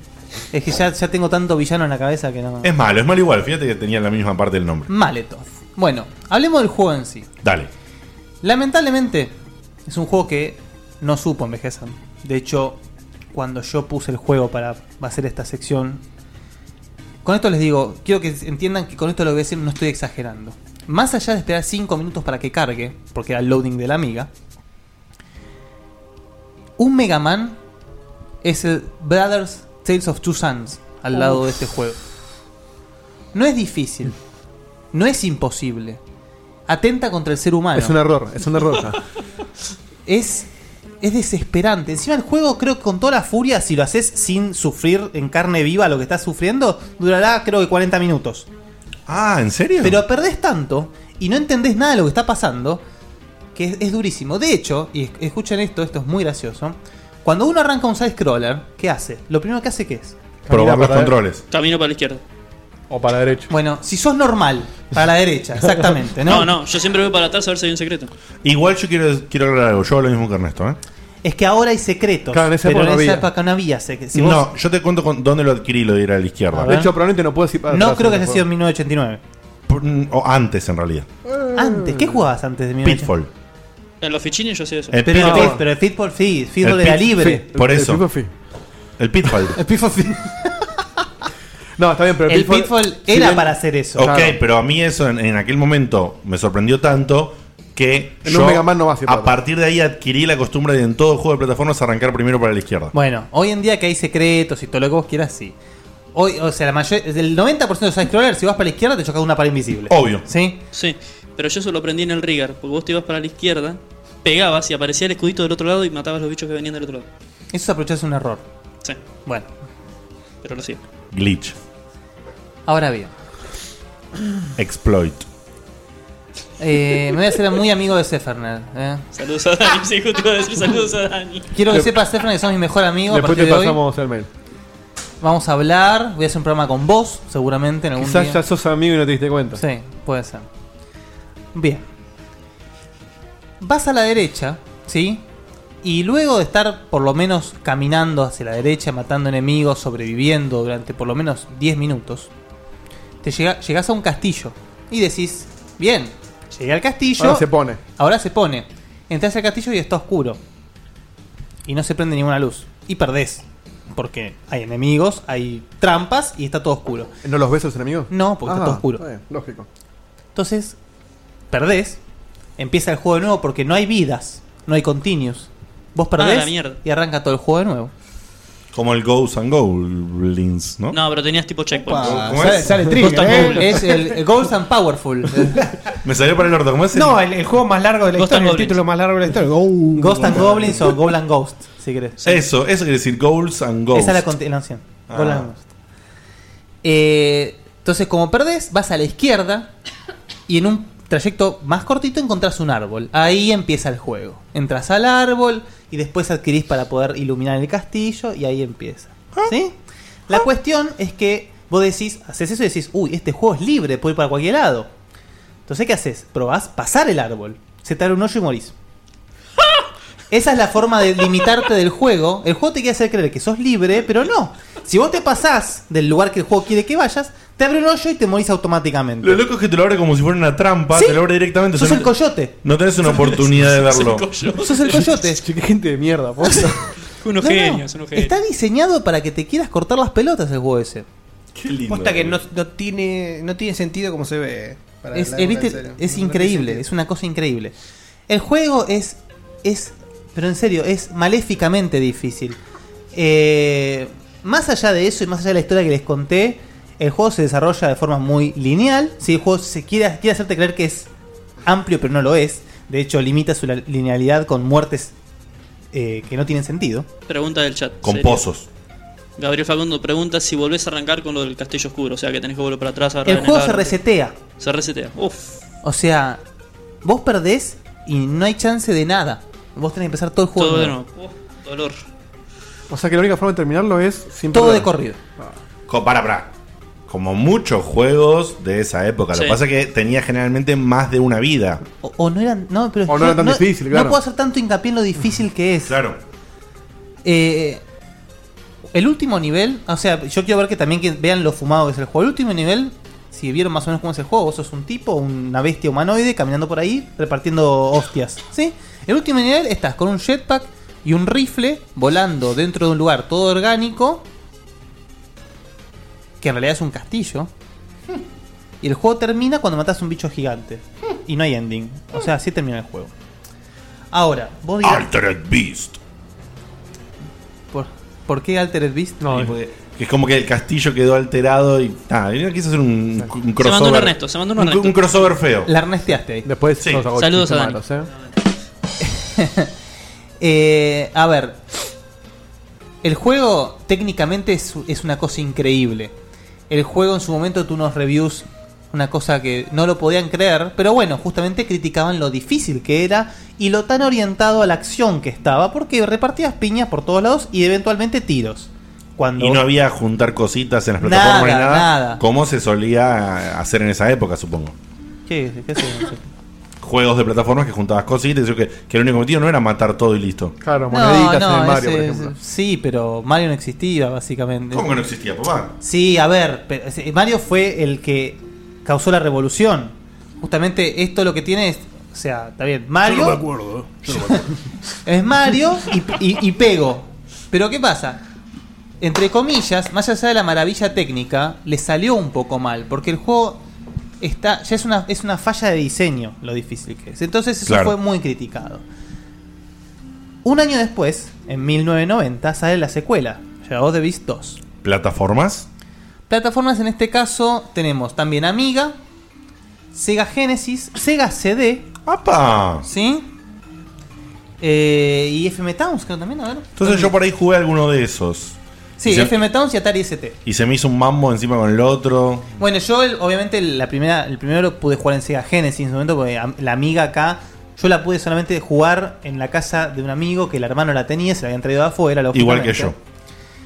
S4: Es que ya, ya tengo tanto villano en la cabeza que no.
S1: Es malo, es malo igual. Fíjate que tenía la misma parte del nombre.
S4: Maletov. Bueno, hablemos del juego en sí.
S1: Dale.
S4: Lamentablemente, es un juego que no supo envejecer. De hecho, cuando yo puse el juego para hacer esta sección, con esto les digo, quiero que entiendan que con esto lo que voy a decir no estoy exagerando. Más allá de esperar 5 minutos para que cargue, porque era el loading de la amiga, un Mega Man es el Brothers Tales of Two Sons al lado
S6: Uf.
S4: de este juego. No es difícil, no es imposible. Atenta contra el ser humano.
S7: Es un error, es un error. ya.
S4: [laughs] Es, es desesperante. Encima el juego, creo que con toda la furia, si lo haces sin sufrir en carne viva lo que estás sufriendo, durará creo que 40 minutos.
S1: Ah, ¿en serio?
S4: Pero perdés tanto y no entendés nada de lo que está pasando, que es, es durísimo. De hecho, y es- escuchen esto, esto es muy gracioso. Cuando uno arranca un side-scroller, ¿qué hace? Lo primero que hace, ¿qué es?
S1: Probar los controles.
S3: Camino para la izquierda.
S7: O para la derecha.
S4: Bueno, si sos normal, para la
S1: [laughs]
S4: derecha, exactamente, ¿no?
S3: No, no, yo siempre voy para atrás a ver si hay un secreto.
S1: Igual yo quiero, quiero aclarar algo. Yo hago lo mismo que Ernesto, ¿eh?
S4: Es que ahora hay secretos.
S1: Claro, en esa
S4: pero
S1: época
S4: en
S1: no
S4: esa
S1: había.
S4: época no había secretos. Si vos-
S1: No, yo te cuento con dónde lo adquirí, lo de ir a la izquierda.
S4: A ver. De hecho,
S7: probablemente no puedes ir para
S4: No atrás creo en que ese haya sido 1989.
S1: mm, O antes, en realidad.
S4: Antes, ¿qué jugabas antes de 1989?
S1: Pitfall.
S3: En los fichines yo hacía eso.
S1: El
S4: Pero,
S1: Pitfall.
S4: el, pero el Pitfall sí,
S7: [laughs]
S4: Pitfall
S1: El
S4: era
S1: Pit-
S4: libre.
S1: sí, por eso. El Pitfall.
S4: [laughs] El Pitfall sí.
S7: No, está bien, pero
S4: El Pitfall
S7: si
S4: era
S7: bien-
S4: para hacer eso.
S1: Ok, pero a mí eso en, en aquel momento me sorprendió tanto que
S7: En un Mega Man no va hacia
S1: a partir de ahí adquirí la costumbre de en todo juego de plataformas arrancar primero para la izquierda.
S4: Bueno, hoy en día que hay secretos y todo lo que vos quieras, sí. Hoy, o sea, la mayor, el 90% de los side-scrollers, si vas para la izquierda, te chocas una pared invisible.
S1: Obvio.
S4: ¿Sí?
S3: Sí, pero yo eso lo aprendí en el Rigar, porque vos te ibas para la izquierda, pegabas y aparecía el escudito del otro lado y matabas los bichos que venían del otro lado.
S4: Eso es aprovecharse un error.
S3: Sí.
S4: Bueno.
S3: Pero lo sigo.
S1: Glitch.
S4: Ahora bien,
S1: Exploit.
S4: eh, me voy a hacer muy amigo de Seferner. ¿eh?
S3: Saludos a Dani, [laughs] sí, justo iba a decir saludos a Dani.
S4: Quiero que sepas, Seferner, que sos mi mejor amigo. a
S7: Después te
S4: partir de hoy.
S7: pasamos el mail.
S4: Vamos a hablar, voy a hacer un programa con vos, seguramente en algún
S7: Quizás
S4: día.
S7: ya sos amigo y no te diste cuenta.
S4: Sí, puede ser. Bien. Vas a la derecha, ¿sí? Y luego de estar por lo menos caminando hacia la derecha, matando enemigos, sobreviviendo durante por lo menos 10 minutos, te llega, llegas a un castillo y decís, bien, llegué al castillo.
S7: Ahora se pone.
S4: Ahora se pone. Entrás al castillo y está oscuro. Y no se prende ninguna luz. Y perdés. Porque hay enemigos, hay trampas y está todo oscuro.
S7: ¿No los ves a los enemigos?
S4: No, porque está
S7: Ah,
S4: todo oscuro.
S7: está bien, lógico.
S4: Entonces, perdés, empieza el juego de nuevo porque no hay vidas, no hay continues. Vos perdés
S3: Ah, la mierda.
S4: y arranca todo el juego de nuevo.
S1: Como el Ghosts and Goblins, ¿no?
S3: No, pero tenías tipo checkpoint.
S1: ¿Cómo sale- es? sale
S3: Vos tampoco.
S7: ¿eh?
S4: ¿eh? Es el Goals and Powerful.
S7: [laughs]
S1: Me salió para el orto. ¿Cómo es? el-
S6: No, el, el juego más largo de la
S4: Ghost
S6: historia,
S4: and
S6: el
S4: Goblins.
S6: título más largo de la historia. Oh. Go-
S4: Ghost and Goblins o Goblin Ghost, si querés.
S1: Eso, eso quiere decir Goals and Ghosts.
S4: Esa es la continuación.
S1: Ah.
S4: Goblin Ghost. Eh, entonces, como perdés, vas a la izquierda y en un trayecto más cortito encontrás un árbol. Ahí empieza el juego. Entras al árbol y después adquirís para poder iluminar el castillo y ahí empieza. ¿Sí? La cuestión es que vos decís, haces eso y decís, uy, este juego es libre, puedo ir para cualquier lado. Entonces, ¿qué haces? Probás pasar el árbol. Se te abre un hoyo y morís. Esa es la forma de limitarte del juego. El juego te quiere hacer creer que sos libre, pero no. Si vos te pasás del lugar que el juego quiere que vayas, te abre un hoyo y te morís automáticamente.
S1: Lo loco es que te lo abre como si fuera una trampa,
S4: Sí.
S1: te lo abre directamente.
S4: Sos
S1: o sea,
S4: el
S1: no-
S4: coyote.
S1: No tenés una oportunidad de verlo.
S4: [laughs] Sos el
S7: [laughs]
S4: coyote.
S7: Qué gente de mierda, posta.
S3: Unos
S4: No, no.
S3: genios, unos genios.
S4: Está diseñado para que te quieras cortar las pelotas el juego ese.
S1: Qué lindo.
S6: Posta que no, no tiene, no tiene sentido como se ve. para
S4: Es,
S6: la
S4: eh,
S6: época,
S4: ¿viste?
S6: en
S4: es
S6: serio. No tiene
S4: increíble,
S6: sentido.
S4: es una cosa increíble. El juego es, es, pero en serio, es maléficamente difícil. Eh, más allá de eso y más allá de la historia que les conté, El juego se desarrolla de forma muy lineal. Si el juego se quiere, quiere hacerte creer que es amplio, pero no lo es. De hecho, limita su la- linealidad con muertes eh, que no tienen sentido.
S3: Pregunta del chat.
S4: Con
S3: seria.
S4: pozos.
S3: Gabriel Facundo pregunta si volvés a arrancar con lo del castillo oscuro, o sea que tenés que volver para atrás. a
S4: El juego se
S3: revelar.
S4: resetea.
S3: Se resetea. Uf.
S4: O sea, vos perdés y no hay chance de nada. Vos tenés que empezar todo el juego.
S3: Todo
S4: de
S3: de
S4: nuevo.
S3: nuevo. Uf, dolor.
S7: O sea que la única forma de terminarlo es sin
S4: Todo
S7: perder.
S4: de corrido.
S7: Ah.
S1: Co- Para, para. Como muchos juegos de esa época. Lo
S4: Sí.
S1: que pasa es que tenía generalmente más de una vida.
S4: O, o no eran. No, pero
S1: O no era tan difícil, claro.
S4: No puedo hacer tanto hincapié en lo difícil que es. Eh,
S1: Claro.
S4: el último nivel, o sea, yo quiero ver que también que vean lo fumado que es el juego. El último nivel, si vieron más o menos cómo es el juego, vos sos un tipo, una bestia humanoide caminando por ahí repartiendo hostias. ¿Sí? El último nivel estás con un jetpack y un rifle volando dentro de un lugar todo orgánico. Que en realidad es un castillo.
S1: Hmm.
S4: Y el juego termina cuando matas un bicho gigante. Y no hay ending. O sea, así termina el juego. Ahora, vos dirás.
S1: Altered Beast.
S4: ¿Por, por qué Altered Beast?
S1: Y porque- que es como que el castillo quedó alterado y. Ah, y no quiso hacer un, un crossover.
S3: mandó un Ernesto, se mandó un Ernesto.
S1: Un, crossover feo.
S4: La ernesteaste ahí.
S7: Después
S1: Sí. nos hago
S3: Saludos a Dani.
S4: [laughs] Eh, a ver. El juego técnicamente es, es una cosa increíble. El juego en su momento tuvo unos reviews, una cosa que no lo podían creer, pero bueno, justamente criticaban lo difícil que era y lo tan orientado a la acción que estaba, porque repartías piñas por todos lados y eventualmente tiros. Cuando
S1: Y no había juntar cositas en las plataformas
S4: Nada,
S1: ni nada,
S4: nada.
S1: Como se solía hacer en esa época, supongo.
S4: ¿Qué? ¿Qué es eso?
S1: Juegos de plataformas que juntabas cositas. y Que, que el único motivo no era matar todo y listo.
S7: Claro,
S1: moneditas
S4: No,
S1: en el
S4: no,
S1: Mario, por
S4: ese- Sí, pero Mario no existía, básicamente.
S1: ¿Cómo que no existía, papá?
S4: Sí, a ver, pero ese- Mario fue el que causó la revolución. Justamente esto lo que tiene es. O sea, está bien. Mario.
S10: Yo no me acuerdo, yo no me acuerdo.
S4: es Mario y, y- y pego. Pero ¿qué pasa? Entre comillas, más allá de la maravilla técnica, le salió un poco mal, porque el juego está ya es una, es una falla de diseño lo difícil que es. Entonces eso
S10: Claro.
S4: fue muy criticado. Un año después, en 1990, sale la secuela, Shadow of the Beast 2.
S1: ¿Plataformas?
S4: Plataformas en este caso tenemos también Amiga, Sega Genesis, Sega CD,
S1: ¡Apa!
S4: ¿sí? Eh, y FM Towns, creo también, a ver.
S1: Entonces yo por ahí jugué alguno de esos.
S4: Sí,
S1: y se,
S4: FM Towns y Atari ST.
S1: y se me hizo un mambo encima con el otro.
S4: Bueno, yo el- obviamente la primera, el primero lo pude jugar en Sega Genesis en su momento, porque am- la amiga acá, yo la pude solamente jugar en la casa de un amigo que el hermano la tenía, se la habían traído de afuera.
S1: Igual que
S4: lógicamente.
S1: yo.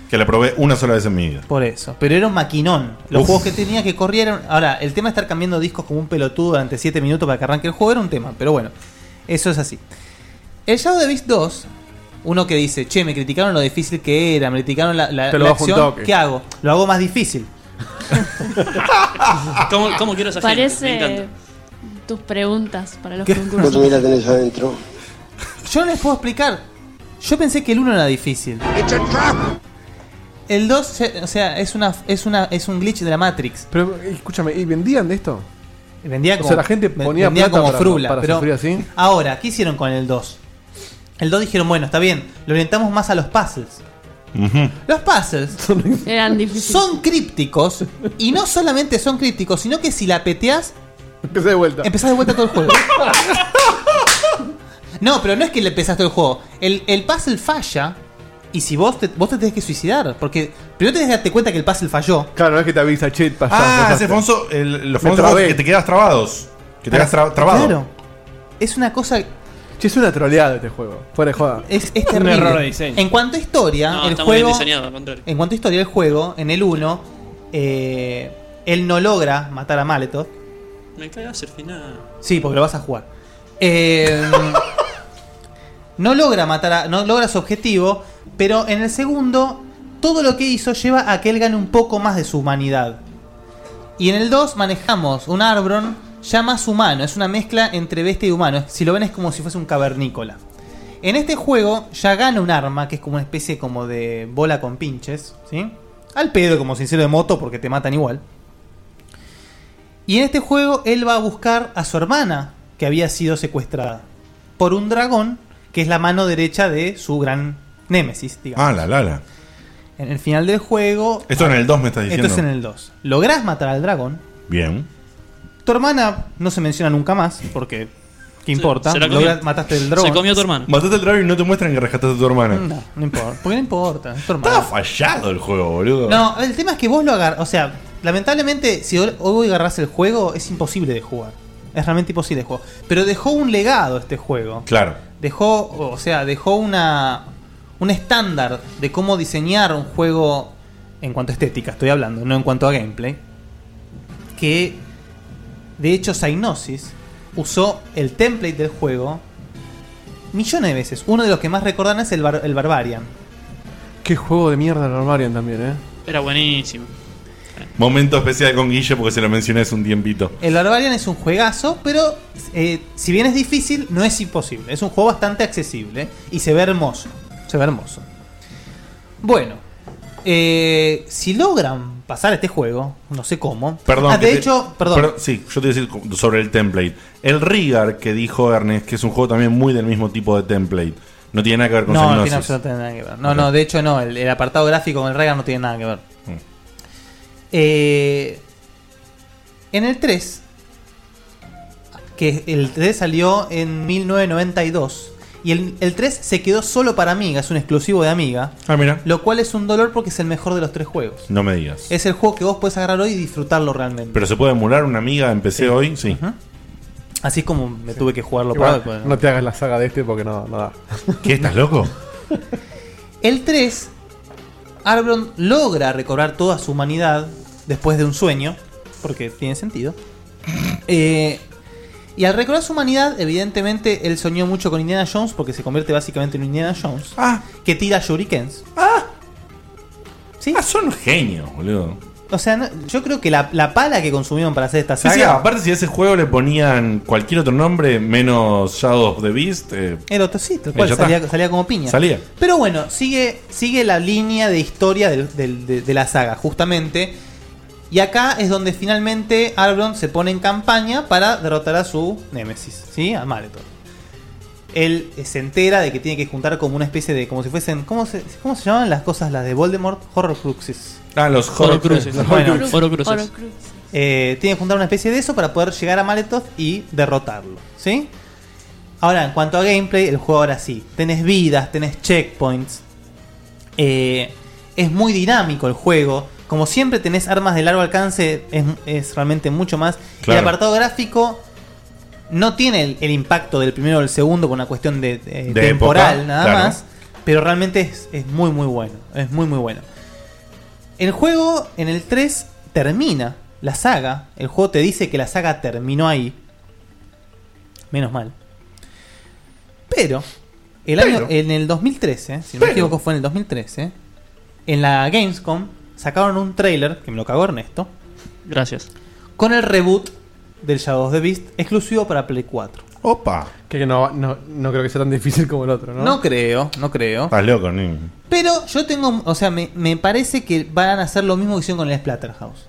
S1: Que la probé una sola vez en mi vida.
S4: Por eso. Pero era un maquinón. Los
S1: Uf.
S4: juegos que tenía que corrieron. Ahora, el tema de estar cambiando discos como un pelotudo durante 7 minutos para que arranque el juego era un tema, pero bueno, eso es así. El Shadow of the Beast 2, uno que dice, che, me criticaron lo difícil que era, me criticaron la, la-
S7: Te lo
S4: la
S7: bajo un
S4: acción,
S7: toque.
S4: ¿qué hago? Lo hago
S3: [laughs]
S4: más difícil.
S3: ¿Cómo, cómo quiero esa gente? Me
S2: Parece
S3: encanta.
S2: tus preguntas para los
S4: ¿Qué?
S2: concursos.
S4: Vos también
S12: tenés adentro.
S4: Yo no les puedo explicar. Yo pensé que el 1 era difícil. El 2, se- o sea, es una es una es un glitch de la Matrix.
S7: Pero escúchame, ¿y vendían de esto?
S4: Vendía
S7: O
S4: como
S7: sea, la gente
S4: ven-
S7: ponía
S4: vendía
S7: plata
S4: como
S7: para-
S4: frula,
S7: para
S4: pero
S7: sufrir así.
S4: Ahora, ¿qué hicieron con el 2? El 2 dijeron, bueno, está bien, lo orientamos más a los puzzles. Los puzzles
S2: Eran difíciles.
S4: son crípticos y no solamente son crípticos, sino que si la peteas
S7: empezás de vuelta.
S4: Empezás de vuelta todo
S7: [laughs]
S4: el juego. No, pero no es que le empezás todo el juego. El, el puzzle falla. Y si vos te, vos te tenés que suicidar. Porque primero tenés que darte cuenta que el puzzle falló.
S7: Claro, no es que te avisa, che, pasó.
S1: Ah, ese famoso, el- los famosos juegos que te quedas trabados. Que te quedas tra- trabado.
S4: Claro. Es una cosa.
S7: Che, es una troleada este juego. Fuera de joda.
S4: Es, es terrible. En cuanto a historia,
S7: No,
S4: el
S7: está muy bien
S4: juego.
S7: diseñado, al contrario.
S4: En cuanto a historia, el juego, en el 1, él no logra matar a Maletov.
S3: Me cagas el final.
S4: Sí, porque lo vas a jugar.
S7: [laughs]
S4: Eh, no logra matar a, no logra su objetivo, pero en el segundo todo lo que hizo lleva a que él gane un poco más de su humanidad. Y en el 2 manejamos un Arbron ya más humano, es una mezcla entre bestia y humano, si lo ven es como si fuese un cavernícola. En este juego ya gana un arma que es como una especie como de bola con pinches, ¿sí? Al pedo como sincero de moto porque te matan igual. Y en este juego él va a buscar a su hermana, que había sido secuestrada, por un dragón, que es la mano derecha de su gran némesis, digamos.
S1: Ah, la Lala.
S4: En el final del juego.
S1: Esto en el 2 me estás diciendo.
S4: Esto es en el 2. Lográs matar al dragón.
S1: Bien.
S4: Tu hermana no se menciona nunca más, porque. ¿Qué importa?
S1: se la comió.
S4: Lográs- mataste el dragón.
S1: Mataste al dragón y no te muestran que rescataste a tu hermana.
S4: No, no importa. Porque no importa. es tu hermana.
S1: Estaba fallado el juego, boludo.
S4: No, el tema es que vos lo agarras. O sea, lamentablemente, si hoy- hoy agarras el juego, es imposible de jugar. Es realmente imposible de jugar. Pero dejó un legado este juego.
S1: Claro.
S4: Dejó, o sea, dejó una un estándar de cómo diseñar un juego en cuanto a estética, estoy hablando, no en cuanto a gameplay. Que de hecho Psygnosis usó el template del juego millones de veces. Uno de los que más recordan es el, Bar- el Barbarian.
S7: Qué juego de mierda el Barbarian también, eh.
S3: Era buenísimo.
S1: Momento especial con Guille porque se lo mencioné hace un tiempito.
S4: El Barbarian es un juegazo, pero eh, si bien es difícil, no es imposible. Es un juego bastante accesible y se ve hermoso. Se ve hermoso. Bueno, eh, si logran pasar este juego, no sé cómo.
S1: Perdón.
S4: Ah,
S1: que
S4: de
S1: te-
S4: hecho, perdón.
S1: Sí, yo te voy a decir sobre el template. El Rigar que dijo Ernest, que es un juego también muy del mismo tipo de template. No tiene nada que ver con
S4: no, no tiene
S1: Psygnosis.
S4: absolutamente nada que ver. No,
S1: Ok.
S4: no, de hecho no. El, el apartado gráfico con el Reagan no tiene nada que ver.
S1: Mm.
S4: Eh, en el 3, que el 3 salió en 1992. Y el, el 3 se quedó solo para Amiga, es un exclusivo de Amiga.
S1: Ah, mira.
S4: Lo cual es un dolor porque es el mejor de los tres juegos.
S1: No me digas.
S4: Es el juego que vos podés agarrar hoy y disfrutarlo realmente.
S1: Pero se puede emular una amiga, empecé hoy, sí.
S4: Así como me tuve que jugarlo
S7: Igual,
S4: para
S7: No te hagas la saga de este porque no, no da.
S1: ¿Qué? ¿Estás loco?
S4: El 3, Arbron logra recobrar toda su humanidad después de un sueño, porque tiene
S1: [laughs]
S4: sentido. Eh, y al recobrar su humanidad, evidentemente él soñó mucho con Indiana Jones, porque se convierte básicamente en un Indiana Jones, que tira shurikens.
S1: Ah, son genios, boludo.
S4: O sea, no- yo creo que la, la pala que consumieron para hacer esta
S1: Sí,
S4: saga
S1: sí, aparte si a ese juego le ponían cualquier otro nombre menos Shadow of the Beast, eh,
S4: era otro sí, tal
S1: Y
S4: cual,
S1: ya está.
S4: salía, salía como piña.
S1: Salía.
S4: Pero bueno, sigue, sigue la línea de historia del- del- de, de la saga, justamente. Y acá es donde finalmente Arbron se pone en campaña para derrotar a su némesis, ¿sí? A Maletor. Él eh, se entera de que tiene que juntar como una especie de. como si fuesen. ¿Cómo se, cómo se llaman las cosas? Las de Voldemort, Horrorcruxes.
S1: Ah, los Horrocruxes.
S4: Bueno,
S1: Horrocruxes. Horrocruxes. Horrocruxes.
S4: eh, tiene que juntar una especie de eso para poder llegar a Maletoth y derrotarlo, ¿sí? Ahora, en cuanto a gameplay, el juego ahora sí. Tenés vidas, tenés checkpoints. Eh, es muy dinámico el juego. Como siempre tenés armas de largo alcance, es, es realmente mucho más.
S12: Claro.
S4: El apartado gráfico no tiene el, el impacto del primero o del segundo por una cuestión de, eh,
S12: De
S4: temporal
S12: época,
S4: nada
S12: claro.
S4: más. Pero realmente es, es muy muy bueno. Es muy muy bueno. El juego en el 3 termina la saga. El juego te dice que la saga terminó ahí. Menos mal. Pero, el año, en el 2013, si no me equivoco fue en el 2013, en la Gamescom sacaron un trailer, que me lo cagó Ernesto.
S3: Gracias.
S4: Con el reboot del Shadow of the Beast, exclusivo para Play 4.
S1: Opa.
S7: Que no, no, no creo que sea tan difícil como el otro, ¿no?
S4: No creo,
S7: [laughs]
S4: no creo.
S1: estás loco, ni.
S4: Pero yo tengo, o sea, me, me parece que van a hacer lo mismo que hicieron con el Splatterhouse.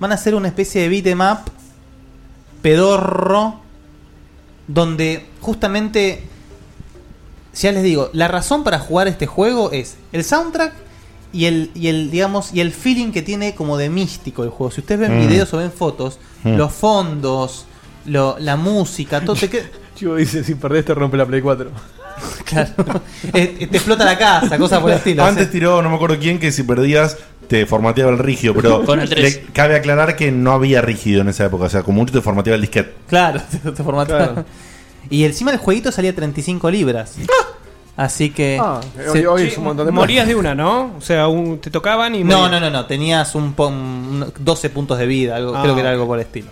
S4: Van a hacer una especie de beat'em up pedorro donde justamente ya les digo, la razón para jugar este juego es el soundtrack y el y el digamos y el feeling que tiene como de místico el juego. Si ustedes ven
S7: Mm.
S4: videos o ven fotos,
S7: Mm.
S4: los fondos, lo- la música, todo te queda
S7: [laughs] Chivo dice, si perdés te rompe la Play
S4: [laughs]
S7: 4.
S4: Eh, eh, te explota la casa, cosas por el estilo.
S1: Antes
S4: O sea,
S1: tiró, no me acuerdo quién, que si perdías te formateaba el rígido, pero
S4: [laughs] Con el tres.
S1: le- cabe aclarar que no había rígido en esa época, o sea, como mucho te formateaba el disquete.
S4: Claro, [laughs] te, te formateaba.
S1: Claro.
S4: Y encima el jueguito salía 35 libras. Así que.
S6: Ah,
S4: se-
S6: hoy- hoy es un montón de Morías de una, ¿no? O sea, un- te tocaban y.
S4: No,
S6: morías.
S4: no, no, no. Tenías un, po- un- 12 puntos de vida, algo,
S6: Ah.
S4: creo que era algo por el estilo.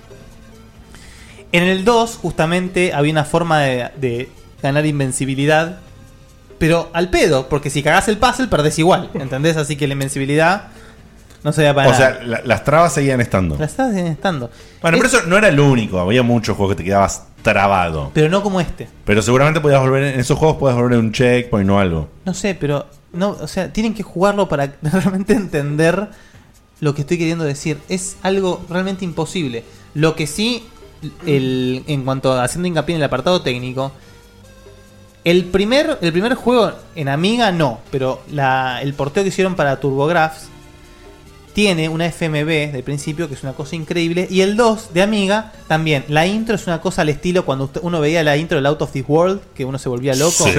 S4: En el 2, justamente, había una forma de, de ganar invencibilidad. Pero al pedo, porque si cagás el puzzle, perdés igual. ¿Entendés? Así que la invencibilidad no se para
S1: O
S4: nada.
S1: sea, la- las trabas seguían estando.
S4: la estás estando.
S1: Bueno, pero eso no era el único, había muchos juegos que te quedabas trabado.
S4: Pero no como este.
S1: Pero seguramente podías volver, en esos juegos podías volver a un checkpoint o algo.
S4: No sé, pero no, o sea, tienen que jugarlo para [laughs] realmente entender lo que estoy queriendo decir. Es algo realmente imposible. Lo que sí, el, en cuanto a haciendo hincapié en el apartado técnico, El primer, el primer juego en Amiga no, pero la- el porteo que hicieron para TurboGrafx tiene una FMV de principio que es una cosa increíble. Y el 2 de Amiga también. La intro es una cosa al estilo cuando usted- uno veía la intro del Out of This World, que uno se volvía loco.
S1: Sí.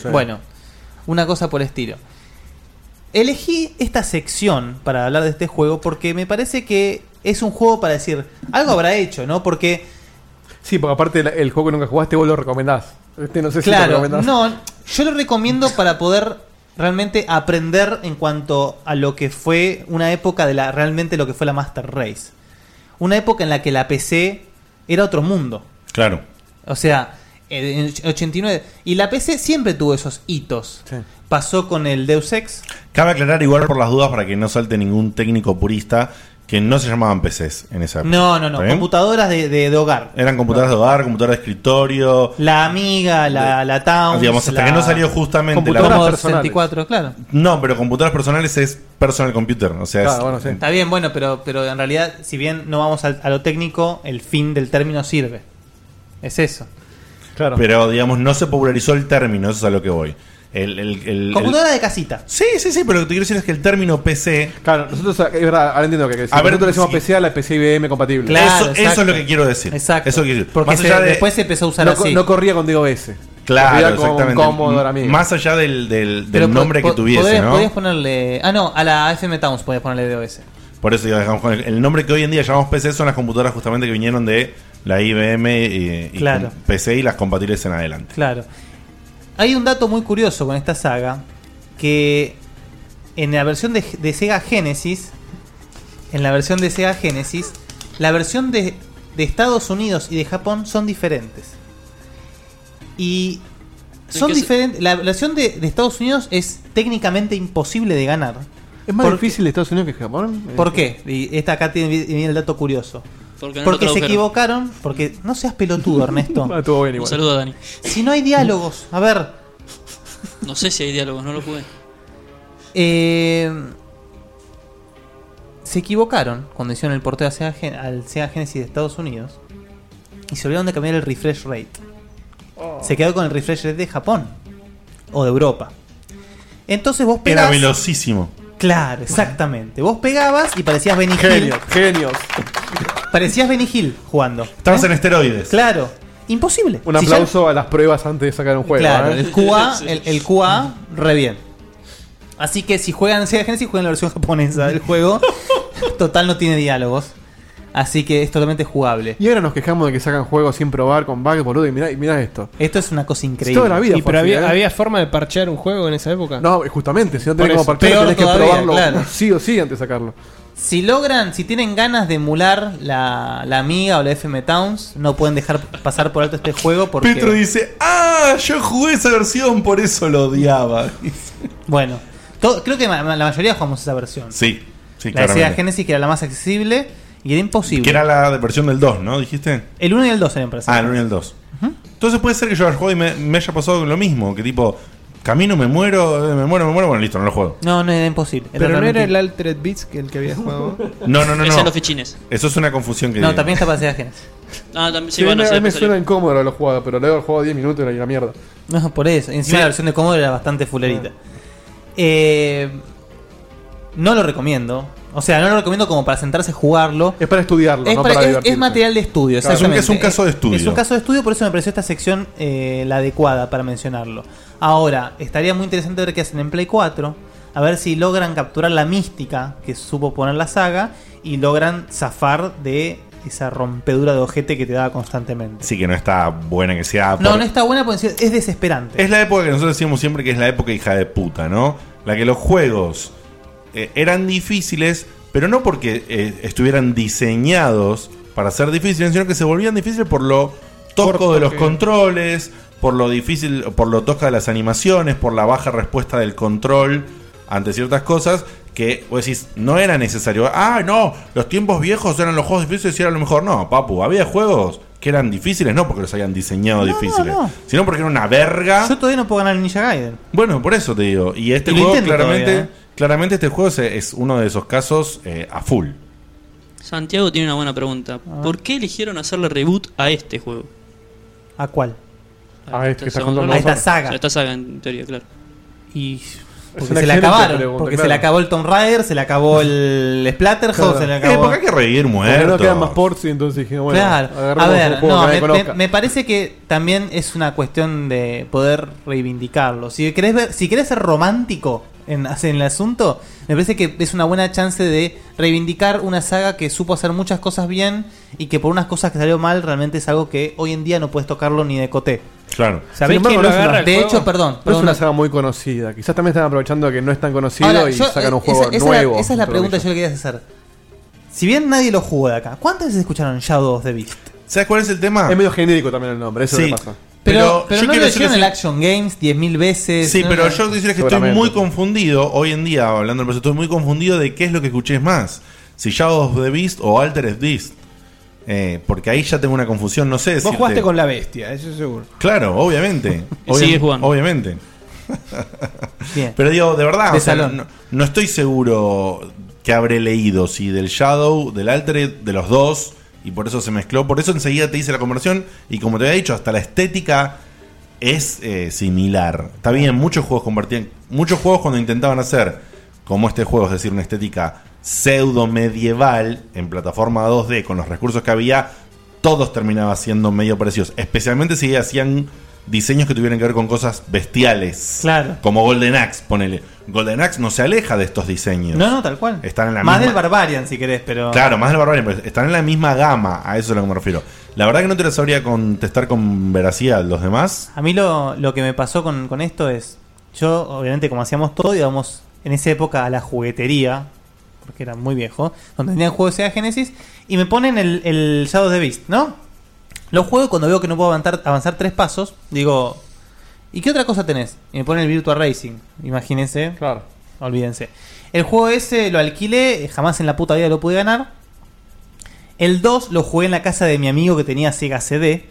S1: Sí.
S4: Bueno, una cosa por el estilo. Elegí esta sección para hablar de este juego porque me parece que es un juego para decir algo habrá hecho, ¿no? Porque.
S7: Sí, porque aparte la- el juego que nunca jugaste vos lo recomendás. Este no sé si lo
S4: Claro,
S7: recomendás.
S4: no, yo lo recomiendo para poder realmente aprender en cuanto a lo que fue una época de la realmente lo que fue la Master Race. Una época en la que la PC era otro mundo.
S1: Claro.
S4: O sea, en el 89 y la PC siempre tuvo esos hitos. Pasó con el Deus Ex,
S1: Cabe aclarar igual por las dudas para que no salte ningún técnico purista que no se llamaban PCs en esa época.
S4: No, no, no,
S1: ¿Está bien?
S4: computadoras de, de- de hogar.
S1: Eran computadoras de hogar, computadoras de escritorio.
S4: La Amiga, la, la Town,
S1: Digamos, hasta que no salió justamente la-
S4: computadoras
S1: Computadoras
S4: 64, claro.
S1: No, pero computadoras personales es personal computer. O
S7: Ah,
S1: sea, es-
S4: Está bien, bueno, pero, pero en realidad, si bien no vamos al- a, lo técnico, el fin del término sirve. Es eso. Claro.
S1: Pero, digamos, no se popularizó el término, eso es a lo que voy. El, el- el-
S4: Computadora de casita.
S1: Sí, sí, sí, pero lo que te quiero decir es que el término PC.
S7: Claro, nosotros, eh, es verdad, ahora entiendo que, que si
S1: A ver,
S7: nosotros le decimos
S1: sí.
S7: PC a la PC IBM compatible.
S1: Claro, Eso- eso exacto. es lo que quiero decir. Exacto. Eso quiero decir. Porque Más se- allá de- después
S4: se empezó a usar
S7: no,
S4: así.
S7: No corría con DOS.
S1: Claro,
S7: corría con
S1: exactamente.
S7: Commodore, amigo.
S1: Más allá del, del- del
S4: Pero po-
S1: nombre que
S4: po-
S1: tuviese,
S4: podés-
S1: ¿no?
S4: podés ponerle. Ah, no, a la FM Towns podías ponerle DOS.
S1: Por eso digo, dejamos con el, el nombre que hoy en día llamamos PC son las computadoras justamente que vinieron de la IBM y, y
S4: Claro.
S1: con PC y las compatibles en adelante.
S4: Claro. Hay un dato muy curioso con esta saga. Que en la versión de, de Sega Genesis. En la versión de Sega Genesis. La versión de, de Estados Unidos y de Japón son diferentes. Y. Son
S6: qué se-
S4: diferentes. La versión de, de Estados Unidos es técnicamente imposible de ganar.
S7: ¿Es más
S4: Por-
S7: difícil de Estados Unidos que Japón?
S4: ¿Por qué? Y esta acá tiene, viene el dato curioso.
S3: Porque no lo
S4: Porque se
S3: tradujeron.
S4: equivocaron. Porque no seas
S7: [laughs]
S4: pelotudo, Ernesto.
S7: Ah,
S3: Un saludo a Dani.
S4: Si no hay diálogos, a ver.
S3: No sé si hay diálogos, no lo jugué.
S4: Eh, se equivocaron cuando hicieron el porteo a Sega Gen- al Sega Genesis de Estados Unidos y se olvidaron de cambiar el refresh rate.
S7: Oh.
S4: Se quedó con el refresh rate de Japón o de Europa. Entonces vos
S1: Era
S4: pegabas.
S1: velocísimo.
S4: Claro, exactamente. Vos pegabas y parecías Benny Hill.
S1: Genios,
S7: genios.
S4: Parecías Benny Hill jugando. ¿eh?
S1: Estabas en esteroides.
S4: Claro, imposible.
S7: Un
S4: Si ya-
S7: aplauso a las pruebas antes de sacar un juego.
S4: Claro,
S7: ¿eh?
S4: el
S7: [laughs]
S4: QA, el, el QA, re bien. Así que si juegan Sega Genesis, juegan la versión [laughs] japonesa del juego.
S7: [laughs]
S4: Total, no tiene diálogos. Así que es totalmente jugable.
S7: Y ahora nos quejamos de que sacan juegos sin probar con bugs, boludo. Y mirá, y mirá esto.
S4: Esto es una cosa increíble.
S7: Toda la vida. ¿eh?
S6: Y, pero había, había forma de parchear un juego en esa época.
S7: No, justamente, si no tenés
S6: Por
S7: como
S6: eso.
S7: parchear,
S6: Peor
S7: tenés que
S6: todavía,
S7: probarlo
S6: claro.
S7: sí o sí antes de sacarlo.
S4: Si logran, si tienen ganas de emular la, la Amiga o la FM Towns, no pueden dejar pasar por alto este juego porque...
S1: Petro dice, ah, yo jugué esa versión, por eso lo odiaba. [laughs]
S4: Bueno, to- creo que ma- la mayoría jugamos esa versión.
S1: Sí, sí,
S4: la de Sega
S1: claramente.
S4: Genesis que era la más accesible y era imposible.
S1: Que era la versión del 2, ¿no? ¿Dijiste?
S4: El 1 y el 2 eran para
S1: Ah, el 1 y el 2. Entonces puede ser que yo haya jugado y me, me haya pasado lo mismo. Que tipo, camino, me muero, eh, me muero, me muero. Bueno, listo, no lo juego.
S4: No, no era imposible. Era
S6: Pero no
S4: realmente-
S6: era el Altered Beats que el que había
S4: [laughs]
S6: jugado.
S1: No, no, no.
S6: Ese
S1: no.
S6: es los fichines.
S1: Eso es una confusión que.
S4: No, también está para Sega Genesis.
S3: Ah, también, sí,
S7: Sí,
S3: bueno,
S7: a mí- a
S3: sí,
S7: mí me
S3: después
S7: suena incómodo lo jugado, pero luego he jugado 10 minutos y era una mierda.
S4: No, por eso. Encima
S7: Sí.
S4: la versión de Commodore era bastante fulerita. Eh, no lo recomiendo. O sea, no lo recomiendo como para sentarse a jugarlo.
S7: Es para estudiarlo,
S4: Es,
S7: no para
S4: es-
S7: divertirse.
S4: es material de estudio,
S7: Claro, es un-
S4: exactamente.
S7: es un caso de estudio.
S4: Es un caso de estudio, por eso me pareció esta sección eh, la adecuada para mencionarlo. Ahora, estaría muy interesante ver qué hacen en Play 4. A ver si logran capturar la mística que supo poner la saga y logran zafar de esa rompedura de ojete que te daba constantemente.
S1: Sí, que no está buena que
S7: Ah,
S1: sea.
S4: No,
S1: por-
S4: no está buena porque es desesperante.
S1: Es la época que nosotros decimos siempre que es la época hija de puta, ¿no? La que los juegos eh, eran difíciles, pero no porque eh, estuvieran diseñados para ser difíciles, sino que se volvían difíciles por lo tosco de los
S5: que-
S1: controles, por lo difícil, por lo tosca de las animaciones, por la baja respuesta del control ante ciertas cosas que vos decís, no era necesario. Ah, no, los tiempos viejos eran los juegos difíciles y era lo mejor. No, papu, había juegos que eran difíciles, no porque los hayan diseñado difíciles,
S4: no.
S1: sino porque era una verga.
S4: Yo todavía no puedo ganar el Ninja Gaiden.
S1: Bueno, por eso te digo. Y este
S4: Y lo
S1: juego,
S4: intento
S1: claramente,
S4: todavía, ¿eh?
S1: claramente este juego se- es uno de esos casos eh, a full.
S3: Santiago tiene una buena pregunta. ¿Por qué eligieron hacerle reboot a este juego?
S4: ¿A cuál?
S7: Ah, es que está
S3: Segundo
S7: contando
S3: Ron.
S7: nosotros.
S4: Esta saga.
S3: Esta saga, en teoría, claro.
S4: Y.
S3: Es
S4: Porque
S3: una
S4: se la
S3: excelente
S4: acabaron.
S3: pregunta,
S4: porque se
S3: claro.
S4: le acabó el Tomb Raider, se le acabó el Splatterhouse,
S7: Claro.
S4: se le
S7: Eh,
S4: acabó.
S7: porque hay que
S1: revivir
S7: Porque no quedan más ports y entonces dije, bueno,
S4: claro.
S7: agarremos
S4: A
S7: un
S4: ver,
S7: juego
S4: no,
S7: que nadie
S4: me,
S7: conozca.
S4: me- me parece que también es una cuestión de poder reivindicarlo. Si querés, ver, si querés ser romántico en, [laughs] en el asunto, me parece que es una buena chance de reivindicar una saga que supo hacer muchas cosas bien y que por unas cosas que salió mal realmente es algo que hoy en día no puedes tocarlo ni de coté.
S1: Claro.
S7: Sin
S4: ¿Sabés
S7: embargo,
S4: quién
S7: no
S4: lo
S7: es una-
S4: agarra el De juego? hecho, perdón,
S7: No es
S4: perdón.
S7: una saga muy conocida. Quizás también están aprovechando que no es tan conocido
S4: Ahora,
S7: y
S4: yo,
S7: sacan un
S4: eh,
S7: juego
S4: esa- esa es la-
S7: nuevo.
S4: esa es la
S7: entre
S4: pregunta
S7: comillas.
S4: que yo le quería hacer. Si bien nadie lo jugó de acá, ¿cuántas veces escucharon Shadow of the Beast?
S1: ¿Sabes cuál es el tema?
S7: Es medio genérico también el nombre, eso
S1: Sí.
S7: le pasa.
S4: Pero, pero
S1: yo
S4: no
S1: quiero
S4: lo
S1: decirles
S4: leyeron el
S1: un-
S4: Action Games 10.000 veces.
S1: Sí,
S4: ¿no?
S1: pero yo quisiera que estoy
S4: Seguramente.
S1: muy confundido hoy en día, hablando del proceso, estoy muy confundido de qué es lo que escuché más. Si Shadow of the Beast o Altered Beast. Eh, porque ahí ya tengo una confusión, no sé.
S11: Vos
S1: decirte.
S11: jugaste con la bestia, eso seguro.
S1: Claro, obviamente.
S11: Y sigue jugando.
S1: Obviamente.
S4: Bien.
S1: Pero digo, de verdad,
S11: De
S1: o sea,
S11: salón.
S1: no, no estoy seguro que habré leído, si del Shadow, del Altered, de los dos, y por eso se mezcló. Por eso enseguida te hice la conversión, y como te había dicho, hasta la estética es eh, similar. Está bien, muchos juegos compartían, muchos juegos cuando intentaban hacer, como este juego, es decir, una estética pseudo medieval en plataforma 2D con los recursos que había, todos terminaban siendo medio parecidos. Especialmente si hacían diseños que tuvieran que ver con cosas bestiales.
S4: Claro.
S1: Como Golden Axe, ponele. Golden Axe no se aleja de estos diseños.
S4: No, no, tal cual.
S1: Están en la
S4: Más del
S1: misma.
S4: Barbarian, si querés, pero.
S1: Claro, más del Barbarian, pero están en la misma gama, a eso es a lo que me refiero. La verdad que no te lo sabría contestar con veracidad los demás.
S4: A mí lo, lo que me pasó con, con esto es. Yo, obviamente, como hacíamos todo, íbamos en esa época a la juguetería, porque era muy viejo, donde tenían juegos de Sega Genesis, y me ponen el, el Shadow of the Beast, ¿no? Lo juego y cuando veo que no puedo avanzar, avanzar tres pasos, digo. ¿Y qué otra cosa tenés? Y me ponen el Virtua Racing, imagínense.
S7: Claro.
S4: Olvídense. El juego ese lo alquilé, jamás en la puta vida lo pude ganar. El 2 lo jugué en la casa de mi amigo que tenía Sega CD.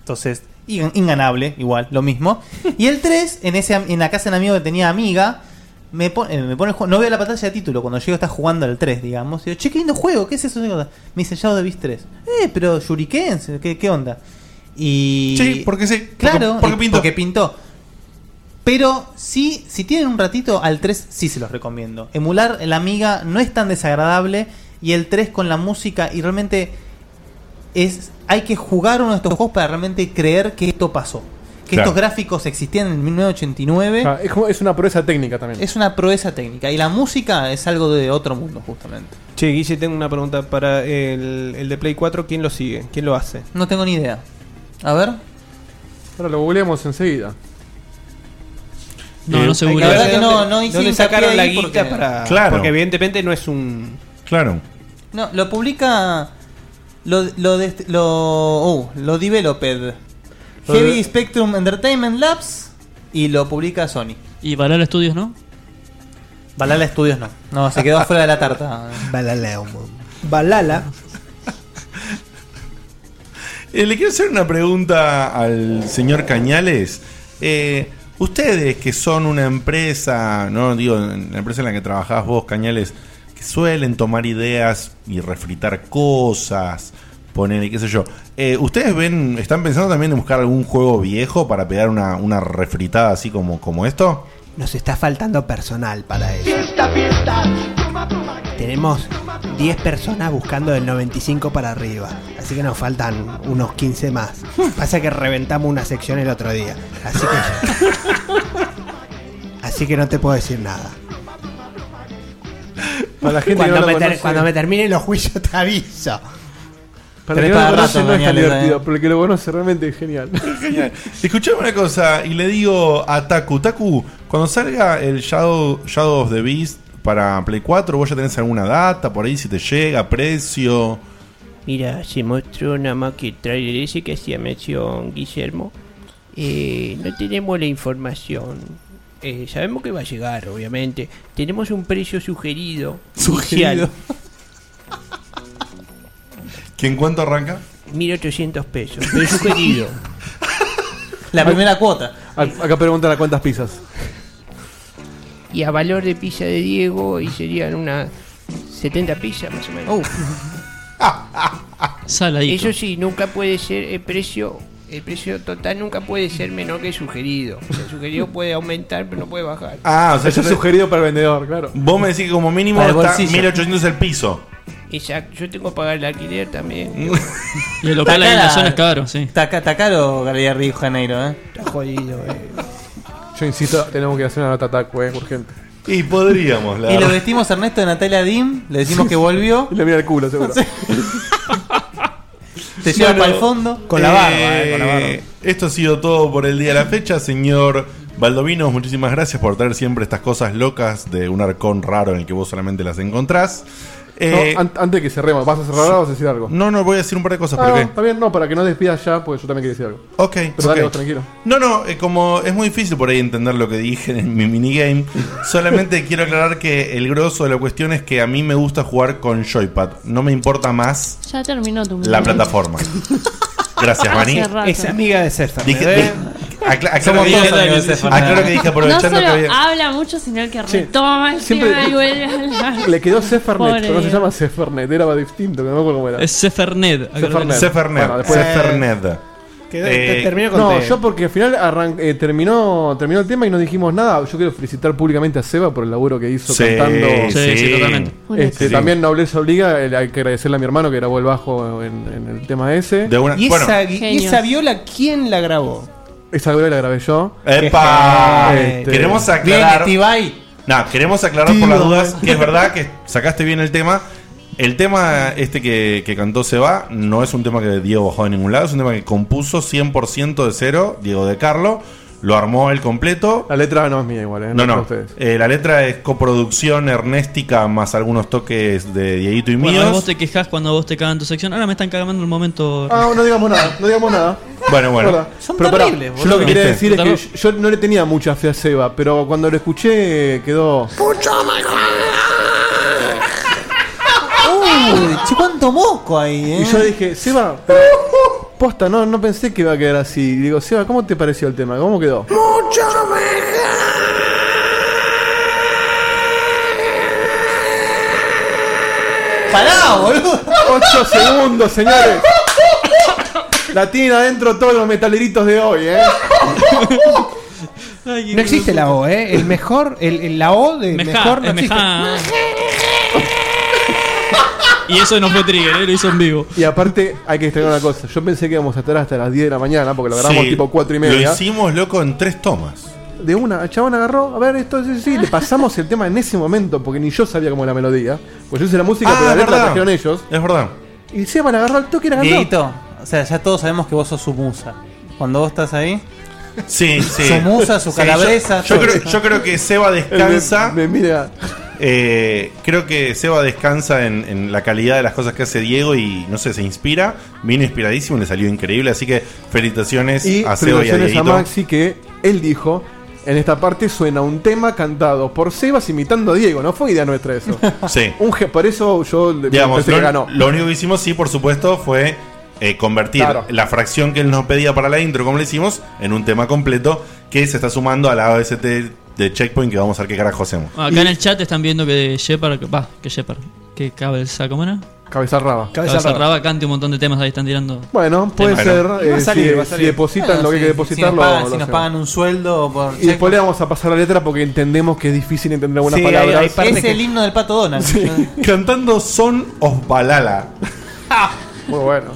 S4: Entonces, in- inganable, igual, lo mismo. Y el 3, en, ese, am- en la casa de un amigo que tenía amiga, me, pon- eh, me pone el juego. No veo la pantalla de título cuando llego, está jugando al 3, digamos. Y digo, che, qué lindo juego, ¿qué es eso? Me dice Shadow of the Beast 3. Eh, pero Shuriken, ¿qué, qué onda? Y.
S1: Sí, porque sí, porque-
S4: Claro,
S1: porque
S4: y-
S1: pintó.
S4: Porque pintó. Pero sí, si tienen un ratito, al 3 sí se los recomiendo. Emular la amiga no es tan desagradable. Y el 3 con la música y realmente es hay que jugar uno de estos juegos para realmente creer que esto pasó. Que
S7: Claro.
S4: estos gráficos existían en 1989.
S7: Ah, es, como- es una proeza técnica también.
S4: Es una proeza técnica. Y la música es algo de otro mundo, justamente.
S6: Che, Guille, tengo una pregunta para el, el de Play 4. ¿Quién lo sigue? ¿Quién lo hace?
S4: No tengo ni idea. A ver.
S7: Ahora lo googleamos enseguida.
S6: No,
S7: Eh,
S6: no se googlea.
S7: hay
S6: La verdad que no- no hice
S4: le
S6: hincapié ahí porque- Claro. Porque evidentemente no es un.
S1: Claro.
S4: No, lo publica. Lo, lo, de, lo, uh, lo developed.
S3: Lo de-
S4: Heavy Spectrum Entertainment Labs. Y lo publica Sony.
S3: ¿Y Balala Studios no?
S4: Balala Studios no. No,
S7: [laughs]
S4: se quedó fuera de la tarta.
S11: Balala. Balala.
S1: Eh, le quiero hacer una pregunta al señor Cañales. Eh, ustedes que son una empresa, no digo, en la empresa en la que trabajás vos, Cañales, que suelen tomar ideas y refritar cosas, poner, qué sé yo. Eh, ¿Ustedes ven, están pensando también en buscar algún juego viejo para pegar una, una refritada así como, como esto?
S11: Nos está faltando personal para eso. Tenemos 10 personas buscando del 95 para arriba. Así que nos faltan unos 15 más. Pasa que reventamos una sección el otro día. Así que. Así que no te puedo decir nada.
S7: Para la gente que
S11: cuando,
S7: no lo
S11: me ter-
S7: conoce-
S11: cuando me terminen los juicios te aviso.
S7: Para el que no lo conoce no es tan
S11: ¿eh?
S1: ¿eh?
S7: divertido, pero el que lo conoce realmente es
S4: [laughs]
S7: genial.
S1: Genial. Escuchame una cosa y le digo a Taku, Taku, cuando salga el Shadow, Shadow of the Beast para Play 4, vos ya tenés alguna data por ahí si te llega, precio.
S12: Mira, se mostró nada más que el trailer ese que hacía mención Guillermo. Eh, no tenemos la información. Eh, sabemos que va a llegar, obviamente. Tenemos un precio sugerido.
S1: Sugerido. ¿Que en cuánto arranca?
S12: 1800 pesos, pero sugerido.
S4: La primera cuota.
S12: Eh,
S7: Acá preguntan a cuántas pizzas.
S12: Y a valor de pizza de Diego, y serían unas 70 pizzas más o menos.
S3: Saladito.
S12: Eso sí, nunca puede ser el precio El precio total nunca puede ser menor que el sugerido. El sugerido puede aumentar, pero no puede bajar.
S1: Ah, o sea, yo te-
S7: para el vendedor, claro.
S1: Vos me decís que como mínimo
S12: Para el
S1: está
S12: bolsillo.
S1: 1800 el piso.
S12: Exacto, yo tengo que pagar el alquiler también.
S1: [laughs]
S3: Y el local ahí en la zona es caro, sí.
S4: Está, ca- está caro Galería Río Janeiro, ¿eh?
S12: Está jodido, eh.
S7: Yo insisto, tenemos que hacer una nota taco, eh, urgente.
S1: Y podríamos,
S4: Y lo vestimos a Ernesto de Natalia Dim, le decimos que volvió.
S7: [laughs] y le mira el culo,
S4: [laughs]
S7: seguro.
S4: Te lleva para el fondo.
S1: Eh, Esto ha sido todo por el día de la fecha, señor Valdovinos. Muchísimas gracias por traer siempre estas cosas locas de un arcón raro en el que vos solamente las encontrás. Eh,
S7: No, an- antes que cerremos, ¿vas a cerrar o vas a decir algo?
S1: No, no, voy a decir un par de cosas. ¿por
S7: Ah,
S1: qué?
S7: está bien, no, para que no despidas ya, porque yo también quiero decir algo.
S1: Ok,
S7: Pero dale,
S1: ok.
S7: vos, tranquilo.
S1: No, no, eh, como es muy difícil por ahí entender lo que dije en mi minigame,
S7: [laughs]
S1: solamente quiero aclarar que el grosso de la cuestión es que a mí me gusta jugar con Joypad. No me importa más
S2: Ya terminó tu
S1: la plataforma. Gracias, Mani.
S2: Hace rato. Es
S11: amiga de Serfa.
S1: Dije,
S11: ¿eh?
S1: di- acla- aclaro,
S11: Somos
S1: que
S11: todos amigos de
S1: dije,
S11: Stefano.
S1: aclaro que dije aprovechando
S2: no solo
S1: que había-
S2: habla mucho, sino que retoma el
S7: siempre-
S2: tema y vuelve a
S7: [laughs]
S2: hablar.
S7: Le quedó Cefernet,
S2: Pobre
S7: pero no se
S2: Diego.
S7: llama Cefernet, era distinto, que no me acuerdo cómo era.
S3: Es Cefernet.
S7: Cefernet.
S1: Cefernet.
S7: Bueno, después-
S1: Cefernet.
S7: Quedó-
S1: Eh,
S7: te- No, yo porque al final arran- eh, terminó, terminó el tema y no dijimos nada. Yo quiero felicitar públicamente a Seba por el laburo que hizo
S1: Sí,
S7: cantando.
S1: sí, sí, totalmente.
S7: Este,
S1: Sí.
S7: También Nobleza Obliga, eh, hay que agradecerle a mi hermano que grabó el bajo en, en el tema ese.
S1: De una-
S11: [laughs] ¿Y, esa, y
S4: Genios.
S11: esa viola quién la grabó?
S7: Esa viola la grabé yo.
S1: ¡Epa!
S7: Este,
S1: Ah, queremos aclarar. No, queremos aclarar por las dudas que es verdad que sacaste bien el tema. El tema este que, que cantó Se va no es un tema que Diego bajó de ningún lado, es un tema que compuso 100% de cero, Diego de Carlo. Lo armó él completo.
S7: La letra no es mía igual, ¿eh?
S1: No,
S7: es de
S1: no.
S7: ustedes.
S1: Eh, la letra es coproducción ernéstica más algunos toques de Dieguito y
S3: Bueno, vos
S1: míos.
S3: te quejas cuando vos te cagan tu sección. Ahora me están cagando el momento.
S7: Ah, no digamos nada, no digamos nada.
S1: Bueno, Eh, bueno.
S7: Verdad.
S3: Son
S7: pará,
S3: terribles,
S7: yo lo
S3: boludo.
S7: que quería
S3: ¿Viste?
S7: decir es que
S3: Total-
S7: yo, yo no le tenía mucha fe a Seba, pero cuando lo escuché eh, quedó.
S10: Mucho
S7: ¡Uy! Che, cuánto mosco ahí,
S10: eh.
S7: Y yo dije, Seba, pero, posta, no, no pensé que iba a quedar así. Y digo, Seba, ¿cómo te pareció el tema? ¿Cómo quedó?
S10: Pará,
S7: boludo! ¡Ocho segundos, señores! La tienen adentro todos los metaleritos de hoy, ¿eh?
S11: No existe la O, ¿eh? El mejor, el, el- la O de
S3: Mejá,
S11: mejor no
S3: es
S11: existe.
S7: eh.
S3: mejá. Y eso no fue trigger, ¿eh? lo hizo en vivo.
S7: Y aparte, hay que destacar una cosa. Yo pensé que íbamos a estar hasta las 10 de la mañana, porque lo grabamos
S1: Sí,
S7: tipo 4 y media.
S1: Lo hicimos, loco, en tres tomas.
S7: De una, el chabón agarró, a ver, esto, sí, sí, le pasamos el tema en ese momento, porque ni yo sabía cómo era la melodía. Pues yo hice la música,
S1: Ah,
S7: pero la
S1: es
S7: letra la
S1: verdad.
S7: trajeron ellos.
S1: Es verdad.
S7: Y Seba le agarró el toque y la cantó.
S4: Dieguito, o sea, ya todos sabemos que vos sos su musa. Cuando vos estás ahí.
S1: Sí, sí.
S4: Su musa, su
S1: Sí,
S4: calabresa.
S1: Yo, yo
S4: todo.
S1: creo, yo creo
S7: [laughs]
S1: que Seba descansa.
S7: Me, mira.
S1: Eh, creo que Seba descansa en, en la calidad de las cosas que hace Diego y no sé, se inspira. Vino inspiradísimo, le salió increíble. Así que felicitaciones
S7: Y
S1: a Seba y a
S7: felicitaciones a,
S1: Dieguito.
S7: Maxi que él dijo. En esta parte suena un tema cantado por Sebas imitando a Diego, no fue idea nuestra
S1: [laughs]
S7: eso.
S1: Sí.
S7: Un ge- por eso yo le
S1: Digamos,
S7: pensé que
S1: lo,
S7: ganó.
S1: lo único que hicimos, sí, por supuesto, fue eh, convertir
S7: Claro.
S1: la fracción que él nos pedía para la intro, como le hicimos, en un tema completo que se está sumando a la AST de Checkpoint que vamos a ver qué carajo hacemos.
S3: Bueno, acá en el chat están viendo que Shepard, que- va, que Shepard, que cabeza, ¿cómo era?
S7: Cabeza raba.
S3: Cabeza, raba. cante un montón de temas ahí, están tirando.
S7: Bueno, puede
S3: Temas.
S7: ser, eh, Va a salir, si- va a salir. si depositan lo que hay que
S4: Si
S7: depositar,
S4: nos
S7: lo- lo
S4: pagan, si nos
S7: hacemos.
S4: pagan un sueldo por.
S7: Y después le vamos a pasar la letra porque entendemos que es difícil entender algunas
S4: Sí, hay-
S7: palabras.
S4: hay partes Es que-
S7: [laughs]
S4: el himno del pato Donald.
S1: Cantando Son of Balala.
S7: Muy bueno.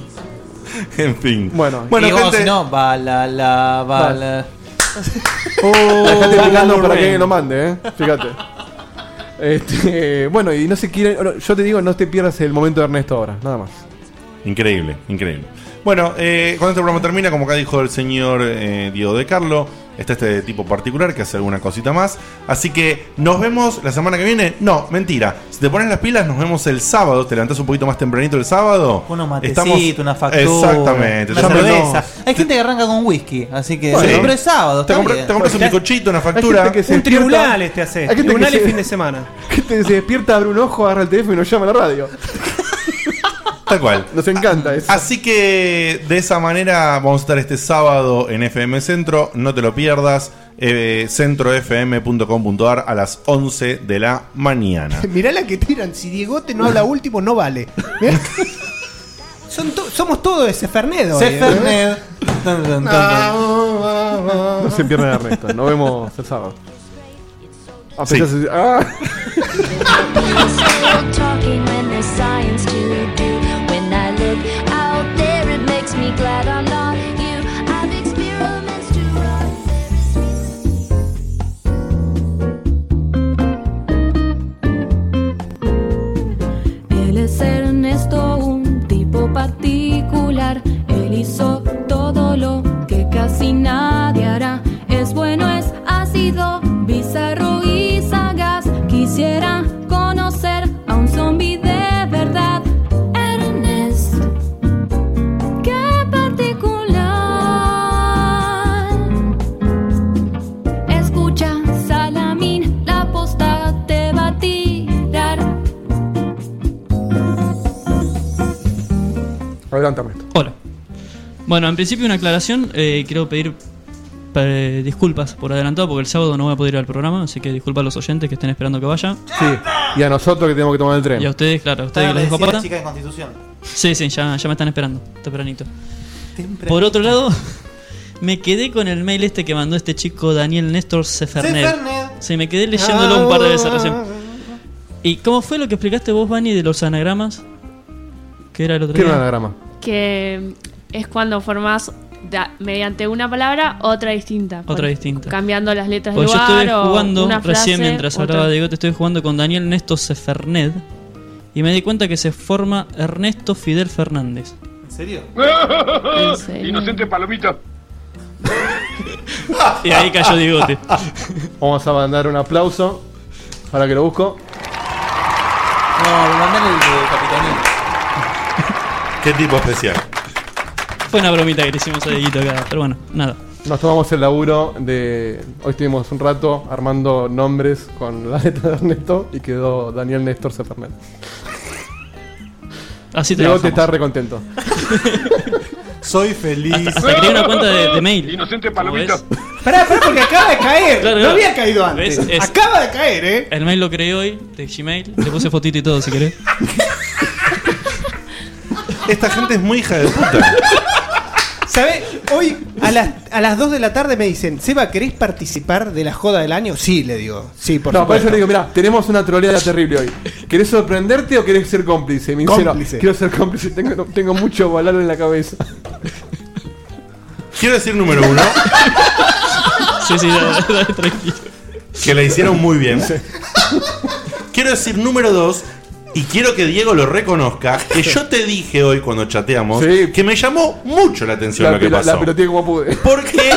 S1: [laughs] En fin.
S7: Bueno,
S4: Bueno, y vos, si no, bala, la, bala.
S7: Dejate
S4: Bala
S7: picando para
S4: Lorraine.
S7: que lo mande, eh. Fíjate. Este, bueno, y no se quieren. Yo te digo, no te pierdas el momento de Ernesto ahora, nada más.
S1: Increíble, increíble. Bueno, eh, cuando este programa termina, como acá dijo el señor eh, Diego de Carlo, está este tipo particular que hace alguna cosita más. Así que nos vemos la semana que viene. No, mentira. Si te pones las pilas, nos vemos el sábado. Te levantás un poquito más tempranito el sábado.
S4: Unos matecitos, una factura.
S1: Exactamente.
S4: Una
S1: Ya me-
S4: cerveza. Hay gente que arranca con whisky, así que.
S1: Bueno,
S4: se compró el sábado.
S1: te
S4: está
S1: compras-
S4: bien.
S1: te compras un bizcochito, una factura.
S11: Un tribunal este hace.
S7: Hay gente que
S11: Tribunal y
S7: se-
S11: fin de
S7: [laughs]
S11: semana.
S7: Que te- se despierta, abre un ojo, agarra el teléfono y nos llama a la radio.
S1: Tal cual. Ah,
S7: Nos encanta eso.
S1: Así que de esa manera vamos a estar este sábado en FM Centro. No te lo pierdas. eh, centrofm.com.ar a las 11 de la mañana.
S7: [laughs]
S11: Mirá la que tiran. Si Diegote no habla último, no vale. Mirá.
S6: Son to- somos todos ese Fernet hoy, ¿eh?
S4: Fernet.
S7: No se pierdan el resto. Nos vemos el sábado. Ah,
S1: Sí.
S7: pensás- ah.
S13: talking when there's science to do. When I look out there, it makes me glad I'm not you. I've experiments to run.
S14: Él es Ernesto, un tipo particular. Él hizo todo lo que casi nadie hará. Es bueno, es ácido, bizarro y sagaz. Quisiera conocer a un zombi de verdad. Ernest, qué particular. Escucha, Salamín, la posta te va a tirar.
S7: Adelante, Ernesto.
S3: Hola. Bueno, en principio una aclaración. eh, quiero pedir eh, disculpas por adelantado porque el sábado no voy a poder ir al programa, así que disculpa a los oyentes que estén esperando que vaya.
S7: Sí. Y a nosotros que tenemos que tomar el tren.
S3: Y a ustedes, claro, a ustedes que les dejo
S4: Las
S3: aparte.
S4: chicas de Constitución.
S3: Sí, sí, ya, ya me están esperando, tempranito. Por otro lado, [laughs] me quedé con el mail este que mandó este chico Daniel Néstor Sefernet.
S4: Sefernet.
S3: Sí, me quedé leyéndolo un par de veces recién.
S4: Ah.
S3: ¿Y cómo fue lo que explicaste vos, Vani, de los anagramas? ¿Qué era el otro
S7: ¿Qué era
S3: día?
S7: un anagrama?
S2: Que es cuando formás da- mediante una palabra otra distinta.
S3: Otra distinta.
S2: Cambiando las letras
S3: Porque
S2: de
S3: yo
S2: lugar
S3: estuve
S2: o
S3: jugando
S2: una frase,
S3: recién mientras
S2: otra.
S3: hablaba de Gote, estuve jugando con Daniel Néstor Sefernet y me di cuenta que se forma Ernesto Fidel Fernández.
S4: ¿En serio?
S10: ¿En
S2: serio?
S10: Ah, Inocente palomita.
S3: Y ahí cayó Digote.
S7: [laughs] Vamos a mandar un aplauso para que lo busco.
S4: No, mandale el de Capitanía.
S1: Qué tipo especial.
S3: Fue una bromita que le hicimos a Dieguito acá, pero bueno, nada.
S7: Nos tomamos el laburo de. Hoy estuvimos un rato armando nombres con la letra de Ernesto y quedó Daniel Néstor Sefernet.
S3: Así
S7: Diego
S3: trabajamos.
S7: Ah, te está recontento.
S6: [laughs]
S4: Soy feliz.
S3: Hasta, hasta creé una cuenta de, de mail.
S10: Inocente
S3: Como
S10: palomita.
S3: ves,
S6: Pará, pará, porque acaba de caer.
S3: Claro,
S6: no
S3: claro.
S6: había caído antes.
S3: ¿Ves? Es-
S6: Acaba de caer, ¿eh?
S3: El mail lo creé hoy, de Gmail. Le puse fotito y todo, si querés.
S1: Esta gente es muy hija de puta.
S6: ¿Sabes? Hoy a las, a las 2 de la tarde me dicen, Seba, ¿querés participar de la joda del año? Sí, le digo. Sí, por
S7: no, por
S6: supuesto.
S7: eso le digo, mirá, tenemos una troleada terrible hoy. ¿Querés sorprenderte o querés ser cómplice? Me dice, no,
S6: Cómplice.
S7: quiero ser cómplice, tengo, tengo mucho valor en la cabeza.
S1: Quiero decir número uno.
S3: [laughs] Sí, sí, tranquilo.
S1: Que la hicieron muy bien. Quiero decir número dos. Y quiero que Diego lo reconozca, que yo te dije hoy cuando chateamos, que me llamó mucho la atención
S7: La,
S1: lo que
S7: pelo-
S1: pasó.
S7: la peloteé como pude.
S1: Porque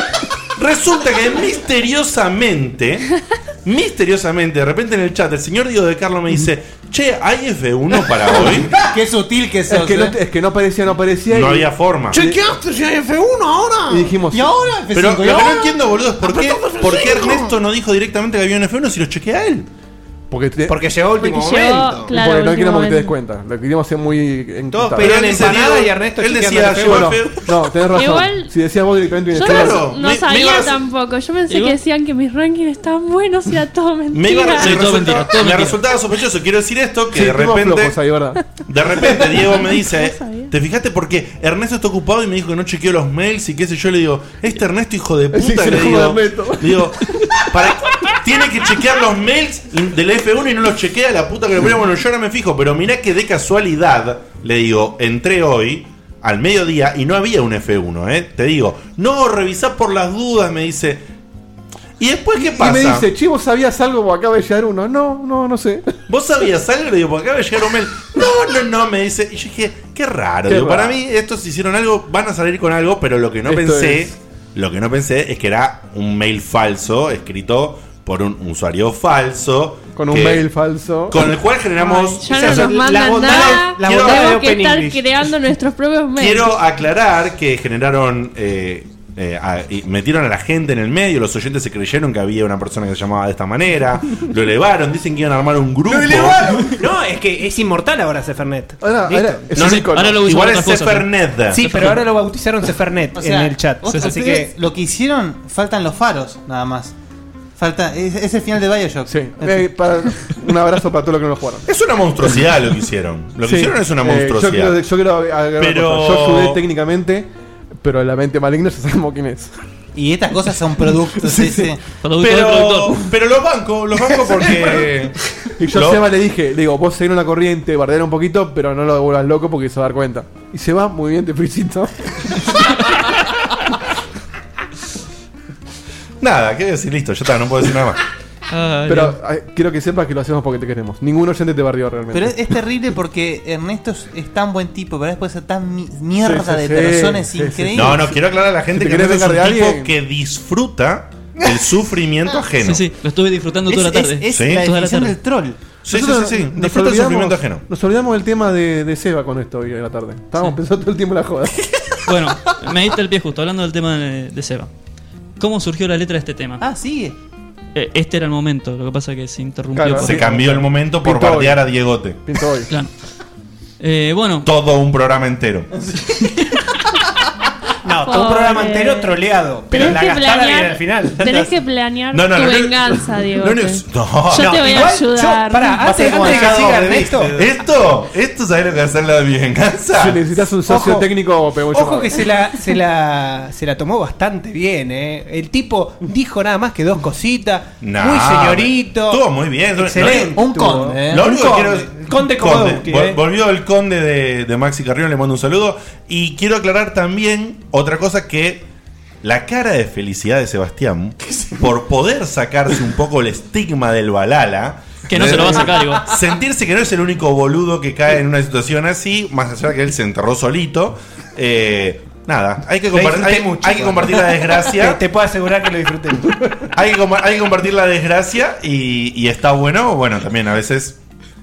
S1: resulta que misteriosamente, misteriosamente, de repente en el chat, el señor Diego de Carlo me dice, che, ¿hay F1 para hoy?
S4: Qué sutil que ¿eh?
S7: Es que, no, es que no aparecía, no aparecía.
S1: No había forma.
S6: ¿Chequeaste si hay F1 ahora?
S7: Y dijimos,
S6: ¿Y ahora F5?
S1: Pero lo que
S6: ¿Y ahora?
S1: no entiendo, boludo, es por qué, por qué Ernesto no dijo directamente que había un F1 si lo chequea él.
S7: Porque,
S1: porque llegó
S7: último
S6: Porque llegó, momento. claro,
S7: Porque no
S6: último
S7: queríamos que te des
S6: momento.
S7: cuenta. Lo queríamos hacer muy en
S6: Todos pedían Pero él dice, empanada Diego, y Ernesto
S7: Él
S6: él
S7: decía
S6: chequeando decía, el
S7: yo.
S6: yo,
S7: No, tenés razón.
S2: Igual-
S7: si decías vos directamente
S2: Yo
S7: bien.
S2: no, no
S1: me
S2: sabía
S1: ibas-
S2: tampoco. Yo pensé
S1: Igual-
S2: que decían que mis rankings estaban buenos y era todo mentira.
S1: Me, iba, me resultaba, me resultaba sospechoso. Quiero decir esto que
S7: Sí,
S1: de
S7: estuvimos
S1: repente,
S7: flojos ahí, ¿verdad?
S1: de repente Diego me dice, ¿te fijaste por qué Ernesto está ocupado y me dijo que no chequeó los mails y qué sé yo? Le digo, este Ernesto hijo de
S7: Sí,
S1: puta
S7: sí,
S1: le
S7: hijo
S1: digo,
S7: de Ernesto.
S1: le digo, para- tiene que chequear los mails del F1 y no los chequea la puta que lo parió. Bueno, yo ahora me fijo, pero mirá que de casualidad le digo, entré hoy. Al mediodía y no había un F1, ¿eh? Te digo, no, revisá por las dudas, me dice. ¿Y después qué
S7: Y
S1: pasa?
S7: me dice, chivo, ¿sabías algo? Porque acaba de llegar uno. No, no, no sé. [laughs]
S1: ¿Vos sabías algo? Le digo, porque acaba de llegar un mail. No, no, no, me dice. Y yo dije, qué raro.
S7: Qué
S1: Digo,
S7: raro.
S1: Para mí, estos hicieron algo, van a salir con algo, pero lo que no
S7: Esto
S1: pensé,
S7: es.
S1: lo que no pensé es que era un mail falso escrito por un usuario falso.
S7: Con un
S1: que-
S7: mail falso.
S1: Con el cual generamos.
S2: Ya no nos mandan nada. Tenemos que estar creando nuestros propios medios.
S1: Quiero aclarar que generaron. eh, eh, a- y metieron a la gente en el medio, los oyentes se creyeron que había una persona que se llamaba de esta manera, lo elevaron, dicen que iban a armar un grupo.
S6: No, es que es inmortal ahora Sefernet.
S7: Ahora,
S6: Listo.
S7: ahora- es No, un sí, icono. ahora lo usan
S6: Igual
S7: otras
S6: es
S7: cosas,
S4: ¿eh?
S1: ¿no?
S6: Sí, pero ahora lo bautizaron Sefernet
S4: O sea,
S6: en el chat.
S4: vos-
S6: Así
S4: ustedes
S6: que
S4: lo que hicieron, faltan los faros, nada más. Falta, es, es el final de Bioshock. Sí.
S7: Eh, para- [laughs] un abrazo para todos los que no lo jugaron.
S1: Es una monstruosidad lo que hicieron. Lo
S7: Sí.
S1: que hicieron es una
S7: Eh, yo
S1: monstruosidad.
S7: quiero, yo quiero agregar una
S1: Pero-
S7: cosa. Yo sudé técnicamente, pero la mente maligna ya sabemos quién es.
S4: Y estas cosas
S7: [laughs]
S4: son productos, sí, sí.
S1: Pero, pero los bancos, los bancos porque.
S7: Y yo
S1: Lo-
S7: a Seba le dije, le digo, vos seguir una corriente, bardear un poquito, pero no lo vuelvas loco porque se va a dar cuenta. Y se va, muy bien, te felicito.
S1: [laughs] Nada, ¿qué decir? Listo, ya está, no puedo decir nada más.
S4: Ah,
S7: pero ay, quiero que sepas que lo hacemos porque te queremos. Ningún oyente te barrió realmente.
S4: Pero es, es terrible porque Ernesto es, es tan buen tipo, pero después es tan mi- mierda
S7: Sí, sí,
S4: de
S7: sí,
S4: persona, es
S7: sí, sí.
S4: increíble.
S1: No, no, quiero aclarar a la gente
S7: Si
S1: que
S7: te
S1: no
S7: querés
S1: es un tipo
S7: vengar de
S4: eh,
S7: alguien.
S1: que disfruta el sufrimiento ajeno.
S3: Sí, sí, lo estuve disfrutando toda la tarde. toda la tarde.
S1: Sí, sí, sí,
S7: Nosotros
S1: sí.
S7: nos
S1: Disfruta el
S7: olvidamos-
S1: sufrimiento ajeno.
S7: Nos olvidamos del tema de, de Seba con esto hoy en la tarde. Estábamos pensando todo el tiempo en la
S4: [laughs]
S7: joda.
S3: Bueno, me diste el pie justo, hablando del tema de, de Seba. ¿Cómo surgió la letra de este tema?
S4: Ah, sigue.
S3: este era el momento, lo que pasa es que se interrumpió.
S1: Claro,
S3: por-
S1: se cambió el momento por
S3: Pintó hoy.
S1: bardear a Diegote.
S3: Claro. Eh, bueno.
S1: Todo un programa entero.
S6: No, todo un programa entero troleado. Pero
S2: Tenés
S6: la
S2: que
S6: gastada
S2: planear-
S6: viene al final.
S2: Tenés que planear
S6: No, no,
S2: tu
S6: no, no,
S2: venganza, Diego.
S1: no, no, es- no.
S2: Yo te voy a
S6: Oh, igual,
S2: ayudar.
S6: yo- pará,
S1: Va a ser
S6: antes,
S1: como
S6: antes de que
S1: el
S6: siga
S1: Shadow
S6: Ernesto. eh,
S1: of the Beast. Esto, esto sabés lo que hacer la de mi venganza.
S7: Si necesitas un socio
S1: Ojo.
S7: técnico, pego yo.
S6: Ojo que se la, se la se la tomó bastante bien, eh. El tipo dijo nada más que dos cositas,
S1: Nah,
S6: muy señorito.
S1: Estuvo muy bien.
S6: Excelente.
S1: No,
S6: Un conde, eh.
S1: Lo
S6: Un
S1: único que
S6: conde.
S1: quiero es-
S6: Conde Komodowski,
S1: Vol-
S6: eh.
S1: Volvió el conde de, de Maxi Carrión, le mando un saludo. Y quiero aclarar también otra cosa que la cara de felicidad de
S6: [laughs]
S1: Sebastián por poder sacarse un poco el estigma del balala.
S3: Que no se lo va a sacar, igual.
S1: [laughs] Sentirse que no es el único boludo que cae en una situación así, más allá de que él se enterró solito. eh, nada, hay que,
S6: Lo
S1: compar-
S6: disfruté
S1: hay-
S6: mucho.
S1: hay que compartir la
S6: [laughs]
S1: desgracia.
S6: Te, te puedo asegurar que lo disfruté mucho.
S1: Hay que, compa- hay que compartir la desgracia y, y está bueno, bueno, también a veces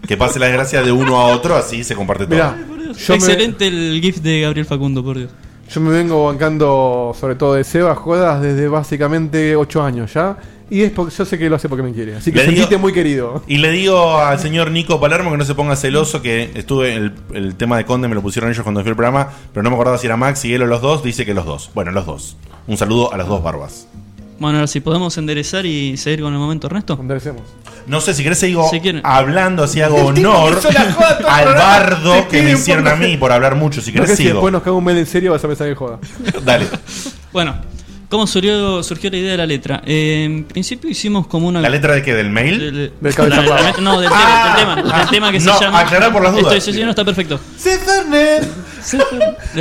S1: que pase la desgracia de uno a otro, así se comparte todo.
S7: Mirá, yo me,
S3: Excelente el GIF de Gabriel Facundo, por Dios.
S7: yo me vengo bancando, sobre todo de Seba, jodas desde básicamente 8 años ya. Y es porque yo sé que lo hace porque me quiere. Así que
S1: Le digo-
S7: sentiste muy querido.
S1: Y le digo al señor Nico Palermo que no se ponga celoso, que estuve el, el tema de Conde, me lo pusieron ellos cuando fui al programa, pero no me acordaba si era Max y él o los dos, dice que los dos. Bueno, los dos. Un saludo a las dos barbas.
S3: Bueno, ahora si podemos enderezar y seguir con el momento, Ernesto.
S7: Enderecemos.
S1: No sé si querés sigo
S3: Si quieren.
S1: hablando, así hago
S3: El tipo
S1: honor
S3: hizo la joda todo el
S1: al
S3: programa.
S1: bardo
S7: Te
S1: que me
S7: pide un
S1: hicieron
S7: poco
S1: a mí por hablar mucho. Si
S7: No
S1: querés
S7: que si
S1: sigo.
S7: después nos caga un mail en serio vas a pensar que joda.
S1: Dale.
S3: Bueno, ¿cómo surgió, surgió la idea de la letra? Eh, en principio hicimos como una.
S1: ¿La letra de qué? ¿Del mail? Ah.
S7: Del
S3: La- la- la- no, del tema, del tema, del tema que
S1: no,
S3: se llama.
S1: aclará por las dudas.
S3: Estoy, sí, sí, no está perfecto.
S4: ¡Sí, Fernet!
S3: Eh,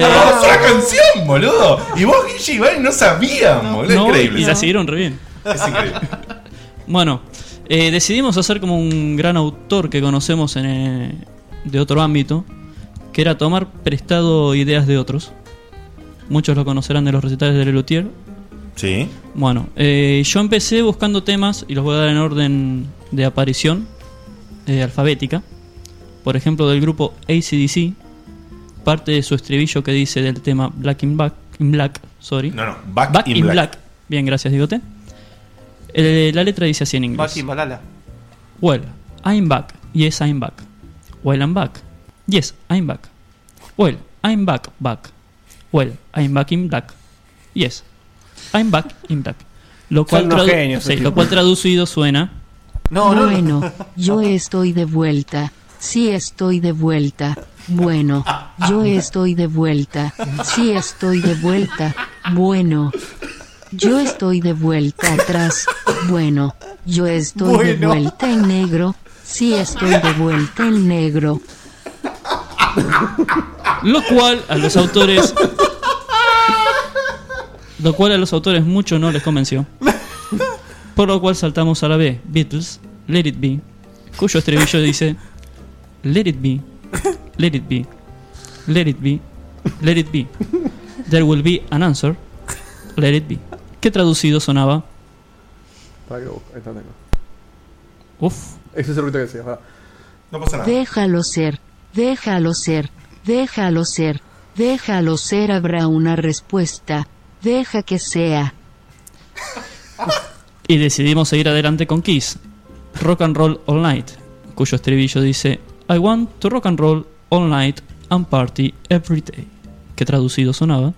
S1: Ah, es una canción, boludo. Y vos, Guille y Iván, no sabían, boludo.
S3: No,
S1: es increíble.
S3: Y la siguieron re bien.
S1: Es increíble.
S3: Bueno, eh, decidimos hacer como un gran autor que conocemos en, eh, de otro ámbito, que era tomar prestado ideas de otros. Muchos lo conocerán de los recitales de Lelutier.
S1: Sí.
S3: Bueno, eh, yo empecé buscando temas y los voy a dar en orden de aparición eh, alfabética. Por ejemplo, del grupo ACDC, parte de su estribillo que dice del tema Black in Black, in Black sorry.
S1: No, no, Back in
S3: in
S1: Black.
S3: Bien, gracias, Digote. Eh, la letra dice así en inglés.
S4: Back in Balala.
S3: Well, I'm back. Yes, I'm back. Well, I'm back. Yes, I'm back. Well, I'm back, back. Well, I'm back in black. Yes, I'm back in black. Lo cual,
S6: Son unos
S3: tradu-
S6: genios,
S3: sí,
S6: ese
S3: lo
S6: tipo.
S3: cual traducido suena.
S15: bueno, yo estoy de vuelta. Sí estoy de vuelta. Bueno, yo estoy de vuelta. Sí estoy de vuelta. Bueno, yo estoy de vuelta atrás. Bueno, yo estoy de
S10: Bueno.
S15: vuelta en negro. Sí estoy de vuelta en negro.
S3: Lo cual a los autores. Lo cual a los autores mucho no les convenció. Por lo cual saltamos a la B, Beatles, Let It Be, cuyo estribillo dice Let It Be, Let It Be, Let It Be, Let It Be. There will be an answer, Let It Be. Que traducido sonaba,
S7: Para que lo busque, ahí está, tengo.
S3: uff,
S7: Ese es el ruido que decía.
S1: No pasa
S15: Déjalo ser, déjalo ser, déjalo ser, déjalo ser. Habrá una respuesta. Deja que sea.
S3: y decidimos seguir adelante con Kiss, Rock and Roll All Night, cuyo estribillo dice I want to rock and roll all night and party every day. Que traducido sonaba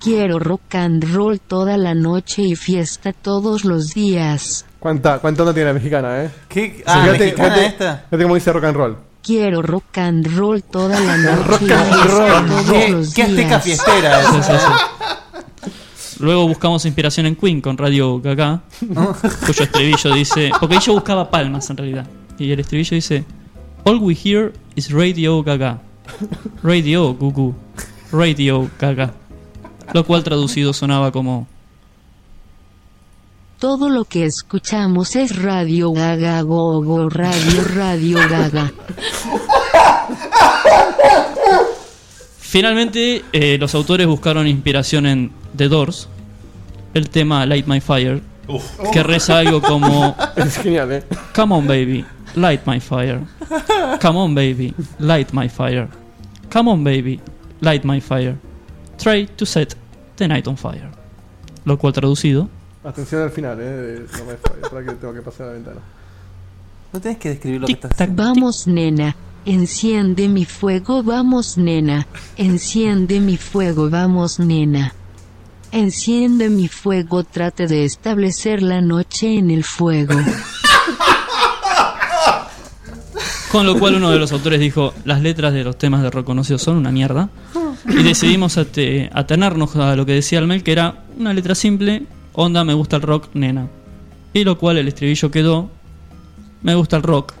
S15: Quiero rock and roll toda la noche y fiesta todos los días.
S7: ¿Cuánta, ¿Cuánta onda tiene la mexicana, eh?
S4: ¿Qué?
S15: Ah, ¿mexicana esta?
S7: Fíjate cómo dice rock and roll.
S15: Quiero rock and roll toda la noche
S7: [laughs]
S15: y
S7: Rock and
S15: fiesta
S7: roll.
S15: todos
S7: ¿Qué-
S15: los
S7: qué azteca
S15: días. [laughs]
S4: fiestera
S3: Sí, sí, sí. Luego buscamos inspiración en Queen con Radio Boca acá, cuyo estribillo dice. Porque yo buscaba palmas en realidad. Y el estribillo dice: All we hear is Radio Gaga. Radio Gugu. Radio Gaga. Lo cual traducido sonaba como:
S15: Todo lo que escuchamos es radio gaga gogo radio radio gaga.
S3: Finalmente, eh, los autores buscaron inspiración en The Doors, el tema Light My Fire, que reza algo como:
S7: [laughs] Es genial, eh.
S3: Come on, baby, light my fire. Come on, baby, light my fire. Come on, baby, light my fire. Try to set the night on fire. Lo cual traducido.
S7: Atención al final, eh. de- No me espera que tengo que pasar a la ventana.
S4: No tenés que describir lo que estás
S15: Vamos nena, enciende mi fuego, vamos nena, enciende mi fuego, vamos nena. Enciende mi fuego, trate de establecer la noche en el fuego.
S3: Con lo cual uno de los autores dijo, las letras de los temas de rock conocidos son una mierda. Y decidimos ate- atenernos a lo que decía el mail, que era una letra simple, onda me gusta el rock, nena. Y lo cual el estribillo quedó, me gusta el rock,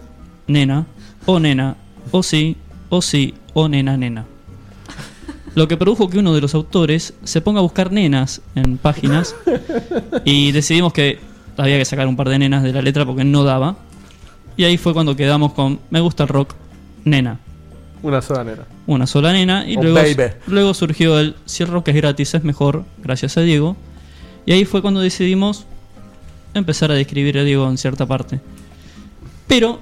S3: nena, o nena, o sí, o sí, o nena, nena. Lo que produjo que uno de los autores se ponga a buscar nenas en páginas y decidimos que había que sacar un par de nenas de la letra porque no daba. Y ahí fue cuando quedamos con Me gusta el rock, nena.
S7: Una sola nena.
S3: Una sola nena. Y
S7: Oh,
S3: luego,
S7: baby.
S3: luego surgió el Si el rock es gratis es mejor, gracias a Diego. Y ahí fue cuando decidimos empezar a describir a Diego en cierta parte. Pero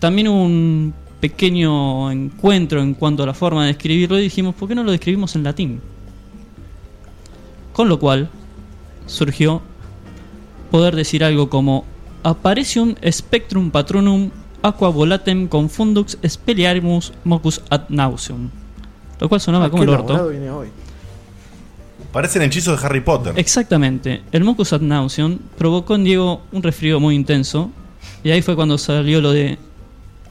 S3: también hubo un pequeño encuentro en cuanto a la forma de escribirlo y dijimos, ¿por qué no lo describimos en latín? Con lo cual surgió poder decir algo como Aparecium spectrum patronum aqua volatem confundux speliarimus mocus ad nauseum. Lo cual
S1: Ah,
S3: sonaba como el orto.
S7: viene hoy?
S1: Parecen hechizos de Harry Potter.
S3: Exactamente. El mocus ad nauseum provocó en Diego un resfrío muy intenso. Y ahí fue cuando salió lo de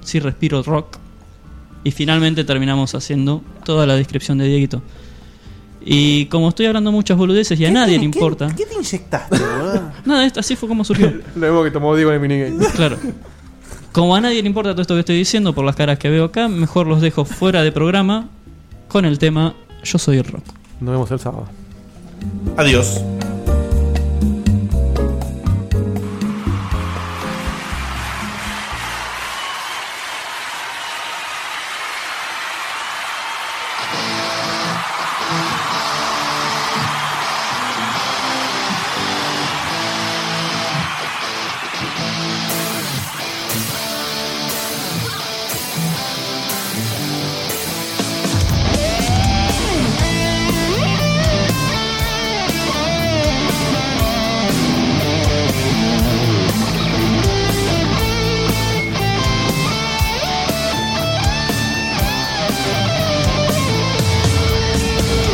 S3: Si respiro rock. Y finalmente terminamos haciendo toda la descripción de Dieguito. Y como estoy hablando muchas boludeces y a nadie le importa.
S4: ¿Qué te inyectaste, boludo?
S7: [laughs]
S3: Nada, esto- así fue como surgió.
S7: Lo mismo que tomó Diego en el minigame.
S3: Claro. Como a nadie le importa todo esto que estoy diciendo por las caras que veo acá, mejor los dejo fuera de programa con el tema Yo soy el rock.
S7: Nos vemos el sábado.
S1: Adiós.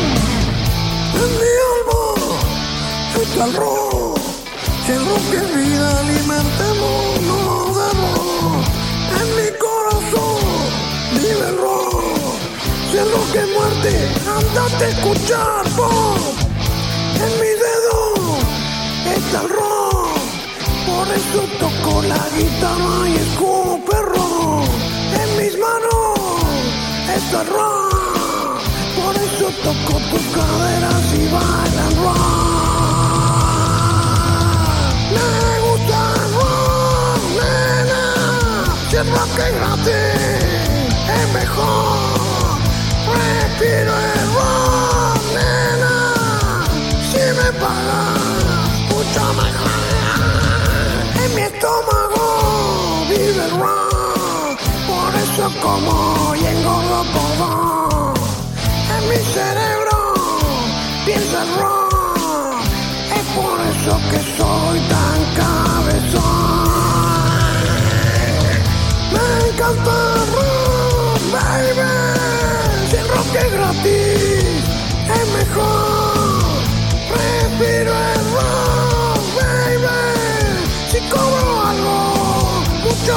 S10: En mi alma está el rock, si el rock es vida alimentemos, no nos damos. En mi corazón vive el rock, si el rock es muerte, andate a escuchar pop. En mi dedo está el rock, por eso toco la guitarra y escupo el rock. En mis manos está el rock. Por eso toco tus caderas y bailan rock. Me gusta el rock, nena. Si el rock es gratis, es mejor. Respiro el rock, nena. Si me pagas, mucho mejor. En mi estómago vive el rock. Por eso como y engordo por dos. En mi cerebro piensa el rock. Es por eso que soy tan cabezón. Me encanta el rock, baby. Si el rock es gratis, es mejor. si cobro algo mucho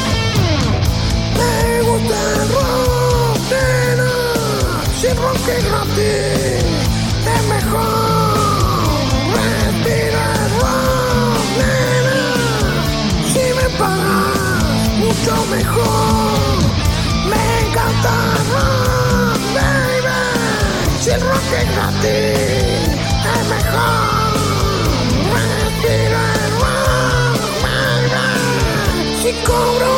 S10: mejor. Me gusta el rock, nena, sin rock es gratis, es mejor. Respira el rock, nena, si me pagas mucho mejor. Me encanta el rock, baby, si el rock es gratis, es mejor. Respira el rock, baby, si cobro